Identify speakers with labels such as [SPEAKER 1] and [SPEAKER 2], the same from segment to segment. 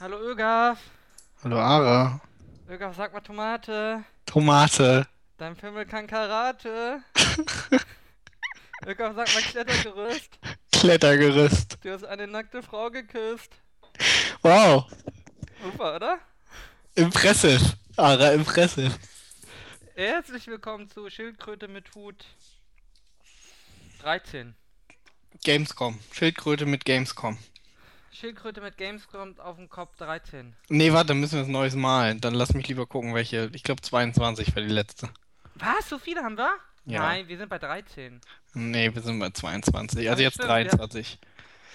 [SPEAKER 1] Hallo Ögaf.
[SPEAKER 2] Hallo Ara.
[SPEAKER 1] Ögaf, sag mal Tomate.
[SPEAKER 2] Tomate.
[SPEAKER 1] Dein Pimmel kann Karate. Ögaf, sag mal Klettergerüst.
[SPEAKER 2] Klettergerüst.
[SPEAKER 1] Du hast eine nackte Frau geküsst.
[SPEAKER 2] Wow.
[SPEAKER 1] Super, oder?
[SPEAKER 2] Impressive. Ara, impressive.
[SPEAKER 1] Herzlich willkommen zu Schildkröte mit Hut 13.
[SPEAKER 2] Gamescom. Schildkröte mit Gamescom.
[SPEAKER 1] Schildkröte mit Gamescom auf dem Kopf 13.
[SPEAKER 2] Nee, warte, müssen wir es neues malen. Dann lass mich lieber gucken, welche. Ich glaube 22 war die letzte.
[SPEAKER 1] Was? So viele haben wir?
[SPEAKER 2] Ja.
[SPEAKER 1] Nein, wir sind bei 13.
[SPEAKER 2] Nee, wir sind bei 22. Also
[SPEAKER 1] Ja,
[SPEAKER 2] jetzt
[SPEAKER 1] stimmt,
[SPEAKER 2] 23.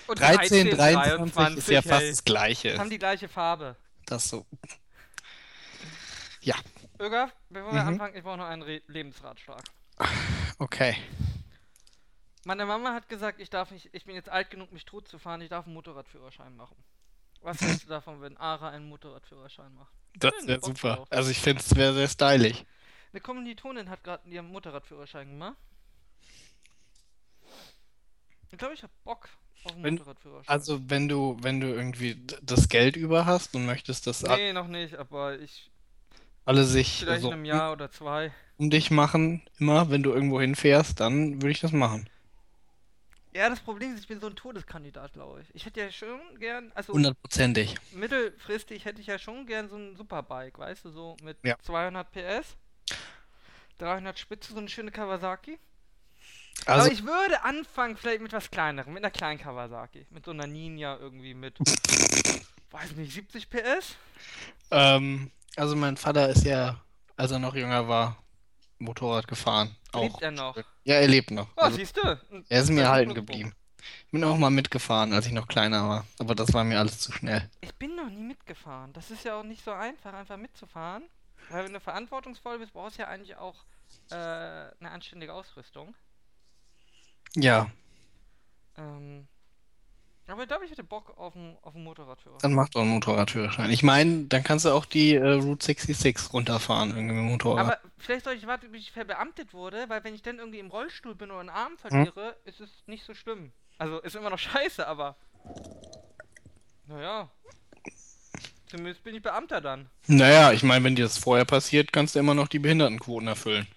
[SPEAKER 1] Und
[SPEAKER 2] 13, 23 ist ja fast
[SPEAKER 1] ey.
[SPEAKER 2] das gleiche.
[SPEAKER 1] Haben die gleiche Farbe.
[SPEAKER 2] Das so.
[SPEAKER 1] Ögaf, bevor wir
[SPEAKER 2] Mhm.
[SPEAKER 1] anfangen, ich brauche noch einen Re Lebensratschlag.
[SPEAKER 2] Okay.
[SPEAKER 1] Meine Mama hat gesagt, ich darf nicht, ich bin jetzt alt genug, mich tot zu fahren, ich darf einen Motorradführerschein machen. Was hältst du davon, wenn Ara einen Motorradführerschein macht?
[SPEAKER 2] Das
[SPEAKER 1] Schön,
[SPEAKER 2] wäre
[SPEAKER 1] Bock
[SPEAKER 2] super.
[SPEAKER 1] drauf.
[SPEAKER 2] Also ich finde es wäre sehr stylig.
[SPEAKER 1] Eine Kommilitonin hat gerade ihren Motorradführerschein gemacht. Ich glaube, ich habe Bock auf einen
[SPEAKER 2] Wenn-
[SPEAKER 1] Motorradführerschein.
[SPEAKER 2] Also wenn du, wenn du irgendwie d- das Geld über hast und möchtest, dass a-
[SPEAKER 1] nee, noch nicht, aber ich
[SPEAKER 2] alle sich
[SPEAKER 1] vielleicht
[SPEAKER 2] so
[SPEAKER 1] in einem Jahr oder zwei.
[SPEAKER 2] um dich machen, immer, wenn du irgendwo hinfährst, dann würde ich das machen.
[SPEAKER 1] Ja, das Problem ist, ich bin so ein Todeskandidat, glaube ich. Ich hätte ja schon gern, also
[SPEAKER 2] Hundertprozentig.
[SPEAKER 1] mittelfristig hätte ich ja schon gern so ein Superbike, weißt du, so mit
[SPEAKER 2] Ja.
[SPEAKER 1] 200 PS, 300 Spitze, so eine schöne Kawasaki.
[SPEAKER 2] Also,
[SPEAKER 1] Aber ich würde anfangen vielleicht mit was kleinerem, mit einer kleinen Kawasaki, mit so einer Ninja irgendwie mit, weiß nicht, 70 PS.
[SPEAKER 2] ähm, also mein Vater ist ja, als er noch jünger war, Motorrad gefahren. Auch.
[SPEAKER 1] Lebt er noch?
[SPEAKER 2] Ja, er lebt noch.
[SPEAKER 1] Oh,
[SPEAKER 2] Also,
[SPEAKER 1] siehst du?
[SPEAKER 2] er ist mir
[SPEAKER 1] das ist ein
[SPEAKER 2] erhalten
[SPEAKER 1] Pluspunkt.
[SPEAKER 2] geblieben. Ich bin auch mal mitgefahren, als ich noch kleiner war. Aber das war mir alles zu schnell.
[SPEAKER 1] Ich bin noch nie mitgefahren. Das ist ja auch nicht so einfach, einfach mitzufahren. Weil wenn du verantwortungsvoll bist, brauchst du ja eigentlich auch äh, eine anständige Ausrüstung.
[SPEAKER 2] Ja,
[SPEAKER 1] Ähm, aber ich glaube, ich hätte Bock auf einen auf einen Motorradführer.
[SPEAKER 2] dann mach doch einen Motorradführerschein. Ich meine, dann kannst du auch die äh, Route 66 runterfahren, irgendwie mit dem Motorrad.
[SPEAKER 1] Aber vielleicht soll ich warten, bis ich verbeamtet wurde, weil wenn ich dann irgendwie im Rollstuhl bin oder einen
[SPEAKER 2] Hm.
[SPEAKER 1] Arm verliere, ist es nicht so schlimm. Also ist immer noch scheiße, aber. Naja. Zumindest bin ich Beamter dann.
[SPEAKER 2] Naja, ich meine, wenn dir das vorher passiert, kannst du immer noch die Behindertenquoten erfüllen.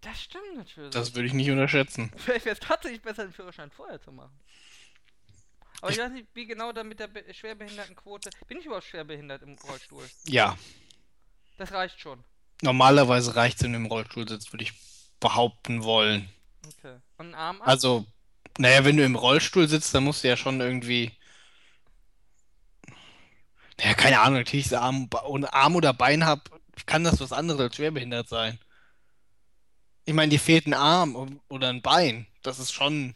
[SPEAKER 1] Das stimmt natürlich.
[SPEAKER 2] Das würde ich nicht unterschätzen.
[SPEAKER 1] Vielleicht wäre es tatsächlich besser, den Führerschein vorher zu machen. Aber ich weiß nicht, wie genau da mit der Be Schwerbehindertenquote. Bin ich überhaupt schwerbehindert im Rollstuhl?
[SPEAKER 2] Ja.
[SPEAKER 1] Das reicht schon.
[SPEAKER 2] Normalerweise reicht es, wenn du im Rollstuhl sitzt, würde ich behaupten wollen.
[SPEAKER 1] Okay. Und einen Arm ab?
[SPEAKER 2] Also, naja, wenn du im Rollstuhl sitzt, dann musst du ja schon irgendwie. Naja, keine Ahnung, natürlich ist Arm, ohne Arm oder Bein hab, kann das was anderes als schwerbehindert sein. Ich meine, dir fehlt ein Arm o- oder ein Bein. Das ist schon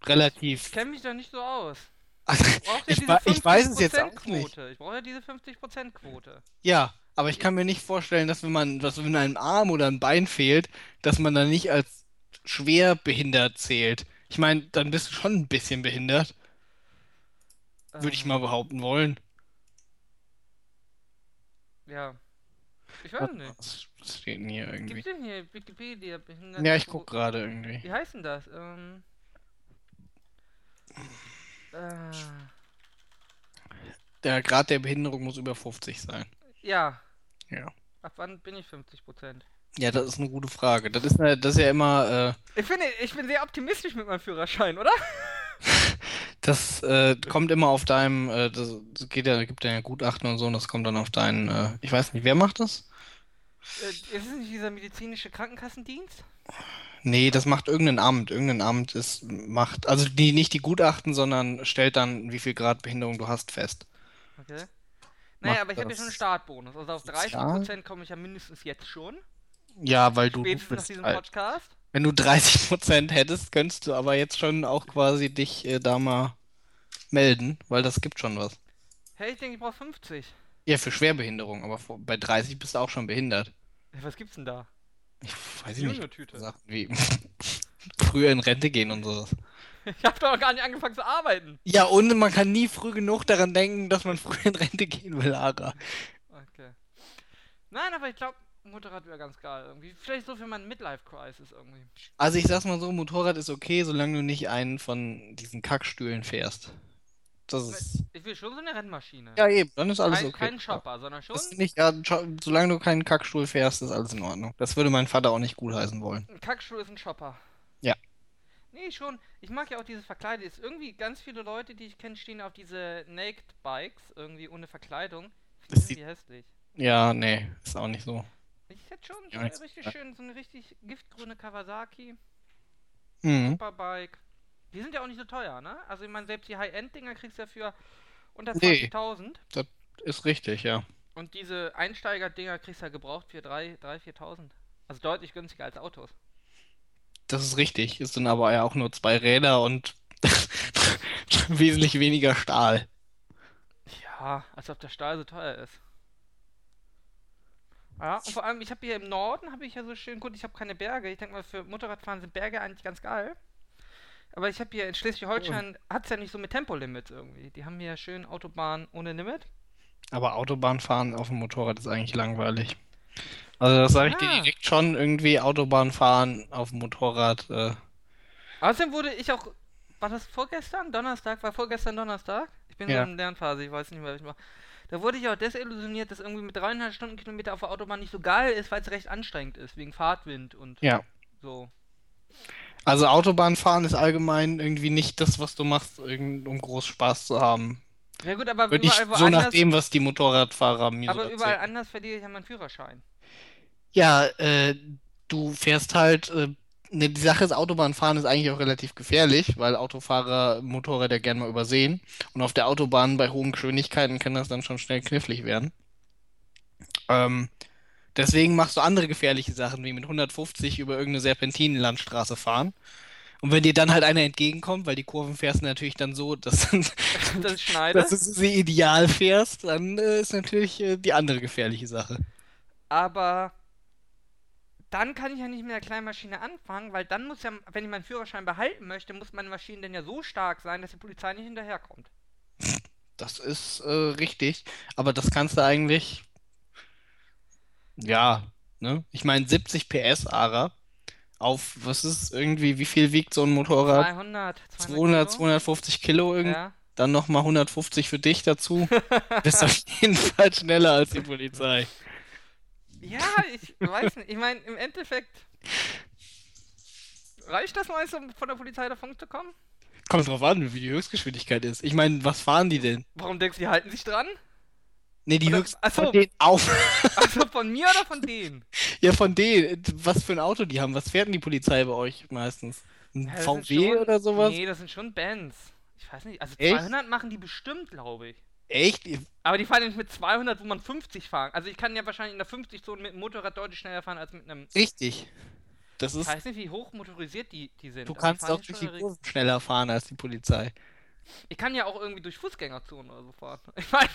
[SPEAKER 1] ich
[SPEAKER 2] relativ.
[SPEAKER 1] kenne mich doch nicht so aus.
[SPEAKER 2] Also,
[SPEAKER 1] brauche ja
[SPEAKER 2] ich,
[SPEAKER 1] diese
[SPEAKER 2] wa- ich weiß es jetzt auch
[SPEAKER 1] 50%
[SPEAKER 2] nicht.
[SPEAKER 1] Quote. Ich brauche ja diese 50% Quote.
[SPEAKER 2] Ja, aber ich kann mir nicht vorstellen, dass wenn man, dass wenn einem Arm oder ein Bein fehlt, dass man dann nicht als schwer behindert zählt. Ich meine, dann bist du schon ein bisschen behindert, würde ich
[SPEAKER 1] Ähm,
[SPEAKER 2] mal behaupten wollen.
[SPEAKER 1] Ja. Ich weiß nicht.
[SPEAKER 2] Was was steht denn hier irgendwie?
[SPEAKER 1] Gibt's denn hier Wikipedia behindert?
[SPEAKER 2] Ja, ich guck gerade irgendwie.
[SPEAKER 1] Wie heißt denn das? Ähm. Äh,
[SPEAKER 2] Der Grad der Behinderung muss über 50 sein.
[SPEAKER 1] ja.
[SPEAKER 2] Ja.
[SPEAKER 1] Ab wann bin ich 50%?
[SPEAKER 2] Ja, das ist eine gute Frage. Das ist, eine- das ist ja immer,
[SPEAKER 1] Ich finde, ich bin sehr optimistisch mit meinem Führerschein, oder?
[SPEAKER 2] äh, das äh, kommt immer auf deinem, äh, das das geht ja, gibt ja Gutachten und so, und das kommt dann auf deinen, äh, ich weiß nicht, wer macht das?
[SPEAKER 1] Äh, ist es nicht dieser medizinische Krankenkassendienst?
[SPEAKER 2] Nee, das macht irgendein Amt. Irgendein Amt ist, macht, also die, nicht die Gutachten, sondern stellt dann, wie viel Grad Behinderung du hast, fest.
[SPEAKER 1] Okay. Naja,
[SPEAKER 2] Macht
[SPEAKER 1] aber ich habe ja schon einen
[SPEAKER 2] das
[SPEAKER 1] Startbonus. Also auf
[SPEAKER 2] sozial?
[SPEAKER 1] 30% komme ich ja mindestens jetzt schon.
[SPEAKER 2] Ja, weil du
[SPEAKER 1] Spätestens
[SPEAKER 2] gut
[SPEAKER 1] nach
[SPEAKER 2] bist
[SPEAKER 1] diesem
[SPEAKER 2] halt.
[SPEAKER 1] Podcast.
[SPEAKER 2] Wenn du 30% hättest, könntest du aber jetzt schon auch quasi dich äh, da mal melden, weil das gibt schon was.
[SPEAKER 1] Hey, ich denke, ich brauche 50.
[SPEAKER 2] Ja, für Schwerbehinderung, aber vor- bei 30 bist du auch schon behindert.
[SPEAKER 1] Hey, was gibt's denn da?
[SPEAKER 2] Ich weiß ich nicht,
[SPEAKER 1] Junior-Tüte.
[SPEAKER 2] Sachen wie früher in Rente gehen und sowas.
[SPEAKER 1] Ich hab doch noch gar nicht angefangen zu arbeiten.
[SPEAKER 2] Ja, und man kann nie früh genug daran denken, dass man früher in Rente gehen will, Ara.
[SPEAKER 1] Okay. Nein, aber ich glaube, Motorrad wäre ganz geil. Irgendwie. Vielleicht so für meinen Midlife-Crisis irgendwie.
[SPEAKER 2] Also ich sag's mal so, Motorrad ist okay, solange du nicht einen von diesen Kackstühlen fährst. Das ist.
[SPEAKER 1] Ich will schon so eine Rennmaschine.
[SPEAKER 2] Ja, eben, dann ist alles
[SPEAKER 1] kein,
[SPEAKER 2] okay.
[SPEAKER 1] kein Chopper, sondern schon
[SPEAKER 2] Das ist nicht, ja, scho- solange du keinen Kackstuhl fährst, ist alles in Ordnung. Das würde mein Vater auch nicht gutheißen wollen.
[SPEAKER 1] ein Kackschuh ist ein Chopper.
[SPEAKER 2] Ja.
[SPEAKER 1] Nee, schon. Ich mag ja auch dieses Verkleide. Ist irgendwie ganz viele Leute, die ich kenne, stehen auf diese Naked Bikes, irgendwie ohne Verkleidung. Finde
[SPEAKER 2] Das
[SPEAKER 1] ich irgendwie hässlich.
[SPEAKER 2] Ja, nee, ist auch nicht so.
[SPEAKER 1] Ich hätte schon so
[SPEAKER 2] Ja,
[SPEAKER 1] eine
[SPEAKER 2] jetzt-
[SPEAKER 1] richtig schön, so eine richtig giftgrüne Kawasaki,
[SPEAKER 2] Hm.
[SPEAKER 1] Superbike. Die sind ja auch nicht so teuer, ne? Also ich meine, selbst die High-End-Dinger kriegst du ja für unter
[SPEAKER 2] Nee.
[SPEAKER 1] 20.000.
[SPEAKER 2] Ist richtig, ja.
[SPEAKER 1] Und diese Einsteiger-Dinger kriegst du ja gebraucht für 3.000, 4.000. Also deutlich günstiger als Autos.
[SPEAKER 2] Das ist richtig. Es sind aber ja auch nur zwei Räder und wesentlich weniger Stahl.
[SPEAKER 1] Ja, als ob der Stahl so teuer ist. Ja, und vor allem, ich habe hier im Norden, habe ich ja so schön, gut, ich habe keine Berge. Ich denke mal, für Motorradfahren sind Berge eigentlich ganz geil. Aber ich habe hier in Schleswig-Holstein, hat es ja nicht so mit Tempolimits irgendwie. Die haben hier schön Autobahn ohne Limit.
[SPEAKER 2] Aber Autobahnfahren auf dem Motorrad ist eigentlich langweilig. Also das sage ich dir
[SPEAKER 1] Ah.
[SPEAKER 2] direkt schon, irgendwie Autobahnfahren auf dem Motorrad. Äh,
[SPEAKER 1] Außerdem wurde ich auch, war das vorgestern? Donnerstag? War vorgestern Donnerstag? Ich bin
[SPEAKER 2] Ja.
[SPEAKER 1] so in der Lernphase, ich weiß nicht mehr, was ich mache. Da wurde ich auch desillusioniert, dass irgendwie mit 300 Stundenkilometer auf der Autobahn nicht so geil ist, weil es recht anstrengend ist, wegen Fahrtwind und
[SPEAKER 2] ja.
[SPEAKER 1] so.
[SPEAKER 2] Also Autobahnfahren ist allgemein irgendwie nicht das, was du machst, irgend- um groß Spaß zu haben.
[SPEAKER 1] Ja gut, aber
[SPEAKER 2] Würde ich
[SPEAKER 1] überall
[SPEAKER 2] so
[SPEAKER 1] woanders,
[SPEAKER 2] nach dem, was die Motorradfahrer mir so
[SPEAKER 1] aber
[SPEAKER 2] erzählen.
[SPEAKER 1] überall anders verliere ich ja meinen Führerschein.
[SPEAKER 2] Ja, äh, du fährst halt. Äh, ne, die Sache ist, Autobahnfahren ist eigentlich auch relativ gefährlich, weil Autofahrer Motorräder gerne mal übersehen. Und auf der Autobahn bei hohen Geschwindigkeiten kann das dann schon schnell knifflig werden. Ähm, deswegen machst du andere gefährliche Sachen, wie mit 150 über irgendeine Serpentinenlandstraße fahren. Und wenn dir dann halt einer entgegenkommt, weil die Kurven fährst du natürlich dann so, dass,
[SPEAKER 1] Das ist Schneide.
[SPEAKER 2] dass du sie ideal fährst, dann äh, ist natürlich äh, die andere gefährliche Sache.
[SPEAKER 1] Aber dann kann ich ja nicht mit der kleinen Maschine anfangen, weil dann muss ja, wenn ich meinen Führerschein behalten möchte, muss meine Maschine denn ja so stark sein, dass die Polizei nicht hinterherkommt.
[SPEAKER 2] Das ist äh, richtig, aber das kannst du eigentlich, ja, ne? Ich meine 70 PS ARA auf, was ist irgendwie, wie viel wiegt so ein Motorrad?
[SPEAKER 1] 200,
[SPEAKER 2] 200,
[SPEAKER 1] 200 Kilo?
[SPEAKER 2] 250 Kilo irgendwie,
[SPEAKER 1] Ja.
[SPEAKER 2] dann nochmal 150 für dich dazu. Bist auf jeden Fall schneller als die Polizei.
[SPEAKER 1] ja, ich weiß nicht. Ich meine, im Endeffekt reicht das meist, um von der Polizei davon zu kommen?
[SPEAKER 2] Kommt drauf an, wie die Höchstgeschwindigkeit ist. Ich meine, was fahren die denn?
[SPEAKER 1] Warum denkst du, die halten sich dran?
[SPEAKER 2] Ne, die
[SPEAKER 1] Oder-
[SPEAKER 2] höchsten
[SPEAKER 1] ach so.
[SPEAKER 2] von denen auf.
[SPEAKER 1] Also von mir oder von denen?
[SPEAKER 2] Ja, von denen. Was für ein Auto die haben. Was fährt denn die Polizei bei euch meistens? Ein
[SPEAKER 1] Ja, das sind
[SPEAKER 2] VW
[SPEAKER 1] schon-
[SPEAKER 2] oder sowas?
[SPEAKER 1] Nee, das sind schon Bands. Ich weiß nicht, also
[SPEAKER 2] Echt?
[SPEAKER 1] 200 machen die bestimmt, glaube ich.
[SPEAKER 2] Echt?
[SPEAKER 1] Aber die fahren ja nicht mit 200, wo man 50 fahren. Also ich kann ja wahrscheinlich in der 50-Zone mit dem Motorrad deutlich schneller fahren als mit einem...
[SPEAKER 2] Richtig. Das
[SPEAKER 1] Ich
[SPEAKER 2] ist,
[SPEAKER 1] weiß nicht, wie hoch motorisiert die, die sind.
[SPEAKER 2] du
[SPEAKER 1] aber die
[SPEAKER 2] kannst
[SPEAKER 1] fahren
[SPEAKER 2] auch
[SPEAKER 1] ja
[SPEAKER 2] durch die
[SPEAKER 1] schon in der
[SPEAKER 2] Kurven schneller fahren als die Polizei.
[SPEAKER 1] Regel- Ich kann ja auch irgendwie durch Fußgängerzonen oder so fahren. Ich meine,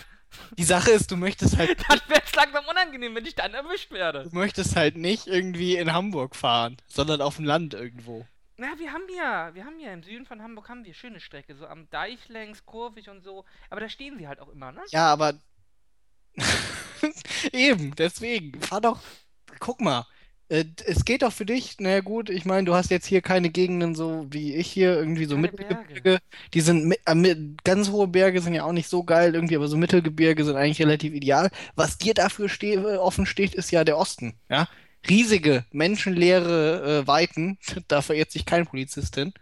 [SPEAKER 2] Die Sache ist, du möchtest halt,
[SPEAKER 1] das wäre langsam unangenehm, wenn ich dann erwischt werde.
[SPEAKER 2] du möchtest halt nicht irgendwie in Hamburg fahren, sondern auf dem Land irgendwo.
[SPEAKER 1] Na, wir haben ja, wir haben ja im Süden von Hamburg haben wir schöne Strecke, so am Deich längs, kurvig und so. Aber da stehen sie halt auch immer, ne?
[SPEAKER 2] Ja, aber eben, deswegen, fahr doch, guck mal, äh, es geht doch für dich, na ja, gut, ich meine, du hast jetzt hier keine Gegenden so wie ich hier, irgendwie so
[SPEAKER 1] Keine
[SPEAKER 2] Mittelgebirge, die sind, mi- äh, mi- ganz hohe Berge sind ja auch nicht so geil irgendwie, aber so Mittelgebirge sind eigentlich relativ ideal. Was dir dafür ste äh, offen steht, ist ja der Osten, ja, riesige, menschenleere äh, Weiten, da verirrt sich kein Polizist hin.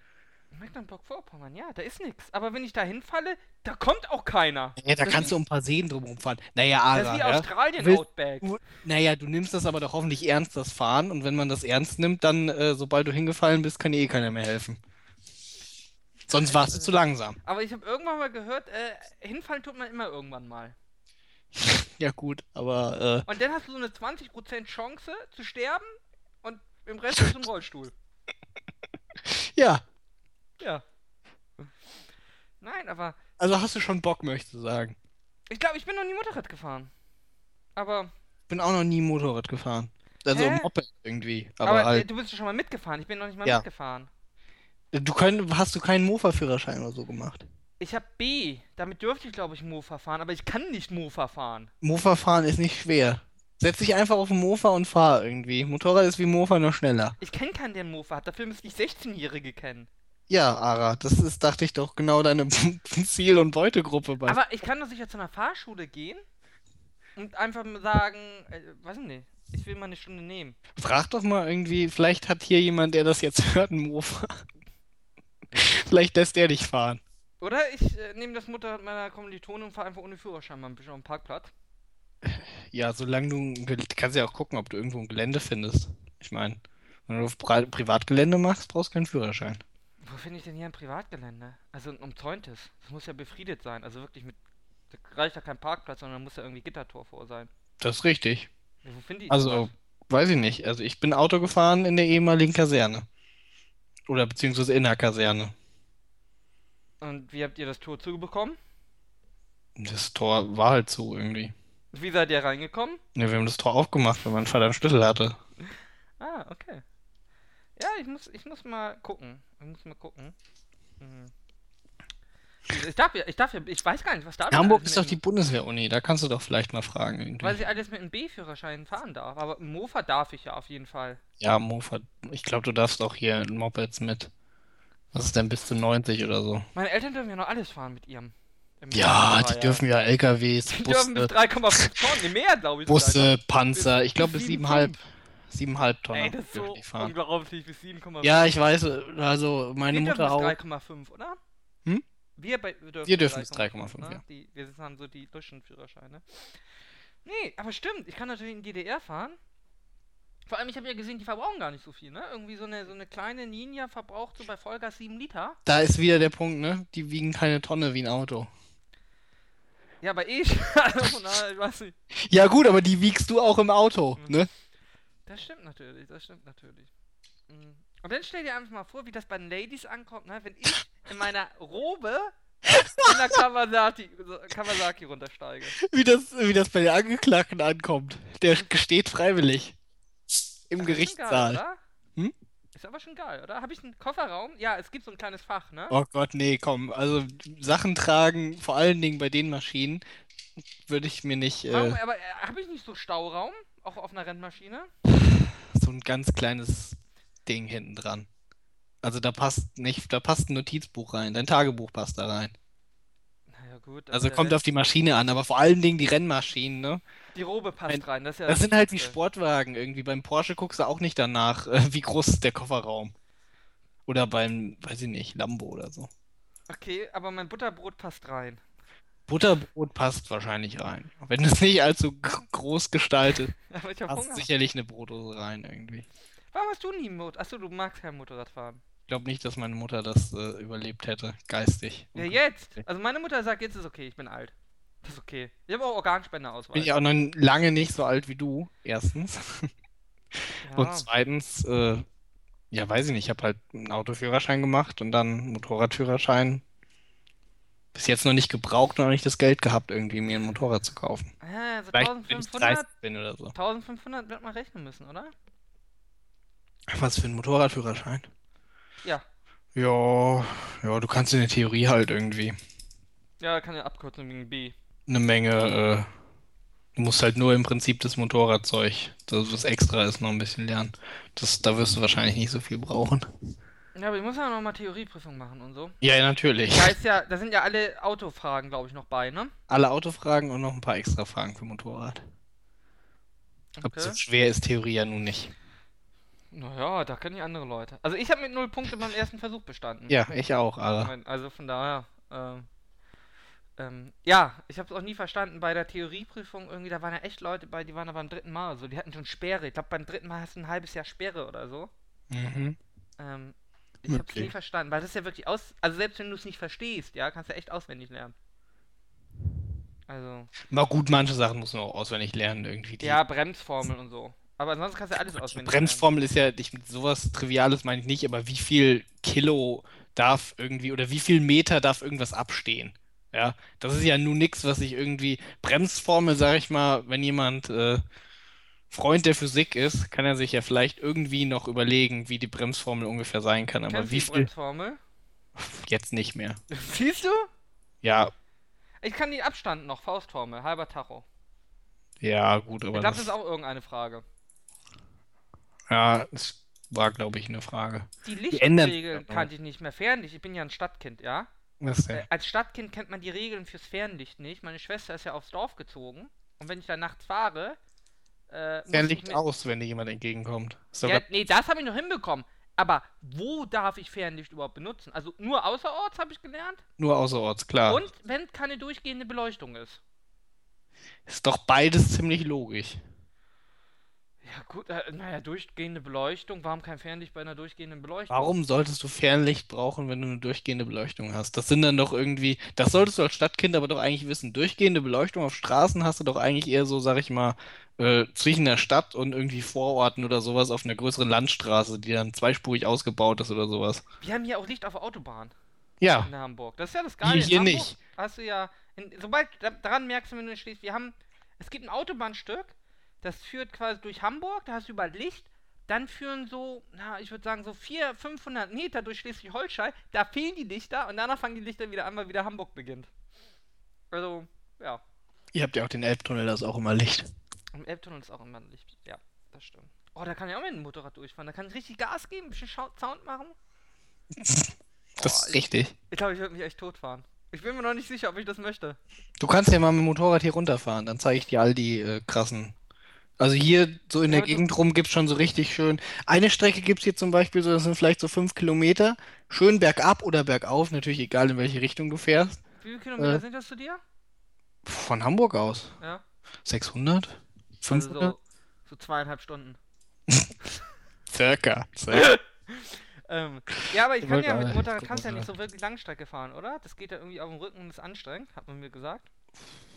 [SPEAKER 1] Mecklenburg-Vorpommern, ja, da ist nichts. Aber wenn ich da hinfalle, da kommt auch keiner.
[SPEAKER 2] Ja, da
[SPEAKER 1] Das
[SPEAKER 2] kannst du um ein paar Seen drumherum fahren. Naja,
[SPEAKER 1] Das ist
[SPEAKER 2] Ara,
[SPEAKER 1] wie
[SPEAKER 2] ja. Willst-
[SPEAKER 1] Australien-Outback.
[SPEAKER 2] Du- Naja, du nimmst das aber doch hoffentlich ernst, das Fahren. Und wenn man das ernst nimmt, dann, äh, sobald du hingefallen bist, kann dir eh keiner mehr helfen. Sonst warst du zu langsam.
[SPEAKER 1] Aber ich habe irgendwann mal gehört, äh, hinfallen tut man immer irgendwann mal.
[SPEAKER 2] Ja, gut, aber
[SPEAKER 1] Und dann hast du so eine 20% Chance zu sterben und im Rest bist du im Rollstuhl.
[SPEAKER 2] äh, ja,
[SPEAKER 1] Ja. Nein, aber
[SPEAKER 2] also hast du schon Bock, möchtest du sagen.
[SPEAKER 1] ich glaube, ich bin noch nie Motorrad gefahren. Aber,
[SPEAKER 2] Bin auch noch nie Motorrad gefahren. Also
[SPEAKER 1] Hä?
[SPEAKER 2] Moped irgendwie.
[SPEAKER 1] aber,
[SPEAKER 2] Aber
[SPEAKER 1] äh,
[SPEAKER 2] halt,
[SPEAKER 1] du bist ja schon mal mitgefahren. Ich bin noch nicht mal
[SPEAKER 2] Ja.
[SPEAKER 1] mitgefahren.
[SPEAKER 2] du könnt, hast du keinen Mofa-Führerschein oder so gemacht.
[SPEAKER 1] Ich habe B. Damit dürfte ich, glaube ich, Mofa fahren. Aber ich kann nicht Mofa fahren.
[SPEAKER 2] Mofa fahren ist nicht schwer. Setz dich einfach auf den Mofa und fahr irgendwie. Motorrad ist wie Mofa nur schneller.
[SPEAKER 1] Ich kenne keinen, der einen Mofa hat. Dafür müsste ich 16-Jährige kennen.
[SPEAKER 2] Ja, Ara, das ist, dachte ich doch, genau deine Ziel- und Beutegruppe bei.
[SPEAKER 1] Aber ich kann doch sicher zu einer Fahrschule gehen und einfach mal sagen, äh, weiß ich nicht, ich will mal eine Stunde nehmen.
[SPEAKER 2] Frag doch mal irgendwie, vielleicht hat hier jemand, der das jetzt hört, einen Mofa. vielleicht lässt er dich fahren.
[SPEAKER 1] Oder ich äh, nehme das Mutter meiner Kommilitonen und fahre einfach ohne Führerschein mal ein bisschen auf den Parkplatz.
[SPEAKER 2] Ja, solange du, ein Gel- kannst ja auch gucken, ob du irgendwo ein Gelände findest. Ich meine, wenn du auf Pri Privatgelände machst, brauchst du keinen Führerschein.
[SPEAKER 1] Wo finde ich denn hier ein Privatgelände? Also ein umzäuntes. Das muss ja befriedet sein. Also wirklich mit. Da reicht ja kein Parkplatz, sondern da muss ja irgendwie Gittertor vor sein.
[SPEAKER 2] Das ist richtig.
[SPEAKER 1] Ja, Wo finde ich
[SPEAKER 2] Also, weiß ich nicht. Also, ich bin Auto gefahren in der ehemaligen Kaserne. Oder beziehungsweise in der Kaserne.
[SPEAKER 1] sowas? Und wie habt ihr das Tor zugebekommen?
[SPEAKER 2] Das Tor war halt zu irgendwie.
[SPEAKER 1] Wie seid ihr reingekommen?
[SPEAKER 2] Ja, wir haben das Tor aufgemacht, weil mein Vater einen Schlüssel hatte.
[SPEAKER 1] Ah, okay. Ja, ich muss, ich muss mal gucken. Ich muss mal gucken. Mhm. Ich darf ja, ich darf ja, ich weiß gar nicht, was da
[SPEAKER 2] In Hamburg ist doch die Bundeswehr-Uni, da kannst du doch vielleicht mal fragen irgendwie.
[SPEAKER 1] Weil ich alles mit einem B-Führerschein fahren darf. Aber ein Mofa darf ich ja auf jeden Fall.
[SPEAKER 2] Ja, Mofa, ich glaube, du darfst auch hier Mopeds mit. Was ist denn bis zu 90 oder so?
[SPEAKER 1] Meine Eltern dürfen ja noch alles fahren mit ihrem. im
[SPEAKER 2] Ah, Ja,
[SPEAKER 1] Mofa,
[SPEAKER 2] die dürfen ja LKWs,
[SPEAKER 1] Die dürfen bis
[SPEAKER 2] Busse,
[SPEAKER 1] 3,5 Tonnen, nee, mehr, glaube ich. sogar.
[SPEAKER 2] Busse, Panzer, ich glaube ne? bis
[SPEAKER 1] Bis
[SPEAKER 2] 7,5, 7,5 Tonnen
[SPEAKER 1] Ey, das ist
[SPEAKER 2] dürfen
[SPEAKER 1] so
[SPEAKER 2] die fahren.
[SPEAKER 1] unglaublich bis 7,5.
[SPEAKER 2] Ja, ich weiß, also meine
[SPEAKER 1] wir
[SPEAKER 2] Mutter
[SPEAKER 1] dürfen
[SPEAKER 2] auch.
[SPEAKER 1] bis 3,5, oder?
[SPEAKER 2] Hm?
[SPEAKER 1] Wir, bei, wir dürfen,
[SPEAKER 2] Wir dürfen bis 3,5,
[SPEAKER 1] ne?
[SPEAKER 2] ja.
[SPEAKER 1] Die, wir sind- haben so die Luschenführerscheine. Nee, aber stimmt, ich kann natürlich in die DDR fahren. Vor allem, ich habe ja gesehen, die verbrauchen gar nicht so viel, ne? Irgendwie so eine, so eine kleine Ninja verbraucht so bei Vollgas 7 Liter.
[SPEAKER 2] Da ist wieder der Punkt, ne? Die wiegen keine Tonne wie ein Auto.
[SPEAKER 1] Ja, aber ich, also, von daher, ich weiß nicht.
[SPEAKER 2] Ja gut, aber die wiegst du auch im Auto,
[SPEAKER 1] Mhm.
[SPEAKER 2] ne?
[SPEAKER 1] Das stimmt natürlich, das stimmt natürlich. Mhm. Und dann stell dir einfach mal vor, wie das bei den Ladies ankommt, ne? wenn ich in meiner Robe in der Kawasaki, Kawasaki runtersteige.
[SPEAKER 2] Wie das, wie das bei den Angeklagten ankommt. Der gesteht freiwillig. Im
[SPEAKER 1] Aber ist schon geil,
[SPEAKER 2] Gerichtssaal.
[SPEAKER 1] oder?
[SPEAKER 2] Hm?
[SPEAKER 1] Ist aber schon geil, oder? Habe ich einen Kofferraum? Ja, es gibt so ein kleines Fach, ne?
[SPEAKER 2] Oh Gott, nee, komm. Also Sachen tragen, vor allen Dingen bei den Maschinen, würde ich mir nicht
[SPEAKER 1] Warum,
[SPEAKER 2] äh,
[SPEAKER 1] aber habe ich nicht so Stauraum? Auch auf einer Rennmaschine?
[SPEAKER 2] so ein ganz kleines Ding hinten dran. Also da passt nicht, da passt ein Notizbuch rein, dein Tagebuch passt da rein.
[SPEAKER 1] Naja, gut. äh,
[SPEAKER 2] Also
[SPEAKER 1] der
[SPEAKER 2] kommt
[SPEAKER 1] Rest-
[SPEAKER 2] auf die Maschine an, aber vor allen Dingen die Rennmaschinen, ne?
[SPEAKER 1] Die Robe passt
[SPEAKER 2] Ein-
[SPEAKER 1] rein. Das, ist ja
[SPEAKER 2] Das sind halt wie
[SPEAKER 1] Wichtigste.
[SPEAKER 2] Sportwagen irgendwie. Beim Porsche guckst du auch nicht danach, äh, wie groß ist der Kofferraum. Oder beim, weiß ich nicht, Lambo oder so.
[SPEAKER 1] Okay, aber mein Butterbrot passt rein.
[SPEAKER 2] Butterbrot passt wahrscheinlich rein. Wenn es nicht allzu g- groß gestaltet,
[SPEAKER 1] Aber ich habe
[SPEAKER 2] passt
[SPEAKER 1] Hunger.
[SPEAKER 2] sicherlich eine Brotdose rein irgendwie.
[SPEAKER 1] Warum hast du nie ein Motorrad? Achso, du magst kein Motorrad fahren.
[SPEAKER 2] Ich glaube nicht, dass meine Mutter das äh, überlebt hätte, geistig.
[SPEAKER 1] Ja, jetzt. Also meine Mutter sagt, jetzt ist okay, ich bin alt. Das ist okay. Ich habe auch Organspenderausweis.
[SPEAKER 2] Bin ich auch noch lange nicht so alt wie du, erstens. Und
[SPEAKER 1] ja.
[SPEAKER 2] zweitens, äh, ja, weiß ich nicht, ich habe halt einen Autoführerschein gemacht und dann einen Motorradführerschein. Bis jetzt noch nicht gebraucht und noch nicht das Geld gehabt, irgendwie mir ein Motorrad zu kaufen.
[SPEAKER 1] Ah, so
[SPEAKER 2] Vielleicht, wenn ich 30
[SPEAKER 1] 1500,
[SPEAKER 2] bin oder so.
[SPEAKER 1] 1500 wird man rechnen müssen, oder?
[SPEAKER 2] Was für ein Motorradführerschein?
[SPEAKER 1] Ja.
[SPEAKER 2] Ja, ja, du kannst in der Theorie halt irgendwie
[SPEAKER 1] Ja, kann ja abkürzen wegen B.
[SPEAKER 2] eine Menge, äh, du musst halt nur im Prinzip das Motorradzeug, das was extra ist, noch ein bisschen lernen. Das, da wirst du wahrscheinlich nicht so viel brauchen.
[SPEAKER 1] Ja, aber ich muss ja nochmal Theorieprüfung machen und so.
[SPEAKER 2] Ja, ja, natürlich.
[SPEAKER 1] Da ist ja, da sind ja alle Autofragen, glaube ich, noch bei, ne?
[SPEAKER 2] Alle Autofragen und noch ein paar extra Fragen für Motorrad. Aber so
[SPEAKER 1] Okay.
[SPEAKER 2] schwer ist Theorie ja nun nicht.
[SPEAKER 1] Naja, da kennen die andere Leute. Also ich habe mit null Punkte beim ersten Versuch bestanden.
[SPEAKER 2] Ja, ich auch,
[SPEAKER 1] Ich
[SPEAKER 2] aber.
[SPEAKER 1] mein, Also von daher, ähm, ähm, ja, ich habe es auch nie verstanden bei der Theorieprüfung irgendwie, da waren ja echt Leute bei, die waren da beim dritten Mal so, die hatten schon Sperre. Ich glaube, beim dritten Mal hast du ein halbes Jahr Sperre oder so.
[SPEAKER 2] Mhm.
[SPEAKER 1] Ähm, ich habe es
[SPEAKER 2] Möglich.
[SPEAKER 1] nie verstanden, weil das ist ja wirklich aus, also selbst wenn du es nicht verstehst, ja, kannst du echt auswendig lernen. Also,
[SPEAKER 2] Na gut, manche Sachen muss man auch auswendig lernen, irgendwie. Die
[SPEAKER 1] ja, Bremsformel und so. Aber ansonsten kannst du ja alles Ähm, auswendig lernen.
[SPEAKER 2] Bremsformel ist ja, ich, sowas Triviales meine ich nicht, aber wie viel Kilo darf irgendwie oder wie viel Meter darf irgendwas abstehen? Ja, das ist ja nun nichts, was ich irgendwie. Bremsformel, sag ich mal, wenn jemand äh, Freund der Physik ist, kann er sich ja vielleicht irgendwie noch überlegen, wie die Bremsformel ungefähr sein kann, aber
[SPEAKER 1] Kennst du
[SPEAKER 2] wie
[SPEAKER 1] die
[SPEAKER 2] viel.
[SPEAKER 1] Bremsformel?
[SPEAKER 2] Jetzt nicht mehr.
[SPEAKER 1] Siehst du?
[SPEAKER 2] Ja,
[SPEAKER 1] Ich kann den Abstand noch, Faustformel, halber Tacho.
[SPEAKER 2] ja, gut,
[SPEAKER 1] Ich
[SPEAKER 2] aber
[SPEAKER 1] glaube, das
[SPEAKER 2] das,
[SPEAKER 1] ist auch irgendeine Frage.
[SPEAKER 2] ja, es war, glaube ich, eine Frage.
[SPEAKER 1] Die
[SPEAKER 2] ändern sich
[SPEAKER 1] Lichtregeln
[SPEAKER 2] aber.
[SPEAKER 1] kannte ich nicht mehr. Fernlicht, ich bin ja ein Stadtkind, ja?
[SPEAKER 2] Was denn?
[SPEAKER 1] Äh, als Stadtkind kennt man die Regeln fürs Fernlicht nicht. Meine Schwester ist ja aufs Dorf gezogen. Und wenn ich da nachts fahre, äh, muss ich
[SPEAKER 2] Fernlicht
[SPEAKER 1] mir-
[SPEAKER 2] aus, wenn dir jemand entgegenkommt. Ist
[SPEAKER 1] Ja,
[SPEAKER 2] Sogar
[SPEAKER 1] nee, das habe ich noch hinbekommen. Aber wo darf ich Fernlicht überhaupt benutzen? Also nur außerorts habe ich gelernt.
[SPEAKER 2] nur außerorts, klar.
[SPEAKER 1] Und wenn keine durchgehende Beleuchtung ist.
[SPEAKER 2] Ist doch beides ziemlich logisch.
[SPEAKER 1] Ja gut, äh, naja, durchgehende Beleuchtung. Warum kein Fernlicht bei einer durchgehenden Beleuchtung?
[SPEAKER 2] Warum solltest du Fernlicht brauchen, wenn du eine durchgehende Beleuchtung hast? Das sind dann doch irgendwie, das solltest du als Stadtkind aber doch eigentlich wissen. Durchgehende Beleuchtung auf Straßen hast du doch eigentlich eher so, sag ich mal, äh, zwischen der Stadt und irgendwie Vororten oder sowas auf einer größeren Landstraße, die dann zweispurig ausgebaut ist oder sowas.
[SPEAKER 1] Wir haben ja auch Licht auf der Autobahn
[SPEAKER 2] Ja,
[SPEAKER 1] in Hamburg. Das ist ja das Geile.
[SPEAKER 2] hier
[SPEAKER 1] in Hamburg
[SPEAKER 2] nicht.
[SPEAKER 1] Hast du ja, in, sobald da, daran merkst du, wenn du stehst, wir haben, es gibt ein Autobahnstück, das führt quasi durch Hamburg, da hast du überall Licht. Dann führen so, na, ich würde sagen, so 400, 500 Meter durch Schleswig-Holstein, da fehlen die Lichter und danach fangen die Lichter wieder an, weil wieder Hamburg beginnt. Also, ja,
[SPEAKER 2] ihr habt ja auch den Elbtunnel, da ist auch immer Licht.
[SPEAKER 1] im Elbtunnel ist auch immer Licht. Ja, das stimmt. Oh, da kann ich auch mit dem Motorrad durchfahren. Da kann ich richtig Gas geben, ein bisschen Schau- Sound machen.
[SPEAKER 2] Das
[SPEAKER 1] Boah,
[SPEAKER 2] ist richtig.
[SPEAKER 1] Ich glaube, ich würde mich echt totfahren. Ich bin mir noch nicht sicher, ob ich das möchte.
[SPEAKER 2] Du kannst ja mal mit dem Motorrad hier runterfahren, dann zeige ich dir all die äh, krassen. Also hier so in der
[SPEAKER 1] Ja, du-
[SPEAKER 2] Gegend rum gibt's schon so richtig schön. Eine Strecke gibt's hier zum Beispiel, so, das sind vielleicht so fünf Kilometer. Schön bergab oder bergauf, natürlich egal in welche Richtung du fährst.
[SPEAKER 1] Wie viele Kilometer
[SPEAKER 2] Äh.
[SPEAKER 1] sind das zu dir?
[SPEAKER 2] Von Hamburg aus.
[SPEAKER 1] Ja.
[SPEAKER 2] 600?
[SPEAKER 1] Also
[SPEAKER 2] 500?
[SPEAKER 1] so, so zweieinhalb Stunden.
[SPEAKER 2] Circa. circa.
[SPEAKER 1] Ähm, ja, aber ich kann ja mit
[SPEAKER 2] Egal,
[SPEAKER 1] dem Motorrad
[SPEAKER 2] guck
[SPEAKER 1] kannst ja
[SPEAKER 2] mal.
[SPEAKER 1] nicht so wirklich Langstrecke fahren, oder? Das geht ja irgendwie auf dem Rücken und ist anstrengend, hat man mir gesagt.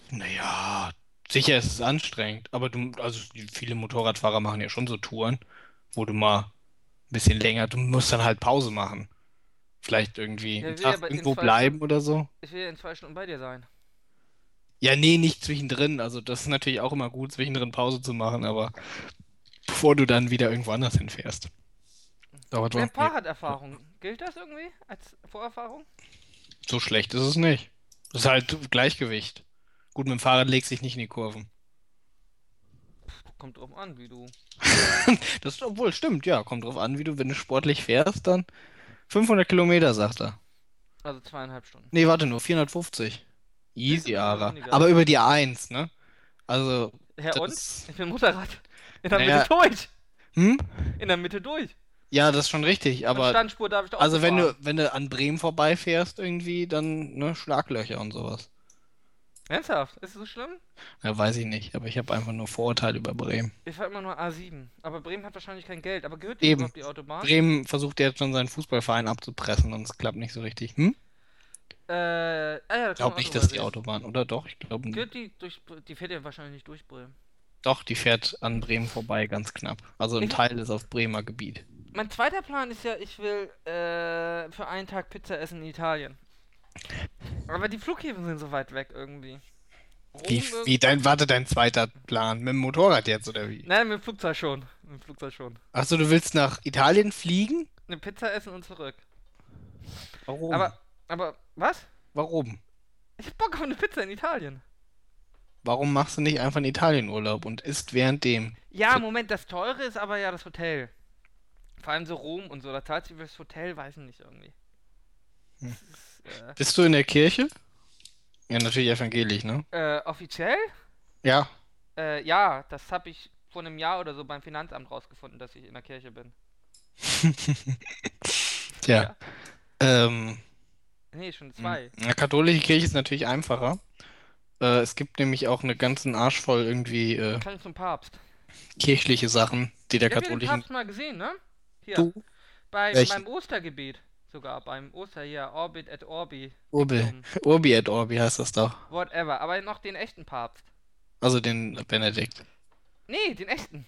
[SPEAKER 2] Naja, sicher ist es anstrengend, aber du, also viele Motorradfahrer machen ja schon so Touren, wo du mal ein bisschen länger, du musst dann halt Pause machen. Vielleicht irgendwie
[SPEAKER 1] Ja,
[SPEAKER 2] einen
[SPEAKER 1] will ja
[SPEAKER 2] Tag
[SPEAKER 1] bei- in
[SPEAKER 2] irgendwo
[SPEAKER 1] zwei
[SPEAKER 2] bleiben oder so.
[SPEAKER 1] Ich will ja in zwei Stunden bei dir sein.
[SPEAKER 2] Ja, nee, nicht zwischendrin. Also das ist natürlich auch immer gut, zwischendrin Pause zu machen, aber bevor du dann wieder irgendwo anders hinfährst. Dauert
[SPEAKER 1] Mehr
[SPEAKER 2] wohl.
[SPEAKER 1] Fahrraderfahrung. Gilt das irgendwie als Vorerfahrung?
[SPEAKER 2] So schlecht ist es nicht. Das ist halt Gleichgewicht. Gut, mit dem Fahrrad legst du dich nicht in die Kurven.
[SPEAKER 1] Kommt drauf an, wie du.
[SPEAKER 2] Das ist, obwohl, stimmt, ja. Kommt drauf an, wie du, wenn du sportlich fährst, dann 500 Kilometer, sagt er.
[SPEAKER 1] Also zweieinhalb Stunden.
[SPEAKER 2] Nee, warte nur, 450. Easy,
[SPEAKER 1] Bisschen
[SPEAKER 2] Ara.
[SPEAKER 1] weniger.
[SPEAKER 2] Aber über die A1, ne? Also,
[SPEAKER 1] Herr
[SPEAKER 2] das
[SPEAKER 1] und?
[SPEAKER 2] ist...
[SPEAKER 1] Ich bin Motorrad. In der
[SPEAKER 2] Naja.
[SPEAKER 1] Mitte durch.
[SPEAKER 2] Hm?
[SPEAKER 1] In der Mitte durch.
[SPEAKER 2] Ja, das ist schon richtig,
[SPEAKER 1] Aber
[SPEAKER 2] aber...
[SPEAKER 1] Standspur darf ich doch auch
[SPEAKER 2] Also wenn du,
[SPEAKER 1] fahren.
[SPEAKER 2] wenn du an Bremen vorbeifährst irgendwie, dann ne, Schlaglöcher und sowas.
[SPEAKER 1] Ernsthaft? Ist es so schlimm?
[SPEAKER 2] Ja, weiß ich nicht, aber ich habe einfach nur Vorurteile über Bremen.
[SPEAKER 1] Ich fahre immer nur A7. Aber Bremen hat wahrscheinlich kein Geld. Aber gehört
[SPEAKER 2] Eben.
[SPEAKER 1] die überhaupt die Autobahn?
[SPEAKER 2] Bremen versucht ja jetzt schon seinen Fußballverein abzupressen und es klappt nicht so richtig. Hm?
[SPEAKER 1] Äh, ah ja, da
[SPEAKER 2] Ich glaube
[SPEAKER 1] kann man
[SPEAKER 2] nicht,
[SPEAKER 1] auch
[SPEAKER 2] dass die
[SPEAKER 1] drüber reden.
[SPEAKER 2] Autobahn, oder doch? Ich glaube,
[SPEAKER 1] Gilt die, durch, die fährt ja wahrscheinlich nicht durch Bremen.
[SPEAKER 2] doch, die fährt an Bremen vorbei, ganz knapp. Also ein
[SPEAKER 1] Ich-
[SPEAKER 2] Teil ist auf Bremer Gebiet.
[SPEAKER 1] Mein zweiter Plan ist ja, ich will äh, für einen Tag Pizza essen in Italien. Aber die Flughäfen sind so weit weg irgendwie. Rom
[SPEAKER 2] Wie,
[SPEAKER 1] irgend-
[SPEAKER 2] wie dein, warte, dein zweiter Plan? Mit dem Motorrad jetzt, oder wie?
[SPEAKER 1] Nein, mit dem Flugzeug schon. Mit dem Flugzeug schon.
[SPEAKER 2] Achso, du willst nach Italien fliegen?
[SPEAKER 1] Eine Pizza essen und zurück.
[SPEAKER 2] Warum?
[SPEAKER 1] Aber, aber, was?
[SPEAKER 2] Warum?
[SPEAKER 1] Ich hab Bock auf eine Pizza in Italien.
[SPEAKER 2] Warum machst du nicht einfach einen Italienurlaub und isst währenddem?
[SPEAKER 1] Ja, Moment, das teure ist aber ja das Hotel. Vor allem so Rom und so. Da zahlt sich fürs Hotel, weiß ich nicht irgendwie.
[SPEAKER 2] Hm.
[SPEAKER 1] Das ist, äh,
[SPEAKER 2] Bist du in der Kirche? Ja, natürlich evangelisch, ne?
[SPEAKER 1] äh, offiziell?
[SPEAKER 2] Ja.
[SPEAKER 1] Äh, ja, das habe ich vor einem Jahr oder so beim Finanzamt rausgefunden, dass ich in der Kirche bin.
[SPEAKER 2] Tja. Ähm,
[SPEAKER 1] Nee,
[SPEAKER 2] Hm.
[SPEAKER 1] schon zwei.
[SPEAKER 2] eine katholische Kirche ist natürlich einfacher. Äh, es gibt nämlich auch einen ganzen Arsch voll irgendwie äh,
[SPEAKER 1] Kann ich zum Papst.
[SPEAKER 2] kirchliche Sachen, die der
[SPEAKER 1] Ich habe den
[SPEAKER 2] katholischen.
[SPEAKER 1] Papst mal gesehen, ne? Hier,
[SPEAKER 2] Du,
[SPEAKER 1] bei
[SPEAKER 2] welchen?
[SPEAKER 1] meinem Ostergebet. Sogar beim Oster hier, Orbit et Orbi.
[SPEAKER 2] Urbi,
[SPEAKER 1] Um,
[SPEAKER 2] Urbi et Orbi heißt das doch.
[SPEAKER 1] whatever. Aber noch den echten Papst.
[SPEAKER 2] Also den Benedikt.
[SPEAKER 1] Nee, den echten.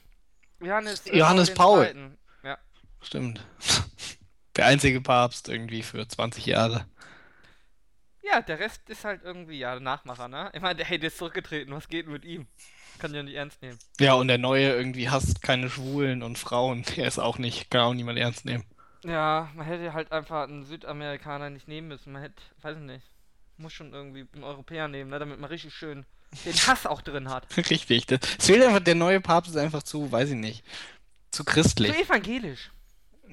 [SPEAKER 1] Johannes, äh,
[SPEAKER 2] Johannes Paul.
[SPEAKER 1] II. Ja.
[SPEAKER 2] Stimmt. Der einzige Papst irgendwie für 20 Jahre.
[SPEAKER 1] ja, der Rest ist halt irgendwie, ja, Nachmacher, ne? Ich meine, hey, der ist zurückgetreten, was geht denn mit ihm? Kann ja nicht ernst nehmen.
[SPEAKER 2] Ja, und der Neue irgendwie hasst keine Schwulen und Frauen. Der ist auch nicht, kann auch niemand ernst nehmen.
[SPEAKER 1] Ja, man hätte halt einfach einen Südamerikaner nicht nehmen müssen. Man hätte, weiß ich nicht, muss schon irgendwie einen Europäer nehmen, ne, damit man richtig schön den Hass auch drin hat.
[SPEAKER 2] Richtig. Das, es fehlt einfach, der neue Papst ist einfach zu, weiß ich nicht, zu
[SPEAKER 1] So
[SPEAKER 2] christlich.
[SPEAKER 1] evangelisch.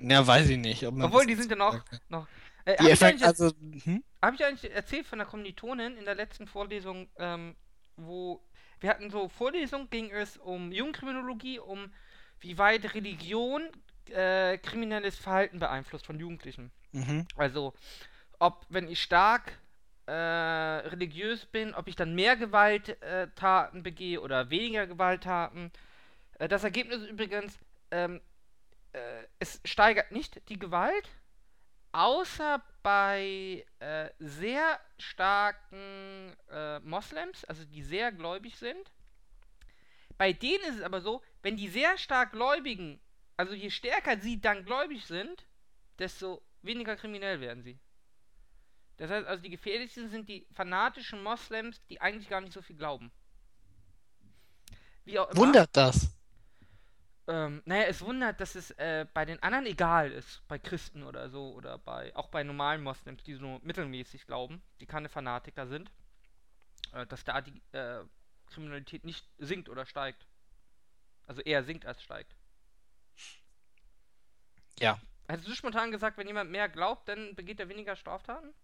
[SPEAKER 2] Ja, weiß ich nicht. Ob man
[SPEAKER 1] Obwohl,
[SPEAKER 2] das
[SPEAKER 1] die
[SPEAKER 2] jetzt
[SPEAKER 1] sind ja noch.
[SPEAKER 2] gesagt hat.
[SPEAKER 1] noch. Äh, hab
[SPEAKER 2] Die
[SPEAKER 1] ich eigentlich
[SPEAKER 2] Effekte,
[SPEAKER 1] jetzt-
[SPEAKER 2] also. Hm?
[SPEAKER 1] Habe ich eigentlich erzählt von der Kommilitonin in der letzten Vorlesung, ähm, wo wir hatten so Vorlesung, ging es um Jugendkriminologie, um wie weit Religion äh, kriminelles Verhalten beeinflusst von Jugendlichen.
[SPEAKER 2] Mhm.
[SPEAKER 1] Also, ob, wenn ich stark äh, religiös bin, ob ich dann mehr Gewalttaten begehe oder weniger Gewalttaten. Äh, das Ergebnis ist übrigens, ähm, äh, es steigert nicht die Gewalt, außer bei äh, sehr starken äh, Moslems, also die sehr gläubig sind. Bei denen ist es aber so, wenn die sehr stark Gläubigen, also je stärker sie dann gläubig sind, desto weniger kriminell werden sie. Das heißt also, die gefährlichsten sind die fanatischen Moslems, die eigentlich gar nicht so viel glauben. Wie auch immer.
[SPEAKER 2] Wundert das?
[SPEAKER 1] Ähm, naja, es wundert, dass es äh, bei den anderen egal ist, bei Christen oder so, oder bei auch bei normalen Moslems, die so mittelmäßig glauben, die keine Fanatiker sind, äh, dass da die äh, Kriminalität nicht sinkt oder steigt. Also eher sinkt als steigt.
[SPEAKER 2] Ja.
[SPEAKER 1] Hättest du spontan gesagt, wenn jemand mehr glaubt, dann begeht er weniger Straftaten?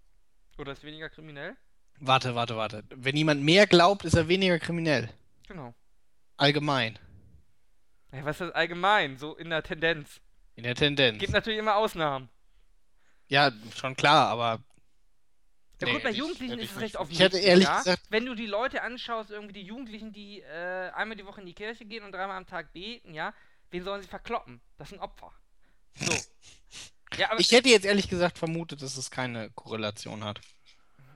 [SPEAKER 1] Oder ist weniger kriminell?
[SPEAKER 2] Warte, warte, warte. Wenn jemand mehr glaubt, ist er weniger kriminell.
[SPEAKER 1] Genau.
[SPEAKER 2] Allgemein.
[SPEAKER 1] Ja, was ist das allgemein? So in der Tendenz.
[SPEAKER 2] In der Tendenz.
[SPEAKER 1] Gibt natürlich immer Ausnahmen.
[SPEAKER 2] Ja, schon klar, aber.
[SPEAKER 1] Ja,
[SPEAKER 2] Nee,
[SPEAKER 1] gut, bei
[SPEAKER 2] ich-
[SPEAKER 1] Jugendlichen
[SPEAKER 2] hätte
[SPEAKER 1] ist
[SPEAKER 2] ich
[SPEAKER 1] es recht
[SPEAKER 2] nicht-
[SPEAKER 1] offensichtlich.
[SPEAKER 2] Ich hätte ehrlich
[SPEAKER 1] ja?
[SPEAKER 2] gesagt-
[SPEAKER 1] Wenn du die Leute anschaust, irgendwie die Jugendlichen, die äh, einmal die Woche in die Kirche gehen und dreimal am Tag beten, ja, wen sollen sie verkloppen? Das sind Opfer. So. ja, aber
[SPEAKER 2] Ich hätte jetzt ehrlich gesagt vermutet, dass es keine Korrelation hat.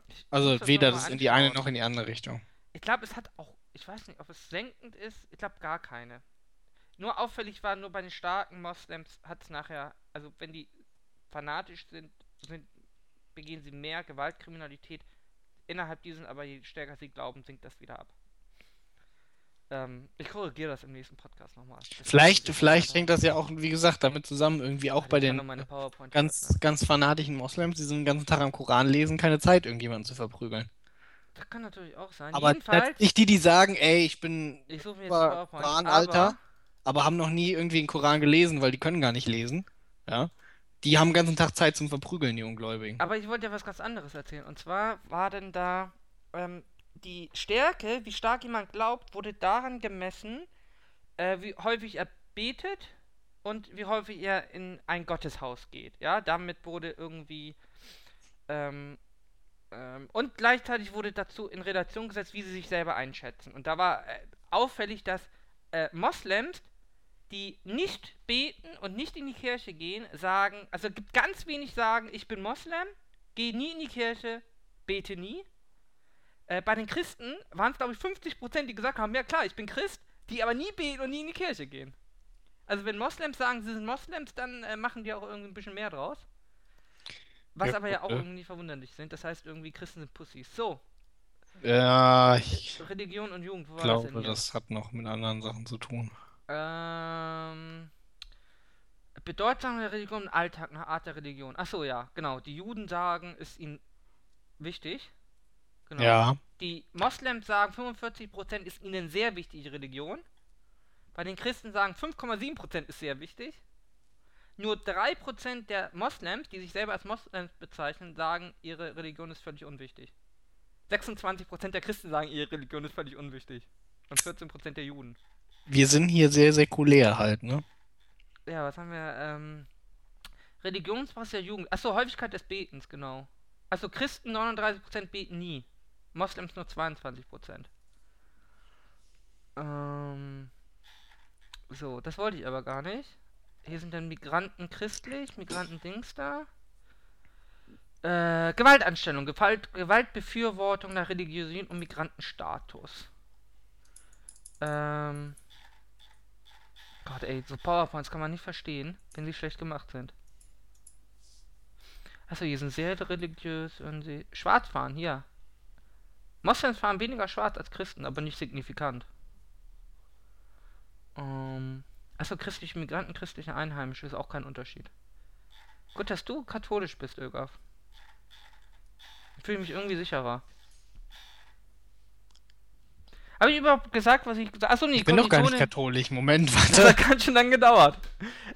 [SPEAKER 1] Ich
[SPEAKER 2] Also
[SPEAKER 1] muss das
[SPEAKER 2] weder
[SPEAKER 1] noch mal
[SPEAKER 2] das in die eine
[SPEAKER 1] anschauen.
[SPEAKER 2] noch in die andere Richtung.
[SPEAKER 1] Ich glaube, es hat auch, ich weiß nicht, ob es senkend ist, ich glaube gar keine. Nur auffällig war, nur bei den starken Moslems hat es nachher, also wenn die fanatisch sind, sind, begehen sie mehr Gewaltkriminalität. Innerhalb diesen aber, je stärker sie glauben, sinkt das wieder ab. Ähm, ich korrigiere das im nächsten Podcast nochmal.
[SPEAKER 2] Vielleicht, vielleicht hängt das ja auch, wie gesagt, damit zusammen, irgendwie auch bei den äh,
[SPEAKER 1] meine PowerPoint
[SPEAKER 2] ganz, ganz fanatischen Moslems, die so den ganzen Tag am Koran lesen, keine Zeit, irgendjemanden zu verprügeln.
[SPEAKER 1] Das kann natürlich auch sein.
[SPEAKER 2] Aber
[SPEAKER 1] Jedenfalls,
[SPEAKER 2] nicht die, die sagen, ey, ich bin,
[SPEAKER 1] ich suche mir jetzt
[SPEAKER 2] war-
[SPEAKER 1] PowerPoint.
[SPEAKER 2] war ein
[SPEAKER 1] aber-
[SPEAKER 2] Alter. aber haben noch nie irgendwie den Koran gelesen, weil die können gar nicht lesen. Ja. Die haben den ganzen Tag Zeit zum Verprügeln, die Ungläubigen.
[SPEAKER 1] Aber ich wollte ja was ganz anderes erzählen. Und zwar war denn da ähm, die Stärke, wie stark jemand glaubt, wurde daran gemessen, äh, wie häufig er betet und wie häufig er in ein Gotteshaus geht. Ja, damit wurde irgendwie ähm, ähm, und gleichzeitig wurde dazu in Relation gesetzt, wie sie sich selber einschätzen. Und da war äh, auffällig, dass äh, Moslems die nicht beten und nicht in die Kirche gehen, sagen, also gibt ganz wenig sagen, ich bin Moslem, gehe nie in die Kirche, bete nie. Äh, bei den Christen waren es, glaube ich, 50%, die gesagt haben, ja klar, ich bin Christ, die aber nie beten und nie in die Kirche gehen. Also wenn Moslems sagen, sie sind Moslems, dann äh, machen die auch irgendwie ein bisschen mehr draus. Was
[SPEAKER 2] Ja,
[SPEAKER 1] aber ja auch
[SPEAKER 2] äh.
[SPEAKER 1] irgendwie verwunderlich sind. Das heißt irgendwie Christen sind Pussys. So,
[SPEAKER 2] Ja, ich
[SPEAKER 1] Religion und Jugend, wo war das
[SPEAKER 2] glaube,
[SPEAKER 1] denn hier?
[SPEAKER 2] das hat noch mit anderen Sachen zu tun.
[SPEAKER 1] Ähm, bedeutsame Religion im Alltag nach Art der Religion. Achso, ja, genau. Die Juden sagen, ist ihnen wichtig. Genau.
[SPEAKER 2] Ja.
[SPEAKER 1] Die Moslems sagen, 45% ist ihnen sehr wichtig, die Religion. Bei den Christen sagen, 5,7% ist sehr wichtig. Nur 3% der Moslems, die sich selber als Moslems bezeichnen, sagen, ihre Religion ist völlig unwichtig. 26% der Christen sagen, ihre Religion ist völlig unwichtig. Und 14% der Juden.
[SPEAKER 2] Wir sind hier sehr säkulär halt, ne?
[SPEAKER 1] Ja, was haben wir? Ähm, Religionspass der Jugend. Achso, Häufigkeit des Betens, genau. Also Christen 39% beten nie. Moslems nur 22%. Ähm, so, das wollte ich aber gar nicht. Hier sind dann Migranten christlich, Migranten Dings da. Äh, Gewaltanstellung, Gewalt, Gewaltbefürwortung nach Religiosität und Migrantenstatus. Ähm, Gott, ey, so PowerPoints kann man nicht verstehen, wenn sie schlecht gemacht sind. Achso, hier sind sehr religiös und sie. Schwarz fahren, hier. Moslems fahren weniger schwarz als Christen, aber nicht signifikant. Ähm. Achso, christliche Migranten, christliche Einheimische ist auch kein Unterschied. Gut, dass du katholisch bist, Ögaf. Ich fühle mich irgendwie sicherer. Habe ich überhaupt gesagt, was ich gesagt habe? Achso, nee,
[SPEAKER 2] Ich bin doch gar nicht
[SPEAKER 1] Kommilitonin-
[SPEAKER 2] katholisch. Moment,
[SPEAKER 1] Das
[SPEAKER 2] warte.
[SPEAKER 1] hat ganz schön lange gedauert.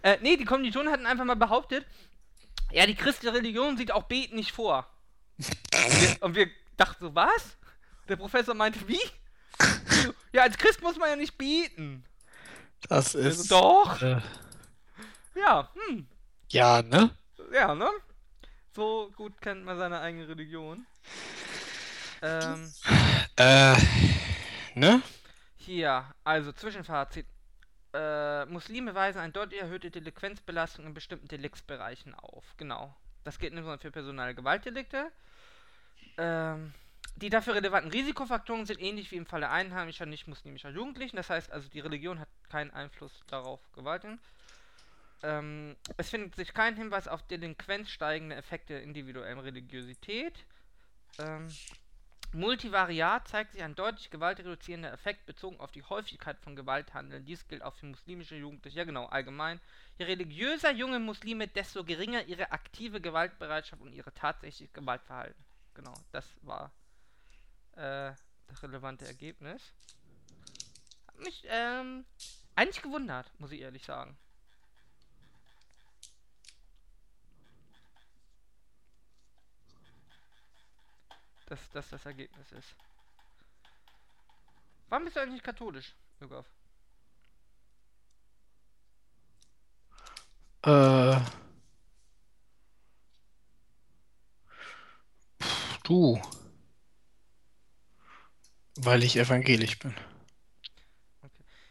[SPEAKER 1] Äh, nee, die Kommilitonen hatten einfach mal behauptet, ja, die christliche Religion sieht auch Beten nicht vor. Und wir, und wir dachten so, was? Der Professor meinte, wie? Ja, als Christ muss man ja nicht beten.
[SPEAKER 2] Das
[SPEAKER 1] Also,
[SPEAKER 2] ist.
[SPEAKER 1] doch.
[SPEAKER 2] Äh,
[SPEAKER 1] Ja, hm.
[SPEAKER 2] ja, ne?
[SPEAKER 1] Ja, ne? So gut kennt man seine eigene Religion. Ähm,
[SPEAKER 2] Äh, ne?
[SPEAKER 1] hier, also Zwischenfazit. Äh, Muslime weisen eine deutlich erhöhte Delinquenzbelastung in bestimmten Deliktsbereichen auf. Genau. Das gilt nicht nur für personale Gewaltdelikte. Ähm, die dafür relevanten Risikofaktoren sind ähnlich wie im Falle einheimischer nicht-muslimischer Jugendlichen. Das heißt also, die Religion hat keinen Einfluss darauf, Gewalt. in- Ähm, es findet sich kein Hinweis auf Delinquenz steigende Effekte der individuellen Religiosität. Ähm, Multivariat zeigt sich ein deutlich gewaltreduzierender Effekt bezogen auf die Häufigkeit von Gewalthandeln. Dies gilt auch für muslimische Jugendliche, ja genau, allgemein. Je religiöser junge Muslime, desto geringer ihre aktive Gewaltbereitschaft und ihre tatsächliche Gewaltverhalten. Genau, das war äh, das relevante Ergebnis. Hat mich ähm, eigentlich gewundert, muss ich ehrlich sagen. dass das das Ergebnis ist. Warum bist du eigentlich katholisch, Jugov?
[SPEAKER 2] Äh. Pff, Du. Weil ich evangelisch bin.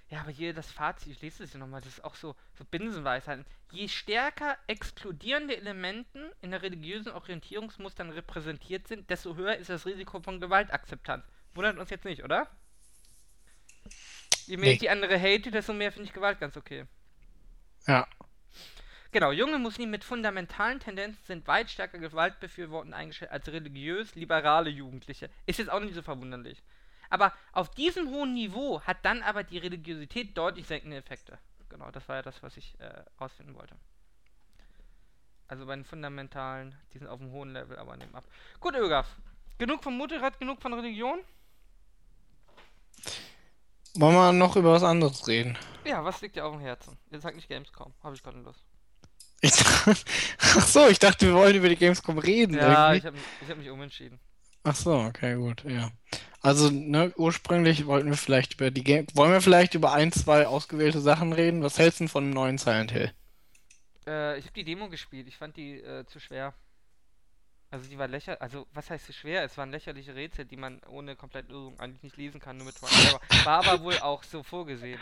[SPEAKER 1] Ja, aber hier das Fazit, ich lese es hier nochmal, das ist auch so, so Binsenweisheiten. Je stärker explodierende Elementen in der religiösen Orientierungsmustern repräsentiert sind, desto höher ist das Risiko von Gewaltakzeptanz. Wundert uns jetzt nicht, oder? Je mehr
[SPEAKER 2] Nee.
[SPEAKER 1] ich die andere hate, desto mehr finde ich Gewalt ganz okay.
[SPEAKER 2] Ja.
[SPEAKER 1] Genau, junge Muslime mit fundamentalen Tendenzen sind weit stärker gewaltbefürwortend eingestellt als religiös-liberale Jugendliche. Ist jetzt auch nicht so verwunderlich. Aber auf diesem hohen Niveau hat dann aber die Religiosität deutlich senkende Effekte. Genau, das war ja das, was ich äh, ausfinden wollte. Also bei den Fundamentalen, die sind auf einem hohen Level, aber nehmen ab. Gut, Ögaf. Genug von Mutterrad, genug von Religion?
[SPEAKER 2] Wollen wir noch über was anderes reden?
[SPEAKER 1] Ja, was liegt dir auf dem Herzen? Jetzt sag nicht Gamescom, habe ich keine Lust.
[SPEAKER 2] Ich dachte, ach so, ich dachte, wir wollen über die Gamescom reden.
[SPEAKER 1] Ja,
[SPEAKER 2] irgendwie.
[SPEAKER 1] ich habe mich, ich hab mich umentschieden.
[SPEAKER 2] Ach so, okay, gut, ja. Also, ne, ursprünglich wollten wir vielleicht über die Game, wollen wir vielleicht über ein, zwei ausgewählte Sachen reden? Was hältst du denn von dem neuen Silent Hill?
[SPEAKER 1] Äh, ich habe die Demo gespielt. Ich fand die äh, zu schwer. Also die war lächerlich. Also was heißt zu schwer? Es waren lächerliche Rätsel, die man ohne komplette Lösung eigentlich nicht lesen kann, nur mit Twilight selber. War aber wohl auch so vorgesehen.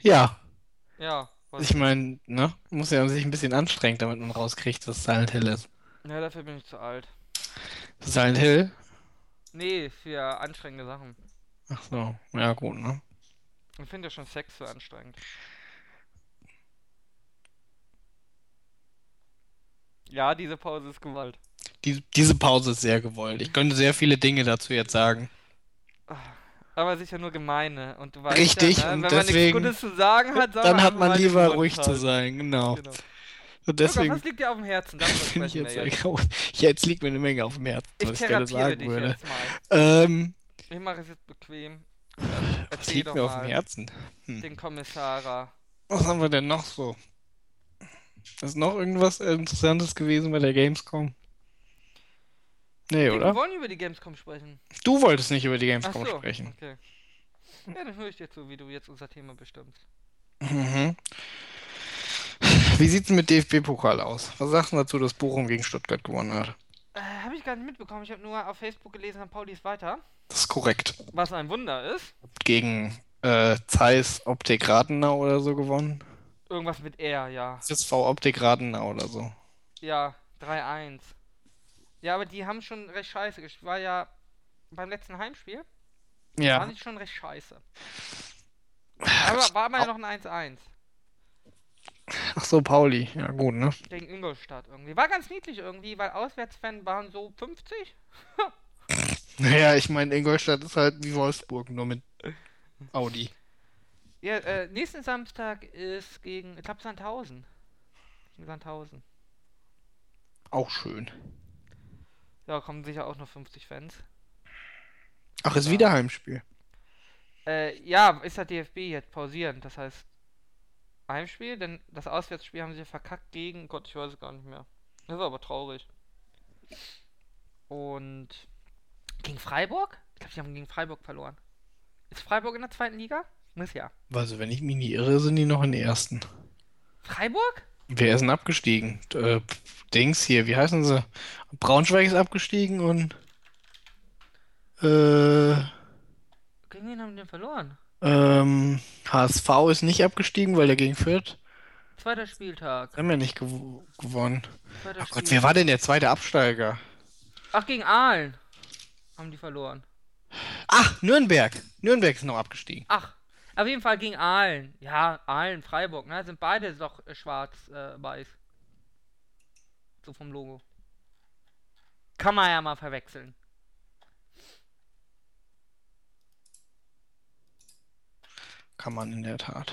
[SPEAKER 2] Ja,
[SPEAKER 1] Ja. war
[SPEAKER 2] ich
[SPEAKER 1] so.
[SPEAKER 2] meine, ne, muss ja sich ein bisschen anstrengen, damit man rauskriegt, was Silent Hill ist.
[SPEAKER 1] Ja, dafür bin ich zu alt.
[SPEAKER 2] Silent Hill?
[SPEAKER 1] Nee, für anstrengende Sachen.
[SPEAKER 2] Ach so, ja, gut, ne?
[SPEAKER 1] Ich finde ja schon Sex so anstrengend. Ja, diese Pause ist Gewalt.
[SPEAKER 2] Die, diese Pause ist sehr gewollt. Ich könnte sehr viele Dinge dazu jetzt sagen.
[SPEAKER 1] Aber sicher nur gemeine. Und du weißt
[SPEAKER 2] Richtig,
[SPEAKER 1] ja,
[SPEAKER 2] und
[SPEAKER 1] ne? wenn
[SPEAKER 2] deswegen-
[SPEAKER 1] man nichts Gutes zu sagen hat, soll
[SPEAKER 2] Dann hat man
[SPEAKER 1] einfach mal die
[SPEAKER 2] lieber
[SPEAKER 1] Schnauze
[SPEAKER 2] ruhig zu
[SPEAKER 1] halten.
[SPEAKER 2] sein, genau.
[SPEAKER 1] Genau.
[SPEAKER 2] Und
[SPEAKER 1] Luca,
[SPEAKER 2] deswegen
[SPEAKER 1] was liegt dir auf dem Herzen? Darüber
[SPEAKER 2] bin ich
[SPEAKER 1] sprechen
[SPEAKER 2] jetzt,
[SPEAKER 1] wir jetzt.
[SPEAKER 2] ja, jetzt liegt mir eine Menge auf dem Herzen,
[SPEAKER 1] Ich
[SPEAKER 2] was ich gerne
[SPEAKER 1] therapiere
[SPEAKER 2] sagen
[SPEAKER 1] dich
[SPEAKER 2] würde.
[SPEAKER 1] jetzt mal.
[SPEAKER 2] Ähm,
[SPEAKER 1] Ich mache es jetzt bequem.
[SPEAKER 2] was
[SPEAKER 1] Erzähl
[SPEAKER 2] liegt
[SPEAKER 1] doch
[SPEAKER 2] mir auf
[SPEAKER 1] mal
[SPEAKER 2] dem Herzen?
[SPEAKER 1] Den Kommissar.
[SPEAKER 2] Was haben wir denn noch so? Ist noch irgendwas Interessantes gewesen bei der Gamescom? Nee,
[SPEAKER 1] Wir
[SPEAKER 2] oder?
[SPEAKER 1] wollen über die Gamescom sprechen.
[SPEAKER 2] Du wolltest nicht über die
[SPEAKER 1] Ach
[SPEAKER 2] Gamescom
[SPEAKER 1] so,
[SPEAKER 2] sprechen.
[SPEAKER 1] okay. Ja, dann höre ich dir zu, wie du jetzt unser Thema bestimmst.
[SPEAKER 2] Mhm. Wie sieht's mit DFB-Pokal aus? Was sagst du dazu, dass Bochum gegen Stuttgart gewonnen hat?
[SPEAKER 1] Äh, habe ich gar nicht mitbekommen. Ich habe nur auf Facebook gelesen, St. Pauli ist weiter.
[SPEAKER 2] Das ist korrekt.
[SPEAKER 1] Was ein Wunder ist.
[SPEAKER 2] Gegen äh, Zeiss Optik Rathenau oder so gewonnen.
[SPEAKER 1] Irgendwas mit R, ja.
[SPEAKER 2] CSV Optik Rathenau oder so.
[SPEAKER 1] Ja, 3-1. Ja, aber die haben schon recht scheiße gespielt. War ja beim letzten Heimspiel.
[SPEAKER 2] Ja.
[SPEAKER 1] Fand ich schon recht scheiße. Aber war mal noch ein 1-1.
[SPEAKER 2] Ach so, Pauli. Ja, gut, ne?
[SPEAKER 1] Gegen Ingolstadt irgendwie. War ganz niedlich irgendwie, weil Auswärtsfan waren so 50.
[SPEAKER 2] Naja, ich meine, Ingolstadt ist halt wie Wolfsburg, nur mit Audi.
[SPEAKER 1] Ja, äh, nächsten Samstag ist gegen, ich glaube, Sandhausen. Gegen Sandhausen.
[SPEAKER 2] Auch schön.
[SPEAKER 1] Ja, kommen sicher auch noch 50 Fans.
[SPEAKER 2] Ach, ist
[SPEAKER 1] Ja.
[SPEAKER 2] wieder Heimspiel.
[SPEAKER 1] Äh, ja, ist der DFB jetzt pausieren. Das heißt, Heimspiel, denn das Auswärtsspiel haben sie verkackt gegen, Gott, ich weiß es gar nicht mehr. Das war aber traurig. Und gegen Freiburg? Ich glaube, die haben gegen Freiburg verloren. Ist Freiburg in der zweiten Liga? Muss ja.
[SPEAKER 2] Also, wenn ich mich nicht irre, sind die noch in der ersten.
[SPEAKER 1] Freiburg?
[SPEAKER 2] Wer ist denn abgestiegen? Äh, Dings hier, wie heißen sie? Braunschweig ist abgestiegen und. Äh,
[SPEAKER 1] Gegen wen haben die denn verloren?
[SPEAKER 2] ähm, HSV ist nicht abgestiegen, weil der gegen Fürth.
[SPEAKER 1] Zweiter Spieltag.
[SPEAKER 2] Haben wir nicht gew gewonnen.
[SPEAKER 1] Zweiter
[SPEAKER 2] Ach Gott,
[SPEAKER 1] Spiel-
[SPEAKER 2] wer war denn der zweite Absteiger?
[SPEAKER 1] Ach, gegen Aalen haben die verloren.
[SPEAKER 2] Ach, Nürnberg. Nürnberg ist noch abgestiegen.
[SPEAKER 1] Ach, auf jeden Fall gegen Aalen. Ja, Aalen, Freiburg, ne? Sind beide doch äh, schwarz-weiß. so vom Logo. Kann man ja mal verwechseln.
[SPEAKER 2] Kann man in der Tat.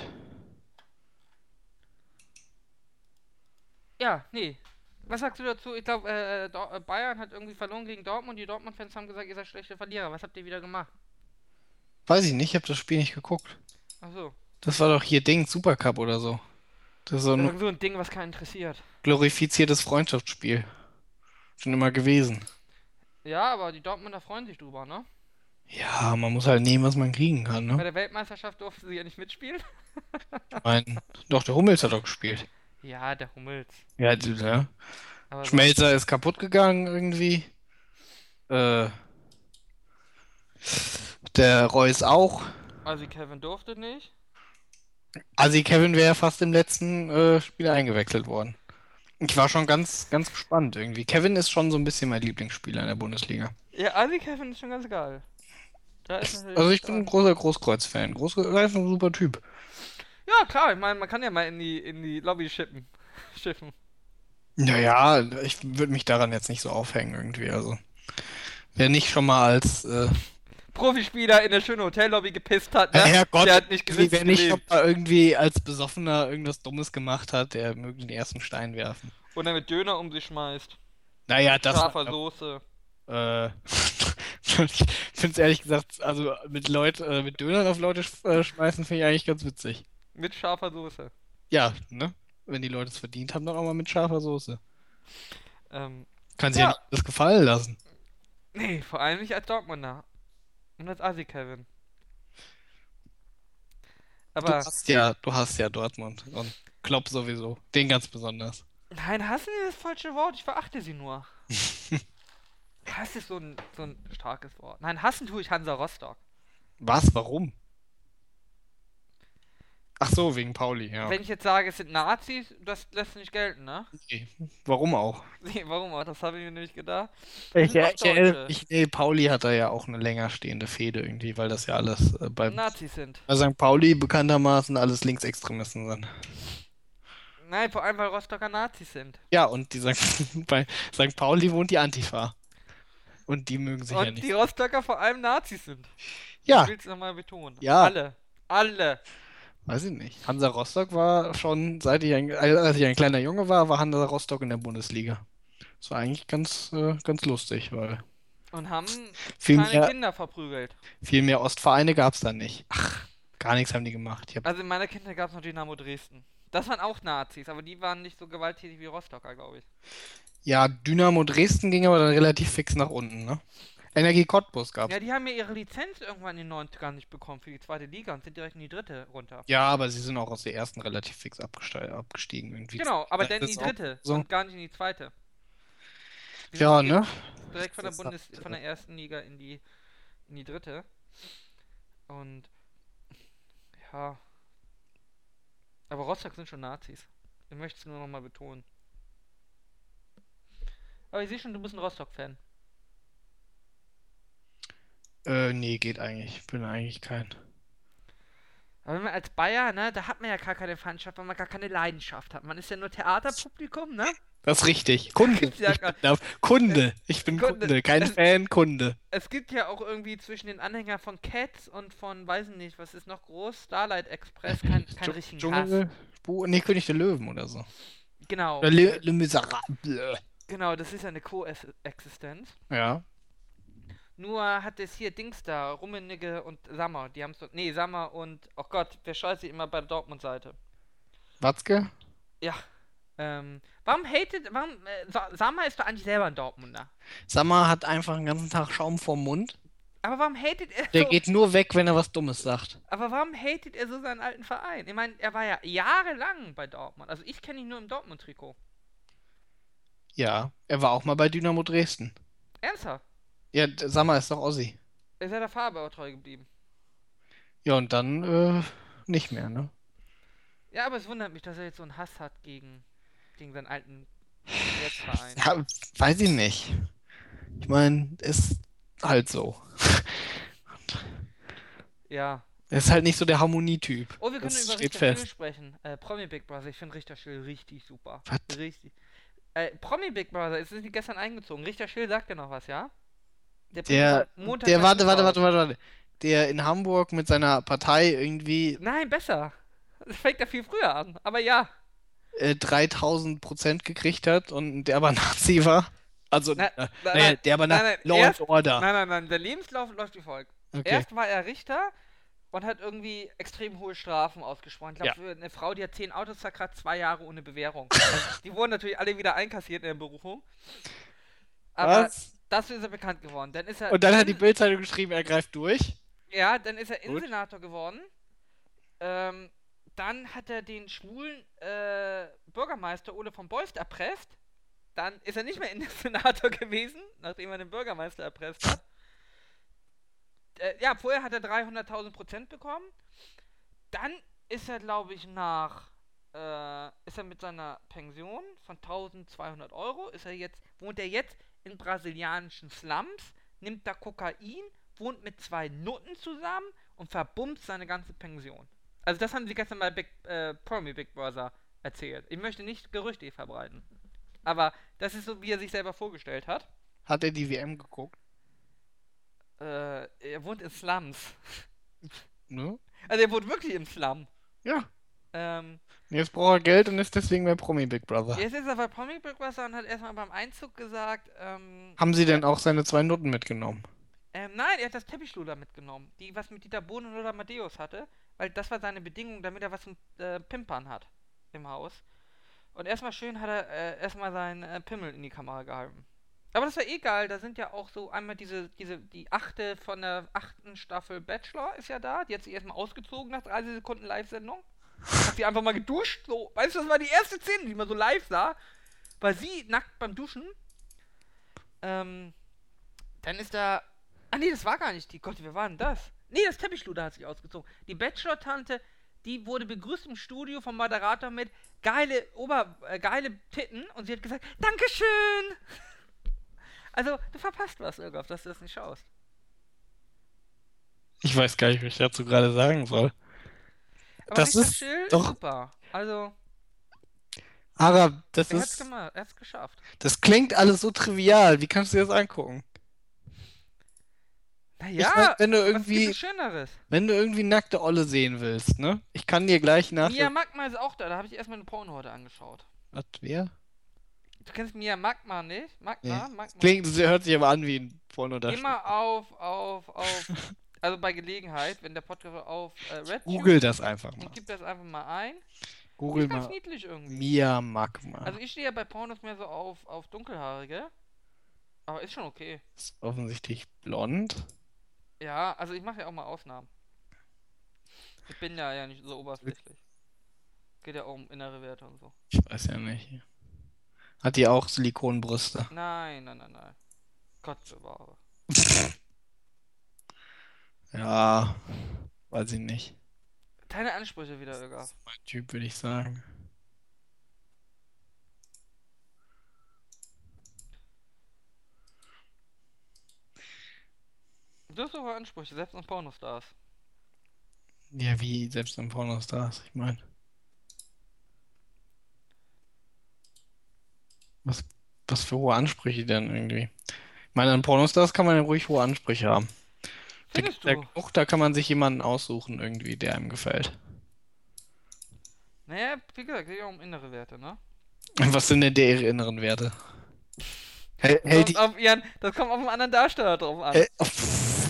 [SPEAKER 1] Ja, nee. Was sagst du dazu? Ich glaube, äh, Dor- äh, Bayern hat irgendwie verloren gegen Dortmund. Die Dortmund-Fans haben gesagt, ihr seid schlechte Verlierer. Was habt ihr wieder gemacht?
[SPEAKER 2] Weiß ich nicht, ich habe das Spiel nicht geguckt.
[SPEAKER 1] Achso.
[SPEAKER 2] Das war doch hier Ding, Supercup oder so. Das ist so ein
[SPEAKER 1] Irgend so ein Ding, was keinen interessiert.
[SPEAKER 2] glorifiziertes Freundschaftsspiel. Schon immer gewesen.
[SPEAKER 1] Ja, aber die Dortmunder freuen sich drüber, ne?
[SPEAKER 2] Ja, man muss halt nehmen, was man kriegen kann,
[SPEAKER 1] Bei
[SPEAKER 2] ne?
[SPEAKER 1] der Weltmeisterschaft durften sie ja nicht mitspielen.
[SPEAKER 2] Ich mein, doch, der Hummels hat doch gespielt.
[SPEAKER 1] Ja, der Hummels.
[SPEAKER 2] Ja, die- ne?
[SPEAKER 1] Aber so-
[SPEAKER 2] Schmelzer ist kaputt gegangen irgendwie. Äh, der Reus auch.
[SPEAKER 1] also Kevin durfte nicht.
[SPEAKER 2] Asi Kevin wäre fast im letzten äh, Spiel eingewechselt worden. Ich war schon ganz, ganz gespannt irgendwie. Kevin ist schon so ein bisschen mein Lieblingsspieler in der Bundesliga.
[SPEAKER 1] Ja, Asi Kevin ist schon ganz geil. Da ist natürlich
[SPEAKER 2] Also ich
[SPEAKER 1] was
[SPEAKER 2] bin ein
[SPEAKER 1] dran.
[SPEAKER 2] großer Großkreuz-Fan. Großkreuz er ist ein super Typ.
[SPEAKER 1] Ja, klar, ich meine, man kann ja mal in die, in die Lobby schippen. Schiffen.
[SPEAKER 2] Naja, ich würde mich daran jetzt nicht so aufhängen irgendwie. Also wer nicht schon mal als äh,
[SPEAKER 1] Profispieler in der schönen Hotellobby gepisst hat, ne?
[SPEAKER 2] Herrgott,
[SPEAKER 1] der hat nicht
[SPEAKER 2] irgendwie,
[SPEAKER 1] gewusst,
[SPEAKER 2] wer nicht schon mal irgendwie als Besoffener irgendwas Dummes gemacht hat, der möge den ersten Stein werfen.
[SPEAKER 1] Und dann mit Döner um sich schmeißt.
[SPEAKER 2] Naja, das
[SPEAKER 1] Scharfer Soße.
[SPEAKER 2] Äh, ich finde es ehrlich gesagt, also mit Leut, äh, mit Dönern auf Leute sch äh, schmeißen, finde ich eigentlich ganz witzig.
[SPEAKER 1] Mit scharfer Soße.
[SPEAKER 2] Ja, ne? Wenn die Leute es verdient haben, dann auch mal mit scharfer Soße.
[SPEAKER 1] Ähm,
[SPEAKER 2] Kann sich ja,
[SPEAKER 1] Ja.
[SPEAKER 2] nicht das gefallen lassen.
[SPEAKER 1] nee, vor allem nicht als Dortmunder. Und als Asi Kevin.
[SPEAKER 2] Du
[SPEAKER 1] Aber,
[SPEAKER 2] hast ja, du hast ja Dortmund und Klopp sowieso. Den ganz besonders.
[SPEAKER 1] nein, hassen ist das falsche Wort. Ich verachte sie nur. Hass ist so ein, so ein starkes Wort. Nein, hassen tue ich Hansa Rostock.
[SPEAKER 2] Was? Warum? Ach so, wegen Pauli, ja.
[SPEAKER 1] Wenn ich jetzt sage, es sind Nazis, das lässt nicht gelten, ne?
[SPEAKER 2] Okay. Warum auch?
[SPEAKER 1] Nee, warum auch? Das habe ich mir nämlich gedacht.
[SPEAKER 2] Ich,
[SPEAKER 1] sind auch
[SPEAKER 2] ich, äh,
[SPEAKER 1] Deutsche.
[SPEAKER 2] ich, nee, Pauli hat da ja auch eine länger stehende Fehde irgendwie, weil das ja alles äh, bei,
[SPEAKER 1] Nazis sind.
[SPEAKER 2] bei St. Pauli bekanntermaßen alles Linksextremisten sind.
[SPEAKER 1] Nein, vor allem, weil Rostocker Nazis sind.
[SPEAKER 2] Ja, und die St. bei St. Pauli wohnt die Antifa. Und die mögen sich ja
[SPEAKER 1] Und
[SPEAKER 2] nicht.
[SPEAKER 1] die Rostocker vor allem Nazis sind.
[SPEAKER 2] Ja,
[SPEAKER 1] Ich will es nochmal betonen.
[SPEAKER 2] Ja.
[SPEAKER 1] Alle. Alle.
[SPEAKER 2] weiß ich nicht. Hansa Rostock war schon, seit ich ein, äh, als ich ein kleiner Junge war, war Hansa Rostock in der Bundesliga. Das war eigentlich ganz, äh, ganz lustig, weil
[SPEAKER 1] Und haben
[SPEAKER 2] viel
[SPEAKER 1] kleine
[SPEAKER 2] mehr,
[SPEAKER 1] Kinder verprügelt.
[SPEAKER 2] viel mehr Ostvereine gab es da nicht. Ach, gar nichts haben die gemacht. Ich hab,
[SPEAKER 1] Also in meiner Kindheit gab es noch Dynamo Dresden. Das waren auch Nazis, aber die waren nicht so gewalttätig wie Rostocker, glaube ich.
[SPEAKER 2] ja, Dynamo Dresden ging aber dann relativ fix nach unten, ne? Energie Cottbus gab's.
[SPEAKER 1] Ja, die haben ja ihre Lizenz irgendwann in den 90ern nicht bekommen für die zweite Liga und sind direkt in die dritte runter.
[SPEAKER 2] Ja, aber sie sind auch aus der ersten relativ fix abgeste- abgestiegen irgendwie.
[SPEAKER 1] Genau, aber
[SPEAKER 2] das
[SPEAKER 1] dann in die
[SPEAKER 2] ist auch
[SPEAKER 1] dritte
[SPEAKER 2] so.
[SPEAKER 1] und gar nicht in die zweite. Die sind
[SPEAKER 2] Ja,
[SPEAKER 1] direkt-
[SPEAKER 2] ne?
[SPEAKER 1] direkt von der
[SPEAKER 2] Das hat,
[SPEAKER 1] Bundes von
[SPEAKER 2] äh,
[SPEAKER 1] der ersten Liga in die in die dritte. Und ja. Aber Rostock sind schon Nazis. Ich möchte es nur nochmal betonen. Aber ich sehe schon, du bist ein Rostock-Fan.
[SPEAKER 2] Äh, nee, geht eigentlich. Ich bin eigentlich kein.
[SPEAKER 1] Aber wenn man als Bayer, ne, da hat man ja gar keine Feindschaft, weil man gar keine Leidenschaft hat. Man ist ja nur Theaterpublikum, ne?
[SPEAKER 2] Das ist richtig. Kunde.
[SPEAKER 1] Gibt's ja
[SPEAKER 2] ich,
[SPEAKER 1] gar-
[SPEAKER 2] bin da, Kunde. ich bin
[SPEAKER 1] Kunde.
[SPEAKER 2] Kunde. Kein Fan, Kunde.
[SPEAKER 1] Es gibt ja auch irgendwie zwischen den Anhängern von Cats und von, weiß ich nicht, was ist noch groß, Starlight Express, kein, kein
[SPEAKER 2] Dschung-
[SPEAKER 1] richtigen Hass.
[SPEAKER 2] Dschungel. Bu nee, König der Löwen oder so.
[SPEAKER 1] Genau,
[SPEAKER 2] Oder Le, Le Miserable.
[SPEAKER 1] genau, das ist ja eine Koexistenz.
[SPEAKER 2] Ja.
[SPEAKER 1] Nur hat es hier Dings da, Rummenigge und Sammer. Die haben so. Nee, Sammer und. Oh Gott, wer scheiße immer bei der Dortmund-Seite?
[SPEAKER 2] Watzke?
[SPEAKER 1] Ja. Ähm, warum hatet. Warum. Äh, Sa- Sammer ist doch eigentlich selber ein Dortmunder.
[SPEAKER 2] Sammer hat einfach den ganzen Tag Schaum vorm Mund.
[SPEAKER 1] Aber warum hatet er
[SPEAKER 2] Der
[SPEAKER 1] so,
[SPEAKER 2] geht nur weg, wenn er was Dummes sagt.
[SPEAKER 1] Aber warum hatet er so seinen alten Verein? Ich meine, er war ja jahrelang bei Dortmund. Also ich kenne ihn nur im Dortmund-Trikot.
[SPEAKER 2] Ja, er war auch mal bei Dynamo Dresden.
[SPEAKER 1] Ernsthaft?
[SPEAKER 2] Ja, d- Sammer ist doch Ossi.
[SPEAKER 1] Er Ist er der Farbe aber treu geblieben?
[SPEAKER 2] Ja, und dann äh, nicht mehr, ne?
[SPEAKER 1] Ja, aber es wundert mich, dass er jetzt so einen Hass hat gegen, gegen seinen alten Verein.
[SPEAKER 2] Ja, weiß ich nicht. Ich meine, ist halt so.
[SPEAKER 1] Ja.
[SPEAKER 2] Er ist halt nicht so der Harmonietyp.
[SPEAKER 1] Oh, wir können
[SPEAKER 2] Das
[SPEAKER 1] über
[SPEAKER 2] steht
[SPEAKER 1] Richter Schill
[SPEAKER 2] fest.
[SPEAKER 1] sprechen. Äh, Promi Big Brother. Ich finde Richter Schill richtig super.
[SPEAKER 2] Was?
[SPEAKER 1] Richtig. Äh, Promi Big Brother. Es ist gestern eingezogen. Richter Schill sagt dir noch was, ja?
[SPEAKER 2] Der,
[SPEAKER 1] bringt am Montag
[SPEAKER 2] der,
[SPEAKER 1] seine
[SPEAKER 2] warte,
[SPEAKER 1] Frau
[SPEAKER 2] warte,
[SPEAKER 1] raus.
[SPEAKER 2] warte, warte, warte. Der in Hamburg mit seiner Partei irgendwie
[SPEAKER 1] Nein, besser. Das fängt ja viel früher an. Aber ja.
[SPEAKER 2] äh, 3000 Prozent gekriegt hat und der aber Nazi war. Also,
[SPEAKER 1] Na-
[SPEAKER 2] äh,
[SPEAKER 1] na-
[SPEAKER 2] naja,
[SPEAKER 1] nein,
[SPEAKER 2] der aber nach
[SPEAKER 1] nein, nein,
[SPEAKER 2] Law and
[SPEAKER 1] erst-
[SPEAKER 2] Order.
[SPEAKER 1] Nein, nein, nein. Der Lebenslauf läuft wie folgt.
[SPEAKER 2] okay.
[SPEAKER 1] Erst war er Richter und hat irgendwie extrem hohe Strafen ausgesprochen. Ich glaube, für eine Frau, die hat zehn Autos zerkratzt, zwei Jahre ohne Bewährung. Also, die wurden natürlich alle wieder einkassiert in der Berufung. Aber
[SPEAKER 2] Was?
[SPEAKER 1] dafür ist er bekannt geworden. Dann ist er
[SPEAKER 2] Und dann hat die
[SPEAKER 1] in,
[SPEAKER 2] Bildzeitung geschrieben, er greift durch.
[SPEAKER 1] ja, dann ist er
[SPEAKER 2] Gut.
[SPEAKER 1] Innensenator geworden. Ähm, dann hat er den schwulen äh, Bürgermeister Ole von Beust erpresst. Dann ist er nicht mehr Innensenator gewesen, nachdem er den Bürgermeister erpresst hat. Äh, ja, vorher hat er 300.000 Prozent bekommen. Dann ist er, glaube ich, nach. Äh, ist er mit seiner Pension von 1200 Euro, ist er jetzt, wohnt er jetzt in brasilianischen Slums, nimmt da Kokain, wohnt mit zwei Nutten zusammen und verbumst seine ganze Pension. Also das haben sie gestern bei Big, äh, Promi Big Brother erzählt. Ich möchte nicht Gerüchte verbreiten. Aber das ist so, wie er sich selber vorgestellt hat.
[SPEAKER 2] Hat er die WM geguckt?
[SPEAKER 1] Äh, er wohnt in Slums.
[SPEAKER 2] Ne?
[SPEAKER 1] Also er wohnt wirklich im Slum.
[SPEAKER 2] Ja.
[SPEAKER 1] Ähm,
[SPEAKER 2] Und Jetzt braucht er Geld und ist deswegen bei Promi Big Brother.
[SPEAKER 1] jetzt ist er bei Promi Big Brother und hat erstmal beim Einzug gesagt, ähm,
[SPEAKER 2] Haben sie denn auch seine zwei Noten mitgenommen?
[SPEAKER 1] Ähm, nein, er hat das Teppichluder mitgenommen. Die, was mit Dieter Bohlen oder Matthäus hatte. Weil das war seine Bedingung, damit er was zum äh, Pimpern hat im Haus. Und erstmal schön hat er äh, erstmal seinen äh, Pimmel in die Kamera gehalten. Aber das war eh geil, da sind ja auch so einmal diese, diese, die achte von der achten Staffel Bachelor ist ja da. Die hat sich erstmal ausgezogen nach 30 Sekunden Live-Sendung. Hat sie einfach mal geduscht, so. Weißt du, das war die erste Szene, die man so live sah. War sie nackt beim Duschen. Ähm, dann ist da Ah nee, das war gar nicht die. Gott, wer war denn das? Nee, das Teppichluder hat sich ausgezogen. Die Bachelor-Tante, die wurde begrüßt im Studio vom Moderator mit geile Ober, äh, geile Titten und sie hat gesagt, Dankeschön! Also, du verpasst was, Irgoff, dass du das nicht schaust.
[SPEAKER 2] Ich weiß gar nicht, was ich dazu gerade sagen soll.
[SPEAKER 1] Aber
[SPEAKER 2] Das
[SPEAKER 1] Richter
[SPEAKER 2] ist
[SPEAKER 1] Schill,
[SPEAKER 2] doch-
[SPEAKER 1] super. Also,
[SPEAKER 2] Ara, das
[SPEAKER 1] er hat's
[SPEAKER 2] ist,
[SPEAKER 1] gemacht, er hat's geschafft.
[SPEAKER 2] das klingt alles so trivial. Wie kannst du dir das angucken?
[SPEAKER 1] Naja,
[SPEAKER 2] ich mein, wenn du
[SPEAKER 1] was gibt
[SPEAKER 2] irgendwie,
[SPEAKER 1] es Schöneres?
[SPEAKER 2] wenn du irgendwie nackte Olle sehen willst, ne? Ich kann dir gleich nach.
[SPEAKER 1] Mia Magma ist auch da, da habe ich erstmal eine Porno heute angeschaut.
[SPEAKER 2] Was, wer?
[SPEAKER 1] Du kennst Mia Magma nicht? Magma? Magma?
[SPEAKER 2] Klingt, sie hört sich aber an wie ein Pornodarsteller.
[SPEAKER 1] Immer auf, auf, auf, also bei Gelegenheit, wenn der Podcast auf äh, Red
[SPEAKER 2] Google das einfach mal.
[SPEAKER 1] und gib das einfach mal ein.
[SPEAKER 2] Google
[SPEAKER 1] ist ganz
[SPEAKER 2] mal
[SPEAKER 1] niedlich irgendwie.
[SPEAKER 2] Mia Magma.
[SPEAKER 1] Also ich stehe ja bei Pornos mehr so auf, auf dunkelhaarige. Aber ist schon okay.
[SPEAKER 2] ist offensichtlich blond.
[SPEAKER 1] Ja, also ich mache ja auch mal Ausnahmen. Ich bin ja ja nicht so oberflächlich. Geht ja auch um innere Werte und so.
[SPEAKER 2] Ich weiß ja nicht. Hat die auch Silikonbrüste?
[SPEAKER 1] Nein, nein, nein, nein. Gott bewahre.
[SPEAKER 2] Ja, weiß ich nicht.
[SPEAKER 1] Deine Ansprüche wieder, Irga.
[SPEAKER 2] Mein Typ, würde ich sagen.
[SPEAKER 1] Du hast sogar Ansprüche, selbst an Pornostars.
[SPEAKER 2] Ja, wie selbst in Pornostars, ich meine. Was, was für hohe Ansprüche denn irgendwie? Ich meine, an Pornostars kann man ja ruhig hohe Ansprüche haben. Da
[SPEAKER 1] Findest
[SPEAKER 2] gibt's ja
[SPEAKER 1] du?
[SPEAKER 2] genug, da kann man sich jemanden aussuchen irgendwie, der einem gefällt.
[SPEAKER 1] Naja, wie gesagt, geht ja um innere Werte, ne?
[SPEAKER 2] Was sind denn der ihre inneren Werte? Hält, hält die. Äh.
[SPEAKER 1] Kommt auf ihren, das kommt auf einen anderen Darsteller drauf an.
[SPEAKER 2] Hält,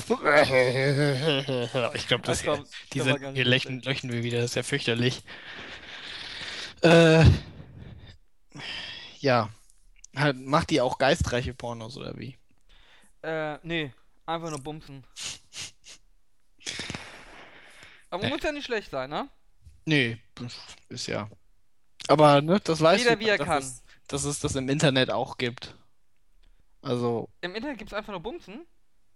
[SPEAKER 2] ich glaube, das,
[SPEAKER 1] Ach komm, das
[SPEAKER 2] diese,
[SPEAKER 1] war ganz
[SPEAKER 2] hier löchen,
[SPEAKER 1] lustig.
[SPEAKER 2] löchen wir wieder, das ist ja fürchterlich. Äh, ja. Halt, macht die auch geistreiche Pornos oder wie?
[SPEAKER 1] Äh, nee, einfach nur bumsen. Aber
[SPEAKER 2] Nee.
[SPEAKER 1] muss ja nicht schlecht sein, ne?
[SPEAKER 2] Nee, das ist ja. Aber ne, das weiß
[SPEAKER 1] Jeder,
[SPEAKER 2] ich,
[SPEAKER 1] wie er
[SPEAKER 2] dass
[SPEAKER 1] kann.
[SPEAKER 2] Es, dass es das im Internet auch gibt. Also,
[SPEAKER 1] Im Internet gibt's einfach nur bumsen.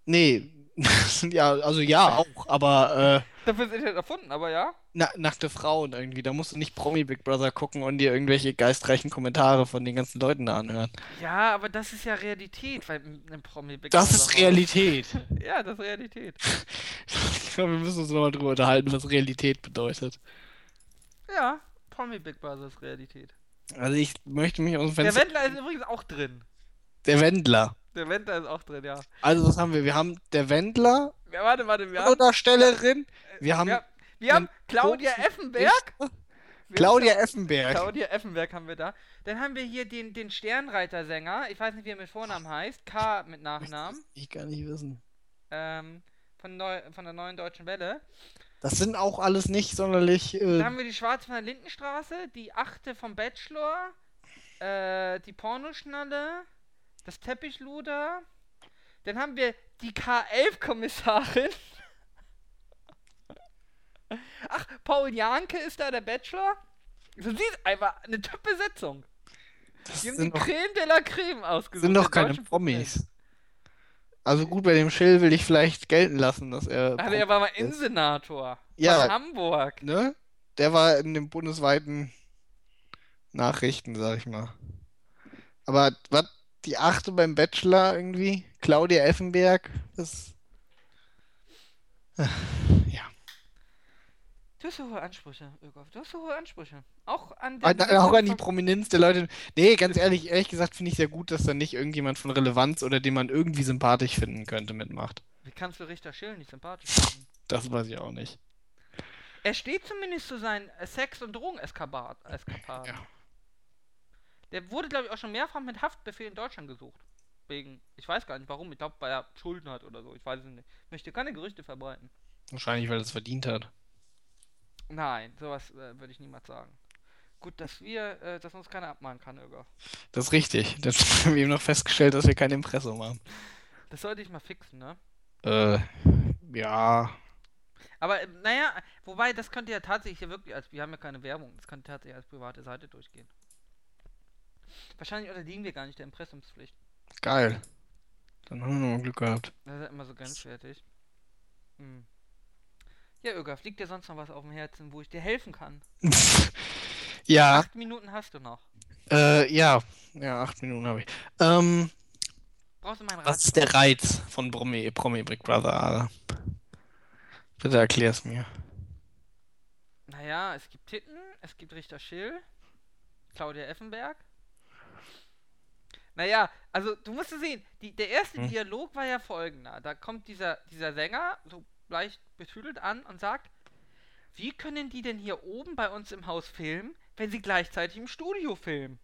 [SPEAKER 2] nee, ja, also ja, auch, aber äh,
[SPEAKER 1] Dafür ist Internet erfunden, aber ja.
[SPEAKER 2] na, nackte Frauen irgendwie. Da musst du nicht Promi Big Brother gucken und dir irgendwelche geistreichen Kommentare von den ganzen Leuten da anhören.
[SPEAKER 1] Ja, aber das ist ja Realität, weil ein Promi Big
[SPEAKER 2] Das
[SPEAKER 1] Brother
[SPEAKER 2] ist
[SPEAKER 1] macht.
[SPEAKER 2] Realität.
[SPEAKER 1] Ja, das ist Realität.
[SPEAKER 2] Ich glaube, wir müssen uns nochmal drüber unterhalten, was Realität bedeutet.
[SPEAKER 1] Ja, Promi Big Brother ist Realität.
[SPEAKER 2] Also ich möchte mich aus dem
[SPEAKER 1] Der
[SPEAKER 2] Fenster.
[SPEAKER 1] Wendler ist übrigens auch drin.
[SPEAKER 2] Der Wendler.
[SPEAKER 1] Der Wendler ist auch drin, ja.
[SPEAKER 2] Also was haben wir? Wir haben der Wendler,
[SPEAKER 1] ja warte, warte, wir haben,
[SPEAKER 2] Pornodarstellerin. Wir haben
[SPEAKER 1] wir haben, wir haben
[SPEAKER 2] einen
[SPEAKER 1] Claudia
[SPEAKER 2] großen
[SPEAKER 1] Effenberg. Wir
[SPEAKER 2] Claudia
[SPEAKER 1] haben
[SPEAKER 2] Effenberg.
[SPEAKER 1] Claudia Effenberg haben wir da. Dann haben wir hier den, den Sternreiter-Sänger. Ich weiß nicht, wie er mit Vornamen heißt. K mit Nachnamen.
[SPEAKER 2] Ich gar nicht wissen.
[SPEAKER 1] Ähm, von, Neu von der Neuen Deutschen Welle.
[SPEAKER 2] Das sind auch alles nicht sonderlich.
[SPEAKER 1] Dann
[SPEAKER 2] Äh,
[SPEAKER 1] haben wir die Schwarze von der Lindenstraße, die Achte vom Bachelor, äh, die Pornoschnalle, das Teppichluder. Dann haben wir die K11-Kommissarin. Ach, Paul Janke ist da, der Bachelor. Du siehst einfach eine Top-Besetzung.
[SPEAKER 2] das
[SPEAKER 1] Die haben
[SPEAKER 2] sind
[SPEAKER 1] die
[SPEAKER 2] doch,
[SPEAKER 1] Creme de la Creme ausgesucht.
[SPEAKER 2] sind doch
[SPEAKER 1] der
[SPEAKER 2] keine
[SPEAKER 1] deutschen
[SPEAKER 2] Promis. Also gut, bei dem Schill will ich vielleicht gelten lassen, dass er.
[SPEAKER 1] Promi. Also er war mal Innensenator.
[SPEAKER 2] Ja.
[SPEAKER 1] Von Hamburg.
[SPEAKER 2] ne? Der war in den bundesweiten Nachrichten, sag ich mal. Aber was die achte beim Bachelor irgendwie? Claudia Effenberg? Das. Ja.
[SPEAKER 1] Du hast so hohe Ansprüche, Ökoff. Du hast so hohe Ansprüche. Auch an
[SPEAKER 2] Ah,
[SPEAKER 1] den
[SPEAKER 2] na- Auch an die
[SPEAKER 1] Besetzung
[SPEAKER 2] Prominenz der Leute. Nee, ganz ehrlich, ehrlich gesagt finde ich sehr gut, dass da nicht irgendjemand von Relevanz oder den man irgendwie sympathisch finden könnte mitmacht.
[SPEAKER 1] Wie kannst du Richter Schill nicht sympathisch finden?
[SPEAKER 2] Das weiß ich auch nicht.
[SPEAKER 1] Er steht zumindest zu seinen äh, Sex- und Drogeneskapaden.
[SPEAKER 2] Ja.
[SPEAKER 1] Der wurde, glaube ich, auch schon mehrfach mit Haftbefehl in Deutschland gesucht. Wegen, ich weiß gar nicht warum, ich glaube, weil er Schulden hat oder so, ich weiß es nicht. Ich möchte keine Gerüchte verbreiten.
[SPEAKER 2] Wahrscheinlich, weil er es verdient hat.
[SPEAKER 1] Nein, sowas äh, würde ich niemals sagen. Gut, dass wir, äh, dass uns keiner abmahnen kann, Öger.
[SPEAKER 2] Das ist richtig. Das haben wir eben noch festgestellt, dass wir kein Impressum haben.
[SPEAKER 1] Das sollte ich mal fixen, ne?
[SPEAKER 2] Äh, ja.
[SPEAKER 1] Aber ähm, naja, wobei, das könnte ja tatsächlich hier wirklich als, wir haben ja keine Werbung, das könnte tatsächlich als private Seite durchgehen. Wahrscheinlich unterliegen wir gar nicht der Impressumspflicht.
[SPEAKER 2] Geil. Dann haben wir nochmal Glück gehabt.
[SPEAKER 1] Das ist ja immer so grenzwertig. Hm. Ja, Ögaf, liegt dir sonst noch was auf dem Herzen, wo ich dir helfen kann?
[SPEAKER 2] Ja,
[SPEAKER 1] Acht Minuten hast du noch.
[SPEAKER 2] äh, ja. Ja, acht Minuten habe ich. Ähm,
[SPEAKER 1] Brauchst du meinen Rat?
[SPEAKER 2] was ist der Reiz von Promi, Promi Big Brother, Ara? Bitte erklär's mir.
[SPEAKER 1] Naja, es gibt Titten, es gibt Richter Schill, Claudia Effenberg. Naja, also du musst es sehen, die, der erste
[SPEAKER 2] Hm.
[SPEAKER 1] Dialog war ja folgender. Da kommt dieser, dieser Sänger so leicht betüdelt an und sagt, wie können die denn hier oben bei uns im Haus filmen, wenn sie gleichzeitig im Studio filmen?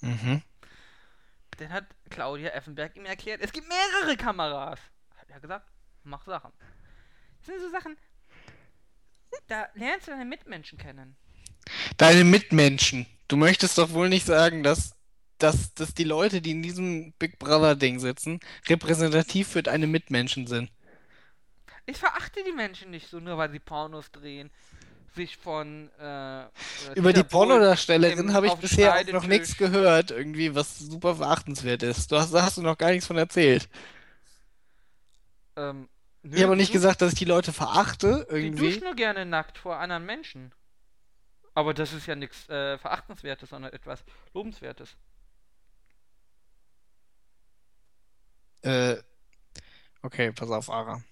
[SPEAKER 2] Mhm.
[SPEAKER 1] Dann hat Claudia Effenberg ihm erklärt, es gibt mehrere Kameras. Hat er gesagt, mach Sachen. Das sind so Sachen, da lernst du deine Mitmenschen kennen.
[SPEAKER 2] Deine Mitmenschen. Du möchtest doch wohl nicht sagen, dass, dass, dass die Leute, die in diesem Big Brother-Ding sitzen, repräsentativ für deine Mitmenschen sind.
[SPEAKER 1] Ich verachte die Menschen nicht so, nur weil sie Pornos drehen, sich von äh, äh,
[SPEAKER 2] Über die
[SPEAKER 1] Dieter Bohlen
[SPEAKER 2] Pornodarstellerin
[SPEAKER 1] im-
[SPEAKER 2] habe ich
[SPEAKER 1] auf dem
[SPEAKER 2] bisher auch noch nichts
[SPEAKER 1] Schneidetisch-
[SPEAKER 2] gehört, irgendwie, was super verachtenswert ist. Du hast, da hast du noch gar nichts von erzählt.
[SPEAKER 1] Ähm, nö,
[SPEAKER 2] Ich habe auch
[SPEAKER 1] die
[SPEAKER 2] nicht
[SPEAKER 1] du-
[SPEAKER 2] gesagt, dass ich die Leute verachte,
[SPEAKER 1] Die
[SPEAKER 2] irgendwie.
[SPEAKER 1] duschen nur gerne nackt vor anderen Menschen. Aber das ist ja nichts äh, Verachtenswertes, sondern etwas Lobenswertes.
[SPEAKER 2] Äh, okay, pass auf, Ara.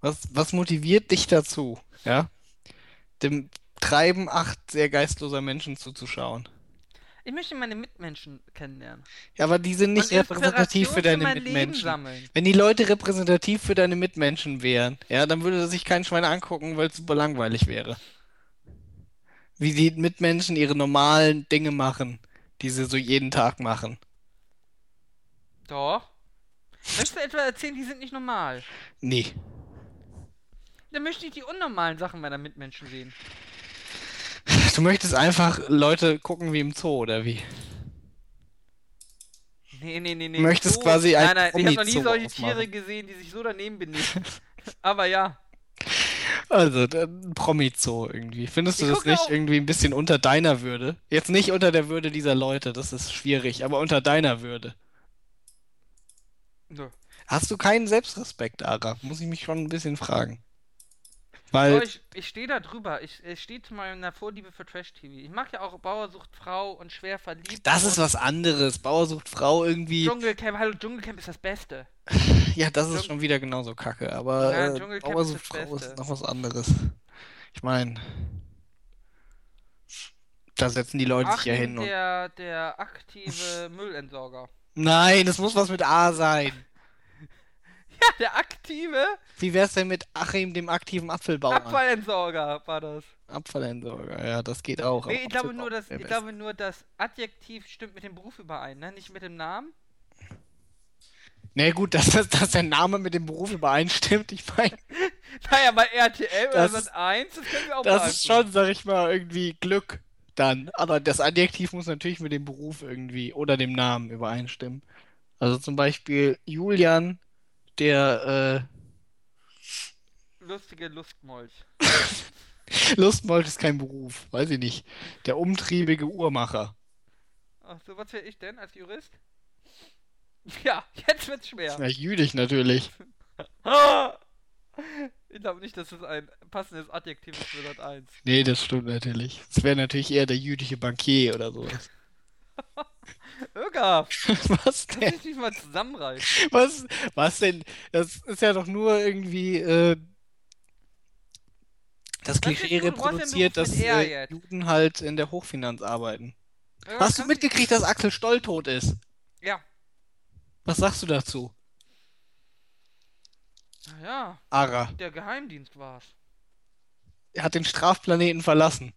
[SPEAKER 2] Was, was motiviert dich dazu, ja, dem Treiben acht sehr geistloser Menschen zuzuschauen?
[SPEAKER 1] Ich möchte meine Mitmenschen kennenlernen.
[SPEAKER 2] Ja, aber die sind nicht
[SPEAKER 1] Und
[SPEAKER 2] repräsentativ für
[SPEAKER 1] Inspiration
[SPEAKER 2] deine
[SPEAKER 1] mein Leben
[SPEAKER 2] Mitmenschen.
[SPEAKER 1] sammeln.
[SPEAKER 2] Wenn die Leute repräsentativ für deine Mitmenschen wären, ja, dann würde sich kein Schwein angucken, weil es super langweilig wäre. Wie die Mitmenschen ihre normalen Dinge machen, die sie so jeden Tag machen.
[SPEAKER 1] Doch. Möchtest du etwa erzählen, die sind nicht normal?
[SPEAKER 2] Nee.
[SPEAKER 1] Dann möchte ich die unnormalen Sachen meiner Mitmenschen sehen.
[SPEAKER 2] Du möchtest einfach Leute gucken wie im Zoo, oder wie?
[SPEAKER 1] Nee, nee, nee, nee.
[SPEAKER 2] Möchtest quasi ein
[SPEAKER 1] Nein, nein, ich habe noch nie
[SPEAKER 2] Promi-Zoo
[SPEAKER 1] solche
[SPEAKER 2] aufmachen.
[SPEAKER 1] Tiere gesehen, die sich so daneben benehmen. Aber ja.
[SPEAKER 2] Also, d- ein Promi-Zoo irgendwie. Findest du
[SPEAKER 1] Ich
[SPEAKER 2] das
[SPEAKER 1] gucke
[SPEAKER 2] nicht
[SPEAKER 1] auch-
[SPEAKER 2] irgendwie ein bisschen unter deiner Würde? Jetzt nicht unter der Würde dieser Leute, das ist schwierig, aber unter deiner Würde.
[SPEAKER 1] Nö.
[SPEAKER 2] Hast du keinen Selbstrespekt, Ara? Muss ich mich schon ein bisschen fragen.
[SPEAKER 1] Aber
[SPEAKER 2] Weil,
[SPEAKER 1] ich, ich stehe da drüber. Ich, ich stehe zu meiner Vorliebe für Trash-TV. Ich mag ja auch Bauer sucht Frau und schwer verliebt.
[SPEAKER 2] das ist
[SPEAKER 1] und
[SPEAKER 2] was anderes. Bauer sucht Frau irgendwie.
[SPEAKER 1] Dschungelcamp, hallo, Dschungelcamp ist das Beste.
[SPEAKER 2] Ja, das ist
[SPEAKER 1] Dschung-
[SPEAKER 2] schon wieder genauso kacke, aber
[SPEAKER 1] Ja,
[SPEAKER 2] äh,
[SPEAKER 1] Dschungelcamp
[SPEAKER 2] Bauer
[SPEAKER 1] ist
[SPEAKER 2] sucht
[SPEAKER 1] das
[SPEAKER 2] Frau ist
[SPEAKER 1] Beste.
[SPEAKER 2] noch was anderes. Ich meine, da setzen die Leute sich ja hin
[SPEAKER 1] Achim,
[SPEAKER 2] und.
[SPEAKER 1] der, der aktive Müllentsorger.
[SPEAKER 2] Nein, das muss was mit A sein.
[SPEAKER 1] Ja, der aktive
[SPEAKER 2] Wie wär's denn mit Achim, dem aktiven Apfelbauern?
[SPEAKER 1] Abfallentsorger war das.
[SPEAKER 2] Abfallentsorger, ja, das geht auch.
[SPEAKER 1] Nee,
[SPEAKER 2] aber
[SPEAKER 1] ich glaube,
[SPEAKER 2] Apfelbauer
[SPEAKER 1] nur, dass,
[SPEAKER 2] wär
[SPEAKER 1] ich
[SPEAKER 2] besser.
[SPEAKER 1] glaube nur, das Adjektiv stimmt mit dem Beruf überein, ne? nicht mit dem Namen.
[SPEAKER 2] Na gut, dass, dass, dass der Name mit dem Beruf übereinstimmt, ich meine,
[SPEAKER 1] Naja, bei RTL oder
[SPEAKER 2] Das
[SPEAKER 1] Sat 1, das können wir auch
[SPEAKER 2] das
[SPEAKER 1] beeinflussen.
[SPEAKER 2] ist schon, sag ich mal, irgendwie Glück dann. Aber das Adjektiv muss natürlich mit dem Beruf irgendwie oder dem Namen übereinstimmen. Also zum Beispiel Julian, der
[SPEAKER 1] Lustige Lustmolch.
[SPEAKER 2] äh, Lustmolch ist kein Beruf, weiß ich nicht. Der umtriebige Uhrmacher.
[SPEAKER 1] Ach so, was wäre ich denn als Jurist? Ja, jetzt wird's schwer.
[SPEAKER 2] Na, jüdisch natürlich.
[SPEAKER 1] Ah! Ich glaube nicht, dass das ein passendes Adjektiv ist für Sat 1.
[SPEAKER 2] Nee, das stimmt natürlich. Es wäre natürlich eher der jüdische Bankier oder sowas.
[SPEAKER 1] Irga,
[SPEAKER 2] Was
[SPEAKER 1] kannst du
[SPEAKER 2] denn?
[SPEAKER 1] dich nicht mal zusammenreißen?
[SPEAKER 2] Was, was denn? Das ist ja doch nur irgendwie äh, das
[SPEAKER 1] Das ist
[SPEAKER 2] Klischee
[SPEAKER 1] gut. Du hast ja einen
[SPEAKER 2] reproduziert,
[SPEAKER 1] Beruf
[SPEAKER 2] dass
[SPEAKER 1] mit R
[SPEAKER 2] äh,
[SPEAKER 1] jetzt.
[SPEAKER 2] Juden halt in der Hochfinanz arbeiten.
[SPEAKER 1] Irga,
[SPEAKER 2] Hast du
[SPEAKER 1] kannst
[SPEAKER 2] mitgekriegt, dass Axel Stoll tot ist?
[SPEAKER 1] Ja.
[SPEAKER 2] Was sagst du dazu,
[SPEAKER 1] Ja,
[SPEAKER 2] Ara?
[SPEAKER 1] der Geheimdienst war's.
[SPEAKER 2] Er hat den Strafplaneten verlassen.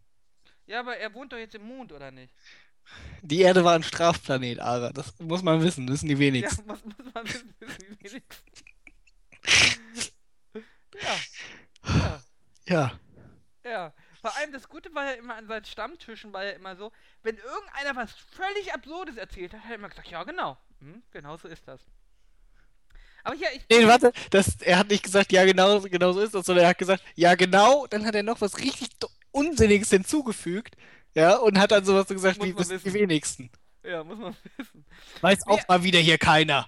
[SPEAKER 1] Ja, aber er wohnt doch jetzt im Mond, oder nicht?
[SPEAKER 2] Die Erde war ein Strafplanet, Ara. Das muss man wissen, wissen die
[SPEAKER 1] Ja,
[SPEAKER 2] wenigsten.
[SPEAKER 1] was muss man wissen? Wie wenig. ja, ja,
[SPEAKER 2] Ja.
[SPEAKER 1] ja. Vor allem das Gute war ja immer an seinen Stammtischen war ja immer so, wenn irgendeiner was völlig Absurdes erzählt hat, hat er immer gesagt, ja genau, hm, genau so ist das. Aber ja, ich,
[SPEAKER 2] Nee, warte, das, er hat nicht gesagt, ja, genau, genau so ist das, sondern er hat gesagt, ja, genau, dann hat er noch was richtig do- Unsinniges hinzugefügt, ja, und hat dann sowas so gesagt,
[SPEAKER 1] Muss
[SPEAKER 2] wie
[SPEAKER 1] man
[SPEAKER 2] wissen die
[SPEAKER 1] wissen.
[SPEAKER 2] wenigsten.
[SPEAKER 1] ja, muss man wissen.
[SPEAKER 2] Weiß auch
[SPEAKER 1] Ja.
[SPEAKER 2] mal wieder hier keiner.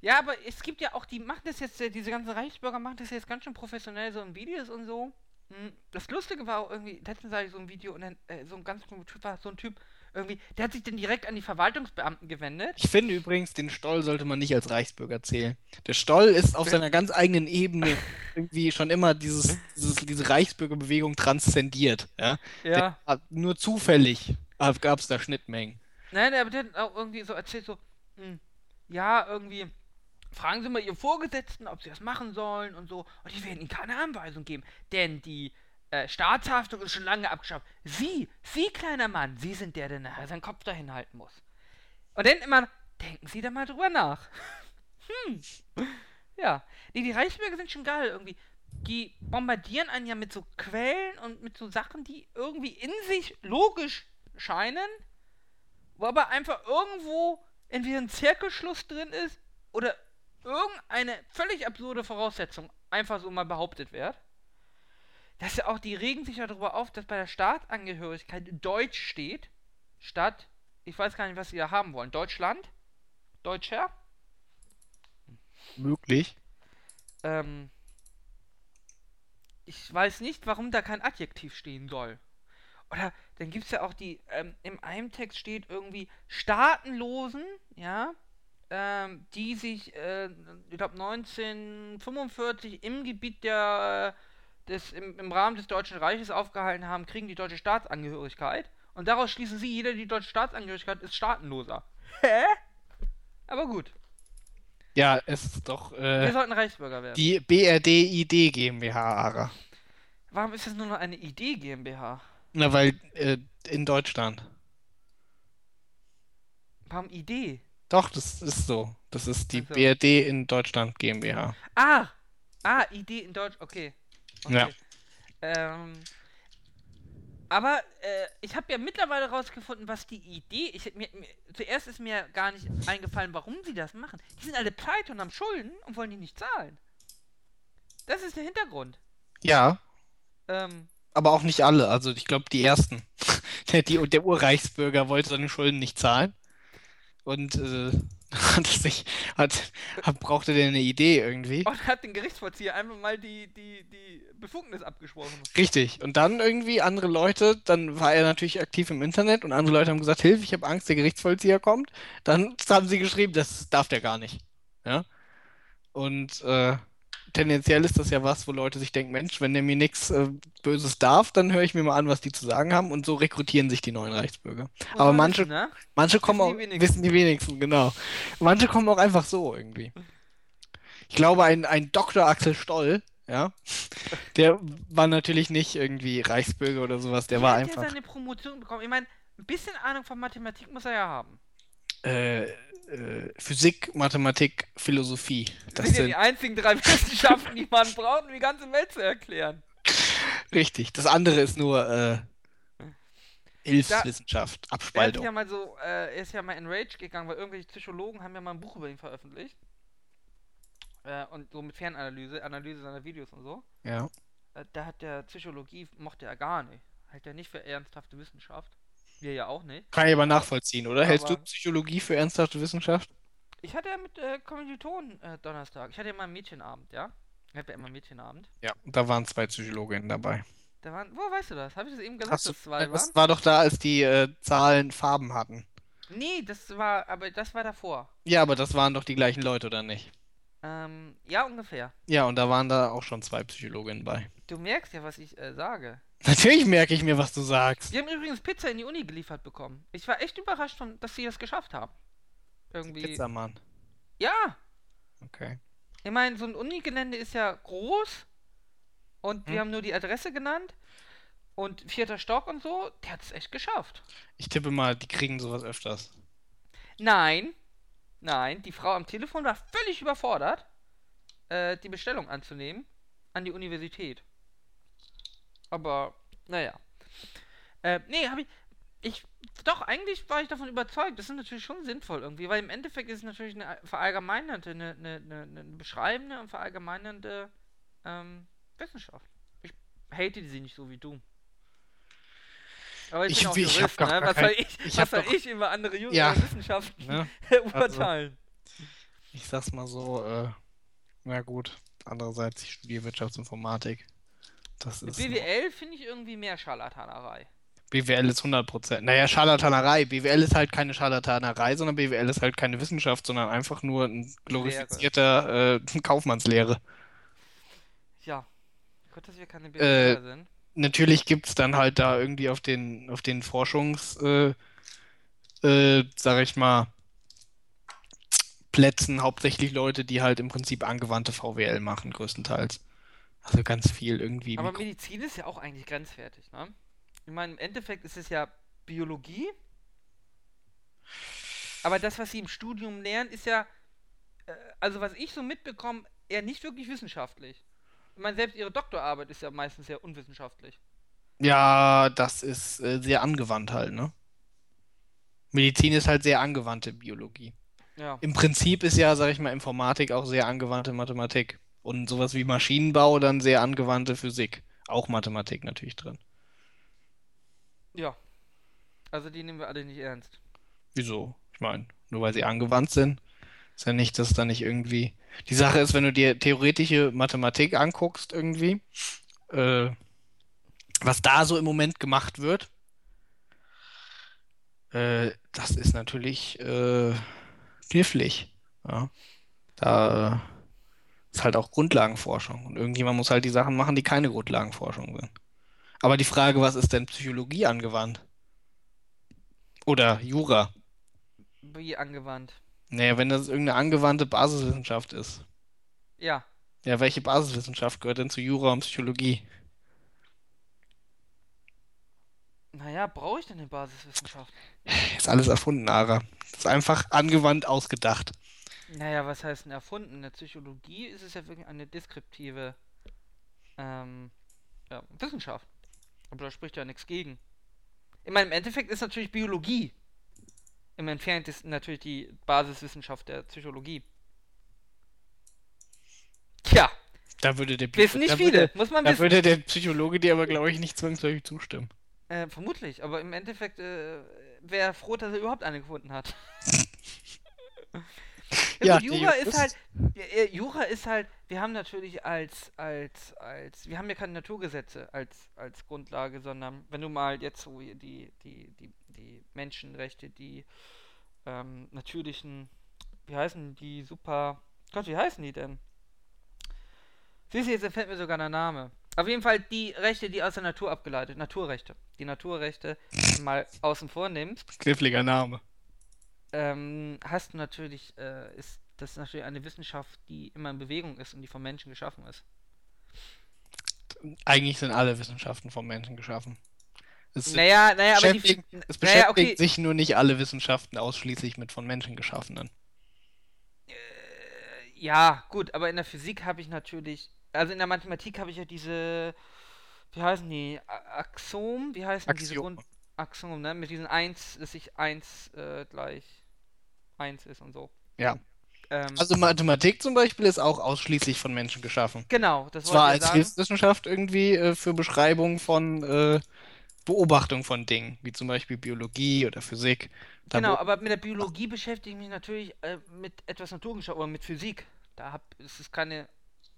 [SPEAKER 1] Ja, aber es gibt ja auch, die machen das jetzt, äh, diese ganzen Reichsbürger machen das jetzt ganz schön professionell, so in Videos und so. Hm, Das Lustige war auch irgendwie, letztens sah ich so ein Video und dann, äh, so ein ganz komischer Typ war so ein Typ, irgendwie, der hat sich dann direkt an die Verwaltungsbeamten gewendet.
[SPEAKER 2] Ich finde übrigens, den Stoll sollte man nicht als Reichsbürger zählen. Der Stoll ist auf seiner ganz eigenen Ebene irgendwie schon immer dieses, dieses, diese Reichsbürgerbewegung transzendiert, ja.
[SPEAKER 1] Ja.
[SPEAKER 2] Der, ah, nur zufällig gab es da Schnittmengen.
[SPEAKER 1] Nein, aber Ne, der hat auch irgendwie so erzählt, so, hm, ja, irgendwie, fragen Sie mal Ihren Vorgesetzten, ob sie das machen sollen und so, und die werden Ihnen keine Anweisung geben, denn die äh, Staatshaftung ist schon lange abgeschafft. Sie, Sie, kleiner Mann, Sie sind der, der nachher seinen Kopf dahin halten muss. Und dann immer, denken Sie da mal drüber nach. Hm. Ja. Nee, die Reichsbürger sind schon geil irgendwie. Die bombardieren einen ja mit so Quellen und mit so Sachen, die irgendwie in sich logisch scheinen, wo aber einfach irgendwo entweder ein Zirkelschluss drin ist oder irgendeine völlig absurde Voraussetzung einfach so mal behauptet wird. Das ist ja auch, die regen sich ja darüber auf, dass bei der Staatsangehörigkeit Deutsch steht, statt, ich weiß gar nicht, was sie da haben wollen, Deutschland, Deutscher,
[SPEAKER 2] Möglich.
[SPEAKER 1] ähm, ich weiß nicht, warum da kein Adjektiv stehen soll. Oder dann gibt es ja auch die, ähm, im einem Text steht irgendwie Staatenlosen, ja, ähm, die sich, äh, ich glaube 1945 im Gebiet der, des, im, im Rahmen des Deutschen Reiches aufgehalten haben, kriegen die deutsche Staatsangehörigkeit. Und daraus schließen sie, jeder, der die deutsche Staatsangehörigkeit hat, ist Staatenloser. Hä? Aber gut,
[SPEAKER 2] Ja, es ist doch äh,
[SPEAKER 1] wir sollten Reichsbürger werden.
[SPEAKER 2] die BRD-ID GmbH, Ara.
[SPEAKER 1] Warum ist das nur noch eine Idee GmbH?
[SPEAKER 2] Na, weil äh, in Deutschland.
[SPEAKER 1] Warum Idee?
[SPEAKER 2] Doch, das ist so. Das ist die
[SPEAKER 1] Also.
[SPEAKER 2] BRD in Deutschland GmbH.
[SPEAKER 1] Ah! Ah, Idee in Deutsch. Okay. okay.
[SPEAKER 2] Ja.
[SPEAKER 1] Ähm, aber äh, ich habe ja mittlerweile rausgefunden, was die Idee. Ich, mir, mir, zuerst ist mir gar nicht eingefallen, warum sie das machen. Die sind alle pleite und haben Schulden und wollen die nicht zahlen. Das ist der Hintergrund.
[SPEAKER 2] Ja,
[SPEAKER 1] Ähm,
[SPEAKER 2] aber auch nicht alle. Also ich glaube, die ersten. Der, die, der Urreichsbürger wollte seine Schulden nicht zahlen. Und äh, hat sich, hat, hat, brauchte der eine Idee irgendwie.
[SPEAKER 1] und hat den Gerichtsvollzieher einfach mal die, die, die Befugnis abgesprochen.
[SPEAKER 2] Richtig. Und dann irgendwie andere Leute, dann war er natürlich aktiv im Internet und andere Leute haben gesagt, Hilfe, ich habe Angst, der Gerichtsvollzieher kommt. Dann haben sie geschrieben, das darf der gar nicht. Ja. Und äh, tendenziell ist das ja was, wo Leute sich denken, Mensch, wenn der mir nichts äh, Böses darf, dann höre ich mir mal an, was die zu sagen haben. Und so rekrutieren sich die neuen Reichsbürger.
[SPEAKER 1] Muss
[SPEAKER 2] Aber
[SPEAKER 1] man
[SPEAKER 2] manche-
[SPEAKER 1] wissen, ne?
[SPEAKER 2] Manche kommen
[SPEAKER 1] Wissen
[SPEAKER 2] auch,
[SPEAKER 1] die wenigsten.
[SPEAKER 2] wissen die wenigsten, genau. Manche kommen auch einfach so irgendwie. Ich glaube, ein, ein Dr. Axel Stoll, ja, der war natürlich nicht irgendwie Reichsbürger oder sowas, der
[SPEAKER 1] Wie
[SPEAKER 2] war
[SPEAKER 1] hat
[SPEAKER 2] einfach.
[SPEAKER 1] Der seine Promotion bekommen. Ich meine, ein bisschen Ahnung von Mathematik muss er ja haben.
[SPEAKER 2] Äh, äh, Physik, Mathematik, Philosophie. Das
[SPEAKER 1] sind ja die
[SPEAKER 2] sind
[SPEAKER 1] einzigen drei Wissenschaften, die man braucht, um die ganze Welt zu erklären.
[SPEAKER 2] richtig. Das andere ist nur äh, Hilfswissenschaft,
[SPEAKER 1] Er hat sich
[SPEAKER 2] Abspaltung.
[SPEAKER 1] ja mal so, äh, er ist ja mal in Rage gegangen, weil irgendwelche Psychologen haben ja mal ein Buch über ihn veröffentlicht. Äh, und so mit Fernanalyse, Analyse seiner Videos und so.
[SPEAKER 2] Ja.
[SPEAKER 1] Äh, da hat der Psychologie, mochte er gar nicht. Hält er nicht für ernsthafte Wissenschaft. Wir ja auch nicht.
[SPEAKER 2] Kann ich aber nachvollziehen, oder? Hältst du
[SPEAKER 1] Aber-
[SPEAKER 2] Psychologie für ernsthafte Wissenschaft?
[SPEAKER 1] Ich hatte ja mit äh, Kommilitonen äh, Donnerstag. Ich hatte ja mal einen Mädchenabend, ja? Ich hatte ja immer einen Mädchenabend.
[SPEAKER 2] Ja, da waren zwei Psychologinnen dabei.
[SPEAKER 1] Da waren, wo weißt du das? Habe ich das eben gesagt,
[SPEAKER 2] Hast du, äh,
[SPEAKER 1] dass zwei waren?
[SPEAKER 2] das war doch da, als die äh, Zahlen Farben hatten.
[SPEAKER 1] Nee, das war, aber das war davor.
[SPEAKER 2] Ja, aber das waren doch die gleichen Leute, oder nicht?
[SPEAKER 1] Ähm, ja, ungefähr.
[SPEAKER 2] Ja, und da waren da auch schon zwei Psychologinnen bei.
[SPEAKER 1] Du merkst ja, was ich äh, sage.
[SPEAKER 2] Natürlich merke ich mir, was du sagst.
[SPEAKER 1] Die haben übrigens Pizza in die Uni geliefert bekommen. Ich war echt überrascht, von, dass sie das geschafft haben. Irgendwie.
[SPEAKER 2] Pizzamann.
[SPEAKER 1] Ja!
[SPEAKER 2] Okay.
[SPEAKER 1] Ich meine, so ein Unigelände ist ja groß. Und wir
[SPEAKER 2] Hm.
[SPEAKER 1] haben nur die Adresse genannt. Und vierter Stock und so. Der hat es echt geschafft.
[SPEAKER 2] Ich tippe mal, die kriegen sowas öfters.
[SPEAKER 1] Nein. Nein, die Frau am Telefon war völlig überfordert, äh, die Bestellung anzunehmen an die Universität. Aber, naja. Äh, nee, habe ich. Ich. Doch, eigentlich war ich davon überzeugt. Das ist natürlich schon sinnvoll irgendwie, weil im Endeffekt ist es natürlich eine verallgemeinernde, eine, eine, eine, eine beschreibende und verallgemeinernde ähm, Wissenschaft. Ich hate sie nicht so wie du. Aber ich,
[SPEAKER 2] Ich-
[SPEAKER 1] bin auch
[SPEAKER 2] ich hab
[SPEAKER 1] Jurist,
[SPEAKER 2] gar-
[SPEAKER 1] ne?
[SPEAKER 2] gar
[SPEAKER 1] Was
[SPEAKER 2] kein-
[SPEAKER 1] soll ich,
[SPEAKER 2] ich hab
[SPEAKER 1] was soll
[SPEAKER 2] doch-
[SPEAKER 1] ich über andere Jus
[SPEAKER 2] Ja.
[SPEAKER 1] äh, Wissenschaften
[SPEAKER 2] Ne?
[SPEAKER 1] urteilen?
[SPEAKER 2] Ich sag's mal so, äh, na gut. Andererseits, ich studiere Wirtschaftsinformatik. Das
[SPEAKER 1] Mit
[SPEAKER 2] ist.
[SPEAKER 1] BWL finde ich irgendwie mehr Scharlatanerei.
[SPEAKER 2] BWL ist 100%. Naja, Scharlatanerei. BWL ist halt keine Scharlatanerei, sondern BWL ist halt keine Wissenschaft, sondern einfach nur ein glorifizierter äh, Kaufmannslehre.
[SPEAKER 1] Ja. Gut, dass wir
[SPEAKER 2] Äh,
[SPEAKER 1] keine BWLer
[SPEAKER 2] BWLer
[SPEAKER 1] sind.
[SPEAKER 2] natürlich gibt es dann halt da irgendwie auf den, auf den Forschungs, äh, äh, sag ich mal, Plätzen hauptsächlich Leute, die halt im Prinzip angewandte VWL machen, größtenteils. Also ganz viel irgendwie.
[SPEAKER 1] Aber
[SPEAKER 2] Mikro
[SPEAKER 1] Medizin ist ja auch eigentlich grenzwertig, ne? Ich meine, im Endeffekt ist es ja Biologie. Aber das, was sie im Studium lernen, ist ja, äh, also was ich so mitbekomme, eher nicht wirklich wissenschaftlich. Ich meine, selbst ihre Doktorarbeit ist ja meistens sehr unwissenschaftlich.
[SPEAKER 2] ja, das ist äh, sehr angewandt halt, ne? Medizin ist halt sehr angewandte Biologie.
[SPEAKER 1] Ja.
[SPEAKER 2] Im Prinzip ist ja, sag ich mal, Informatik auch sehr angewandte Mathematik. Und sowas wie Maschinenbau dann sehr angewandte Physik. Auch Mathematik natürlich drin.
[SPEAKER 1] Ja. Also die nehmen wir alle nicht ernst.
[SPEAKER 2] Wieso? Ich meine, nur weil sie angewandt sind, ist ja nicht, dass da nicht irgendwie. Die Sache ist, wenn du dir theoretische Mathematik anguckst, irgendwie, äh, was da so im Moment gemacht wird, äh, das ist natürlich äh, knifflig. Ja. Da äh, ist halt auch Grundlagenforschung. Und irgendjemand muss halt die Sachen machen, die keine Grundlagenforschung sind. Aber die Frage, was ist denn Psychologie angewandt? Oder Jura?
[SPEAKER 1] Wie angewandt.
[SPEAKER 2] Naja, wenn das irgendeine angewandte Basiswissenschaft ist.
[SPEAKER 1] Ja.
[SPEAKER 2] Ja, welche Basiswissenschaft gehört denn zu Jura und Psychologie?
[SPEAKER 1] Naja, brauche ich denn eine Basiswissenschaft?
[SPEAKER 2] Ist alles erfunden, Ara. Ist einfach angewandt ausgedacht.
[SPEAKER 1] Naja, was heißt denn erfunden? In der Psychologie ist es ja wirklich eine deskriptive ähm, ja, Wissenschaft. Aber da spricht ja nichts gegen. Ich meine, im Endeffekt ist natürlich Biologie im entferntesten natürlich die Basiswissenschaft der Psychologie. Tja,
[SPEAKER 2] Da würde der
[SPEAKER 1] wissen nicht
[SPEAKER 2] da
[SPEAKER 1] viele,
[SPEAKER 2] Würde,
[SPEAKER 1] muss man
[SPEAKER 2] da
[SPEAKER 1] wissen.
[SPEAKER 2] würde der Psychologe dir aber, glaube ich, nicht zwangsläufig zustimmen.
[SPEAKER 1] Äh, vermutlich, aber im Endeffekt äh, wäre froh, dass er überhaupt eine gefunden hat. ja,
[SPEAKER 2] Ja,
[SPEAKER 1] gut,
[SPEAKER 2] die
[SPEAKER 1] Jura ist
[SPEAKER 2] Juristen-
[SPEAKER 1] halt, äh, Jura ist halt, wir haben natürlich als, als, als, wir haben ja keine Naturgesetze als, als Grundlage, sondern wenn du mal jetzt so hier die, die, die, die Menschenrechte, die ähm, natürlichen, wie heißen die super, Gott, wie heißen die denn? Siehst du, jetzt entfällt mir sogar der Name. Auf jeden Fall die Rechte, die aus der Natur abgeleitet, Naturrechte. Die Naturrechte mal außen vor nimmst,
[SPEAKER 2] Kniffliger Name.
[SPEAKER 1] ähm, hast du natürlich, äh, ist das ist natürlich eine Wissenschaft, die immer in Bewegung ist und die von Menschen geschaffen ist.
[SPEAKER 2] Eigentlich sind alle Wissenschaften vom Menschen geschaffen. Es,
[SPEAKER 1] Naja, naja, aber die.
[SPEAKER 2] beschäftigt, es beschäftigt
[SPEAKER 1] Naja, okay.
[SPEAKER 2] sich nur nicht alle Wissenschaften ausschließlich mit von Menschen geschaffenen.
[SPEAKER 1] Äh, Ja, gut, aber in der Physik habe ich natürlich. Also in der Mathematik habe ich ja diese. Wie heißen die? A- Axom? Wie heißen diese
[SPEAKER 2] Axiome.
[SPEAKER 1] Grund. Axom, ne? Mit diesen 1, dass sich 1 äh, gleich 1 ist und so.
[SPEAKER 2] Ja.
[SPEAKER 1] Ähm,
[SPEAKER 2] Also Mathematik zum Beispiel ist auch ausschließlich von Menschen geschaffen.
[SPEAKER 1] genau, das
[SPEAKER 2] Zwar
[SPEAKER 1] wollte ich
[SPEAKER 2] als
[SPEAKER 1] sagen.
[SPEAKER 2] Hilfswissenschaft irgendwie äh, für Beschreibung von äh, Beobachtung von Dingen, wie zum Beispiel Biologie oder Physik. Da
[SPEAKER 1] Genau,
[SPEAKER 2] wo-
[SPEAKER 1] aber mit der Biologie beschäftige ich mich natürlich äh, mit etwas Naturwissenschaft oder mit Physik. Da hab, es ist keine.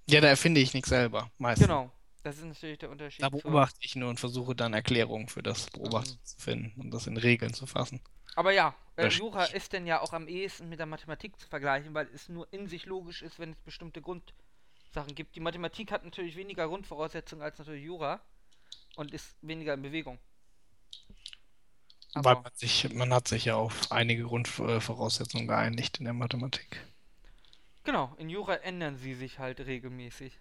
[SPEAKER 2] ja, da erfinde ich nichts selber meistens.
[SPEAKER 1] Genau, das ist natürlich der Unterschied.
[SPEAKER 2] Da
[SPEAKER 1] zur-
[SPEAKER 2] beobachte ich nur und versuche dann Erklärungen für das
[SPEAKER 1] Mhm.
[SPEAKER 2] Beobachten zu finden und das in Regeln zu fassen.
[SPEAKER 1] Aber ja, äh,
[SPEAKER 2] Unterschied.
[SPEAKER 1] Jura ist denn ja auch am ehesten mit der Mathematik zu vergleichen, weil es nur in sich logisch ist, wenn es bestimmte Grundsachen gibt. Die Mathematik hat natürlich weniger Grundvoraussetzungen als natürlich Jura und ist weniger in Bewegung.
[SPEAKER 2] Weil
[SPEAKER 1] Aber
[SPEAKER 2] man sich, man hat sich ja auf einige Grundvoraussetzungen geeinigt in der Mathematik.
[SPEAKER 1] genau, in Jura ändern sie sich halt regelmäßig.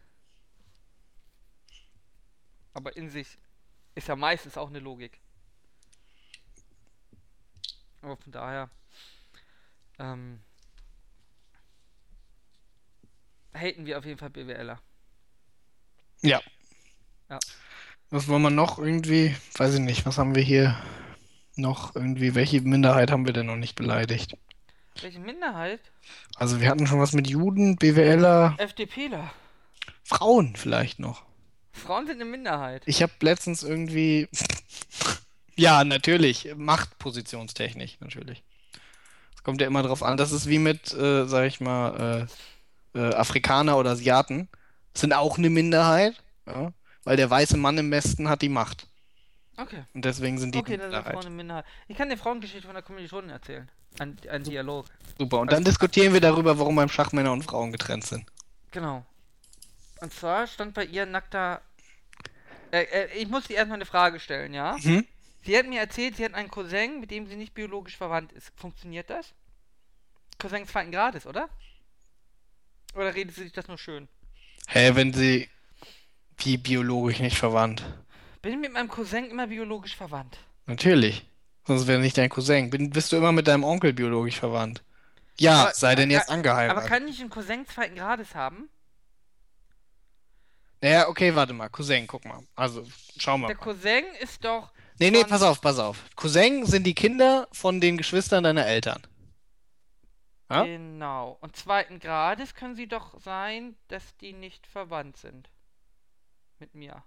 [SPEAKER 1] Aber in sich ist ja meistens auch eine Logik. Aber von daher. Ähm, haten wir auf jeden Fall BWLer.
[SPEAKER 2] Ja.
[SPEAKER 1] Ja.
[SPEAKER 2] Was wollen wir noch irgendwie? Weiß ich nicht, was haben wir hier noch irgendwie? Welche Minderheit haben wir denn noch nicht beleidigt?
[SPEAKER 1] Welche Minderheit?
[SPEAKER 2] Also wir hatten schon was mit Juden, BWLer,
[SPEAKER 1] FDPler.
[SPEAKER 2] Frauen vielleicht noch.
[SPEAKER 1] Frauen sind eine Minderheit.
[SPEAKER 2] Ich habe letztens irgendwie. Ja, natürlich. Machtpositionstechnisch, natürlich. Es kommt ja immer drauf an. Das ist wie mit, äh, sag ich mal, äh, äh, Afrikaner oder Asiaten. Sind auch eine Minderheit, ja, weil der weiße Mann im Westen hat die Macht.
[SPEAKER 1] Okay.
[SPEAKER 2] Und deswegen sind die
[SPEAKER 1] Okay, dann sind
[SPEAKER 2] Minderheit.
[SPEAKER 1] Frauen eine Minderheit. Ich kann dir Frauengeschichte von der Kommilitonin erzählen. Ein, ein Dialog.
[SPEAKER 2] Super. Und dann diskutieren wir darüber, warum beim Schach Männer und Frauen getrennt sind.
[SPEAKER 1] Genau. Und zwar stand bei ihr ein nackter. Äh, äh, ich muss dir erstmal eine Frage stellen, ja?
[SPEAKER 2] Mhm.
[SPEAKER 1] Sie hat mir erzählt, sie hat einen Cousin, mit dem sie nicht biologisch verwandt ist. Funktioniert das? Cousin zweiten Grades, oder? Oder redet sie sich das nur schön?
[SPEAKER 2] Hä, wenn sie wie biologisch nicht verwandt.
[SPEAKER 1] Bin ich mit meinem Cousin immer biologisch verwandt?
[SPEAKER 2] Natürlich. Sonst wäre nicht dein Cousin. Bin, bist du immer mit deinem Onkel biologisch verwandt? Ja,
[SPEAKER 1] Aber-
[SPEAKER 2] sei denn jetzt
[SPEAKER 1] aber-
[SPEAKER 2] angeheiratet.
[SPEAKER 1] Aber kann ich einen Cousin zweiten Grades haben?
[SPEAKER 2] Naja, okay, warte mal. Cousin, guck mal. Also, schauen wir
[SPEAKER 1] Der
[SPEAKER 2] mal.
[SPEAKER 1] Cousin ist doch.
[SPEAKER 2] Nee, nee,
[SPEAKER 1] von-
[SPEAKER 2] pass auf, pass auf. Cousin sind die Kinder von den Geschwistern deiner Eltern. Ja?
[SPEAKER 1] Genau. Und zweiten Grades können sie doch sein, dass die nicht verwandt sind. Mit mir.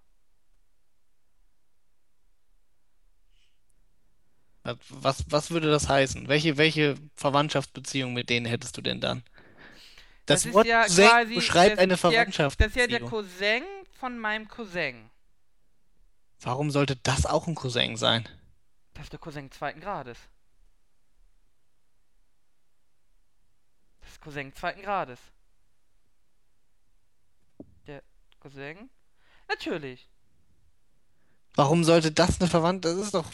[SPEAKER 2] Äh, Was, was würde das heißen? Welche, welche Verwandtschaftsbeziehung mit denen hättest du denn dann? Das Wort Cousin
[SPEAKER 1] Der, das ist
[SPEAKER 2] beschreibt eine
[SPEAKER 1] ja der
[SPEAKER 2] Verwandtschaftsbeziehung.
[SPEAKER 1] Cousin von meinem Cousin.
[SPEAKER 2] Warum sollte das auch ein Cousin sein?
[SPEAKER 1] Das ist der Cousin zweiten Grades. Das ist Cousin zweiten Grades. Der Cousin? Natürlich.
[SPEAKER 2] Warum sollte das eine Verwandte? Das ist doch.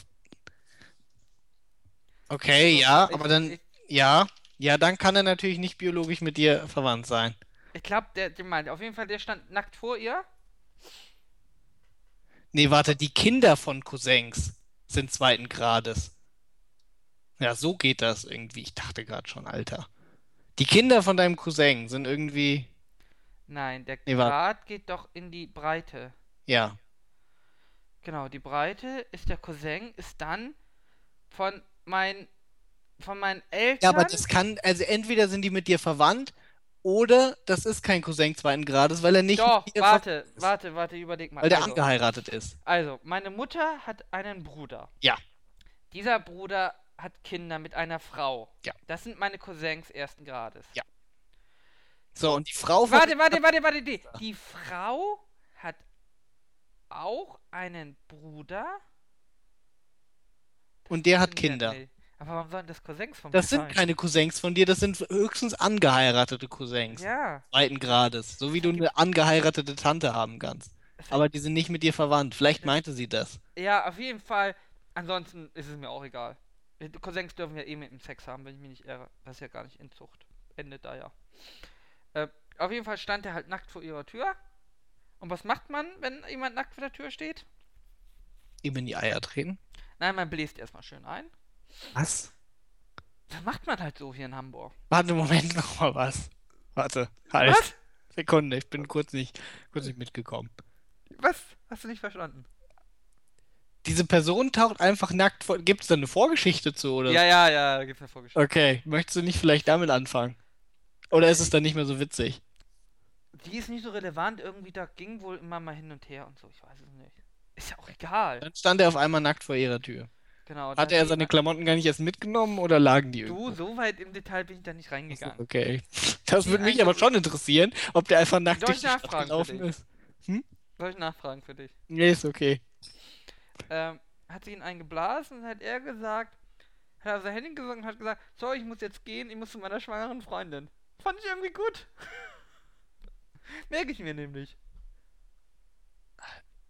[SPEAKER 2] Okay,
[SPEAKER 1] Also,
[SPEAKER 2] ja,
[SPEAKER 1] ich-
[SPEAKER 2] aber dann,
[SPEAKER 1] ich-
[SPEAKER 2] ja, ja, dann kann er natürlich nicht biologisch mit dir verwandt sein.
[SPEAKER 1] Ich glaube, der, der meint, auf jeden Fall, der stand nackt vor ihr.
[SPEAKER 2] Nee, warte, die Kinder von Cousins sind zweiten Grades. Ja, so geht das irgendwie. Ich dachte gerade schon, Alter. Die Kinder von deinem Cousin sind irgendwie.
[SPEAKER 1] Nein, der
[SPEAKER 2] Nee, warte.
[SPEAKER 1] Grad geht doch in die Breite.
[SPEAKER 2] Ja.
[SPEAKER 1] Genau, die Breite ist der Cousin, ist dann von mein von meinen
[SPEAKER 2] Ja,
[SPEAKER 1] Eltern.
[SPEAKER 2] aber das kann, also entweder sind die mit dir verwandt oder das ist kein Cousin zweiten Grades, weil er nicht
[SPEAKER 1] doch,
[SPEAKER 2] mit dir ver-
[SPEAKER 1] warte, warte, warte, überleg mal.
[SPEAKER 2] weil der
[SPEAKER 1] also,
[SPEAKER 2] angeheiratet ist.
[SPEAKER 1] also, meine Mutter hat einen Bruder.
[SPEAKER 2] Ja.
[SPEAKER 1] Dieser Bruder hat Kinder mit einer Frau.
[SPEAKER 2] Ja.
[SPEAKER 1] Das sind meine Cousins ersten Grades.
[SPEAKER 2] Ja. So, und die Frau von
[SPEAKER 1] Warte, warte, warte, warte. Die, die Frau hat auch einen Bruder.
[SPEAKER 2] und der hat
[SPEAKER 1] Nee,
[SPEAKER 2] Kinder.
[SPEAKER 1] nee. Aber warum sollen das Cousins von
[SPEAKER 2] Das
[SPEAKER 1] mir
[SPEAKER 2] sind
[SPEAKER 1] sein?
[SPEAKER 2] keine Cousins von dir, das sind höchstens angeheiratete Cousins
[SPEAKER 1] Ja.
[SPEAKER 2] zweiten Grades, so wie du eine angeheiratete Tante haben kannst.
[SPEAKER 1] Es-
[SPEAKER 2] Aber die sind nicht mit dir verwandt. Vielleicht meinte sie das.
[SPEAKER 1] Ja, auf jeden Fall. Ansonsten ist es mir auch egal. Äh, Cousins dürfen ja eh mit dem Sex haben, wenn ich mich nicht irre. Das ist ja gar nicht Inzucht. Endet da ja. Äh, auf jeden Fall stand er halt nackt vor ihrer Tür. Und was macht man, wenn jemand nackt vor der Tür steht?
[SPEAKER 2] Ihm in die Eier treten.
[SPEAKER 1] Nein, man bläst erstmal schön ein.
[SPEAKER 2] Was?
[SPEAKER 1] Das macht man halt so hier in Hamburg.
[SPEAKER 2] Warte, Moment, nochmal was. Warte, halt.
[SPEAKER 1] Was?
[SPEAKER 2] Sekunde, ich bin kurz nicht, kurz nicht mitgekommen.
[SPEAKER 1] Was? Hast du nicht verstanden?
[SPEAKER 2] Diese Person taucht einfach nackt vor. Gibt es da eine Vorgeschichte zu, oder?
[SPEAKER 1] Ja, ja, ja, da gibt's eine Vorgeschichte.
[SPEAKER 2] Okay, möchtest du nicht vielleicht damit anfangen? Oder ist es dann nicht mehr so witzig?
[SPEAKER 1] Die ist nicht so relevant, irgendwie da ging wohl immer mal hin und her und so, ich weiß es nicht. Ist ja auch egal.
[SPEAKER 2] Dann stand er auf einmal nackt vor ihrer Tür.
[SPEAKER 1] Genau. da
[SPEAKER 2] Hat er
[SPEAKER 1] sie
[SPEAKER 2] seine
[SPEAKER 1] immer-
[SPEAKER 2] Klamotten gar nicht erst mitgenommen oder lagen die irgendwo?
[SPEAKER 1] Du, so weit im Detail bin ich da nicht reingegangen.
[SPEAKER 2] Okay. Das
[SPEAKER 1] Die
[SPEAKER 2] würde mich
[SPEAKER 1] eine-
[SPEAKER 2] aber schon interessieren, ob der einfach nackt
[SPEAKER 1] Soll
[SPEAKER 2] durch
[SPEAKER 1] ich
[SPEAKER 2] die Stadt
[SPEAKER 1] nachfragen für
[SPEAKER 2] gelaufen
[SPEAKER 1] dich?
[SPEAKER 2] ist.
[SPEAKER 1] Soll ich nachfragen für dich?
[SPEAKER 2] Nee, ist okay.
[SPEAKER 1] Ähm, hat sie ihn eingeblasen und hat er gesagt, hat er sein Handy gesungen und hat gesagt, sorry, ich muss jetzt gehen, ich muss zu meiner schwangeren Freundin. Fand ich irgendwie gut. Merke ich mir nämlich.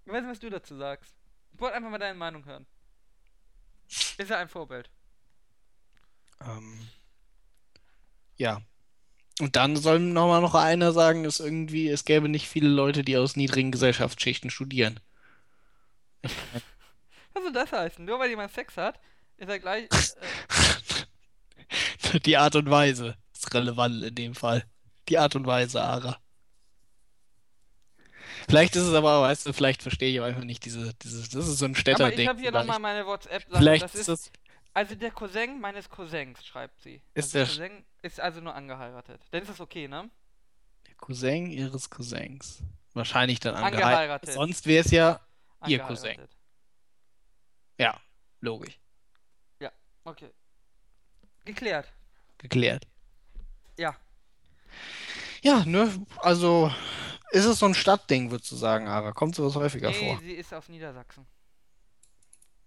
[SPEAKER 1] Ich weiß nicht, was du dazu sagst. Ich wollte einfach mal deine Meinung hören. Ist er ein Vorbild?
[SPEAKER 2] Ähm, ja. Und dann soll nochmal noch einer sagen, es irgendwie, es gäbe nicht viele Leute, die aus niedrigen Gesellschaftsschichten studieren.
[SPEAKER 1] Was soll das heißen? Nur weil jemand Sex hat, ist er gleich. Äh,
[SPEAKER 2] Die Art und Weise ist relevant in dem Fall. Die Art und Weise, Ara. Vielleicht ist es aber, weißt du, vielleicht verstehe ich auch einfach nicht diese, dieses, das ist so ein
[SPEAKER 1] aber ich
[SPEAKER 2] Städterding.
[SPEAKER 1] habe hier nochmal meine WhatsApp-Sache.
[SPEAKER 2] Vielleicht
[SPEAKER 1] Das
[SPEAKER 2] ist
[SPEAKER 1] ist,
[SPEAKER 2] das,
[SPEAKER 1] also der Cousin meines Cousins, schreibt sie.
[SPEAKER 2] Ist
[SPEAKER 1] also
[SPEAKER 2] der-
[SPEAKER 1] Cousin ist also nur angeheiratet. Dann ist das okay, ne?
[SPEAKER 2] Cousin ihres Cousins. Wahrscheinlich dann angeheiratet.
[SPEAKER 1] Angeheiratet.
[SPEAKER 2] Sonst wäre es ja Ihr Cousin.
[SPEAKER 1] Angeheiratet.
[SPEAKER 2] Ja, logisch.
[SPEAKER 1] Okay. Geklärt.
[SPEAKER 2] Geklärt.
[SPEAKER 1] Ja.
[SPEAKER 2] Ja, ne, also ist es so ein Stadtding, würdest du sagen, Ara? Kommt sowas häufiger
[SPEAKER 1] nee,
[SPEAKER 2] vor?
[SPEAKER 1] sie ist aus Niedersachsen.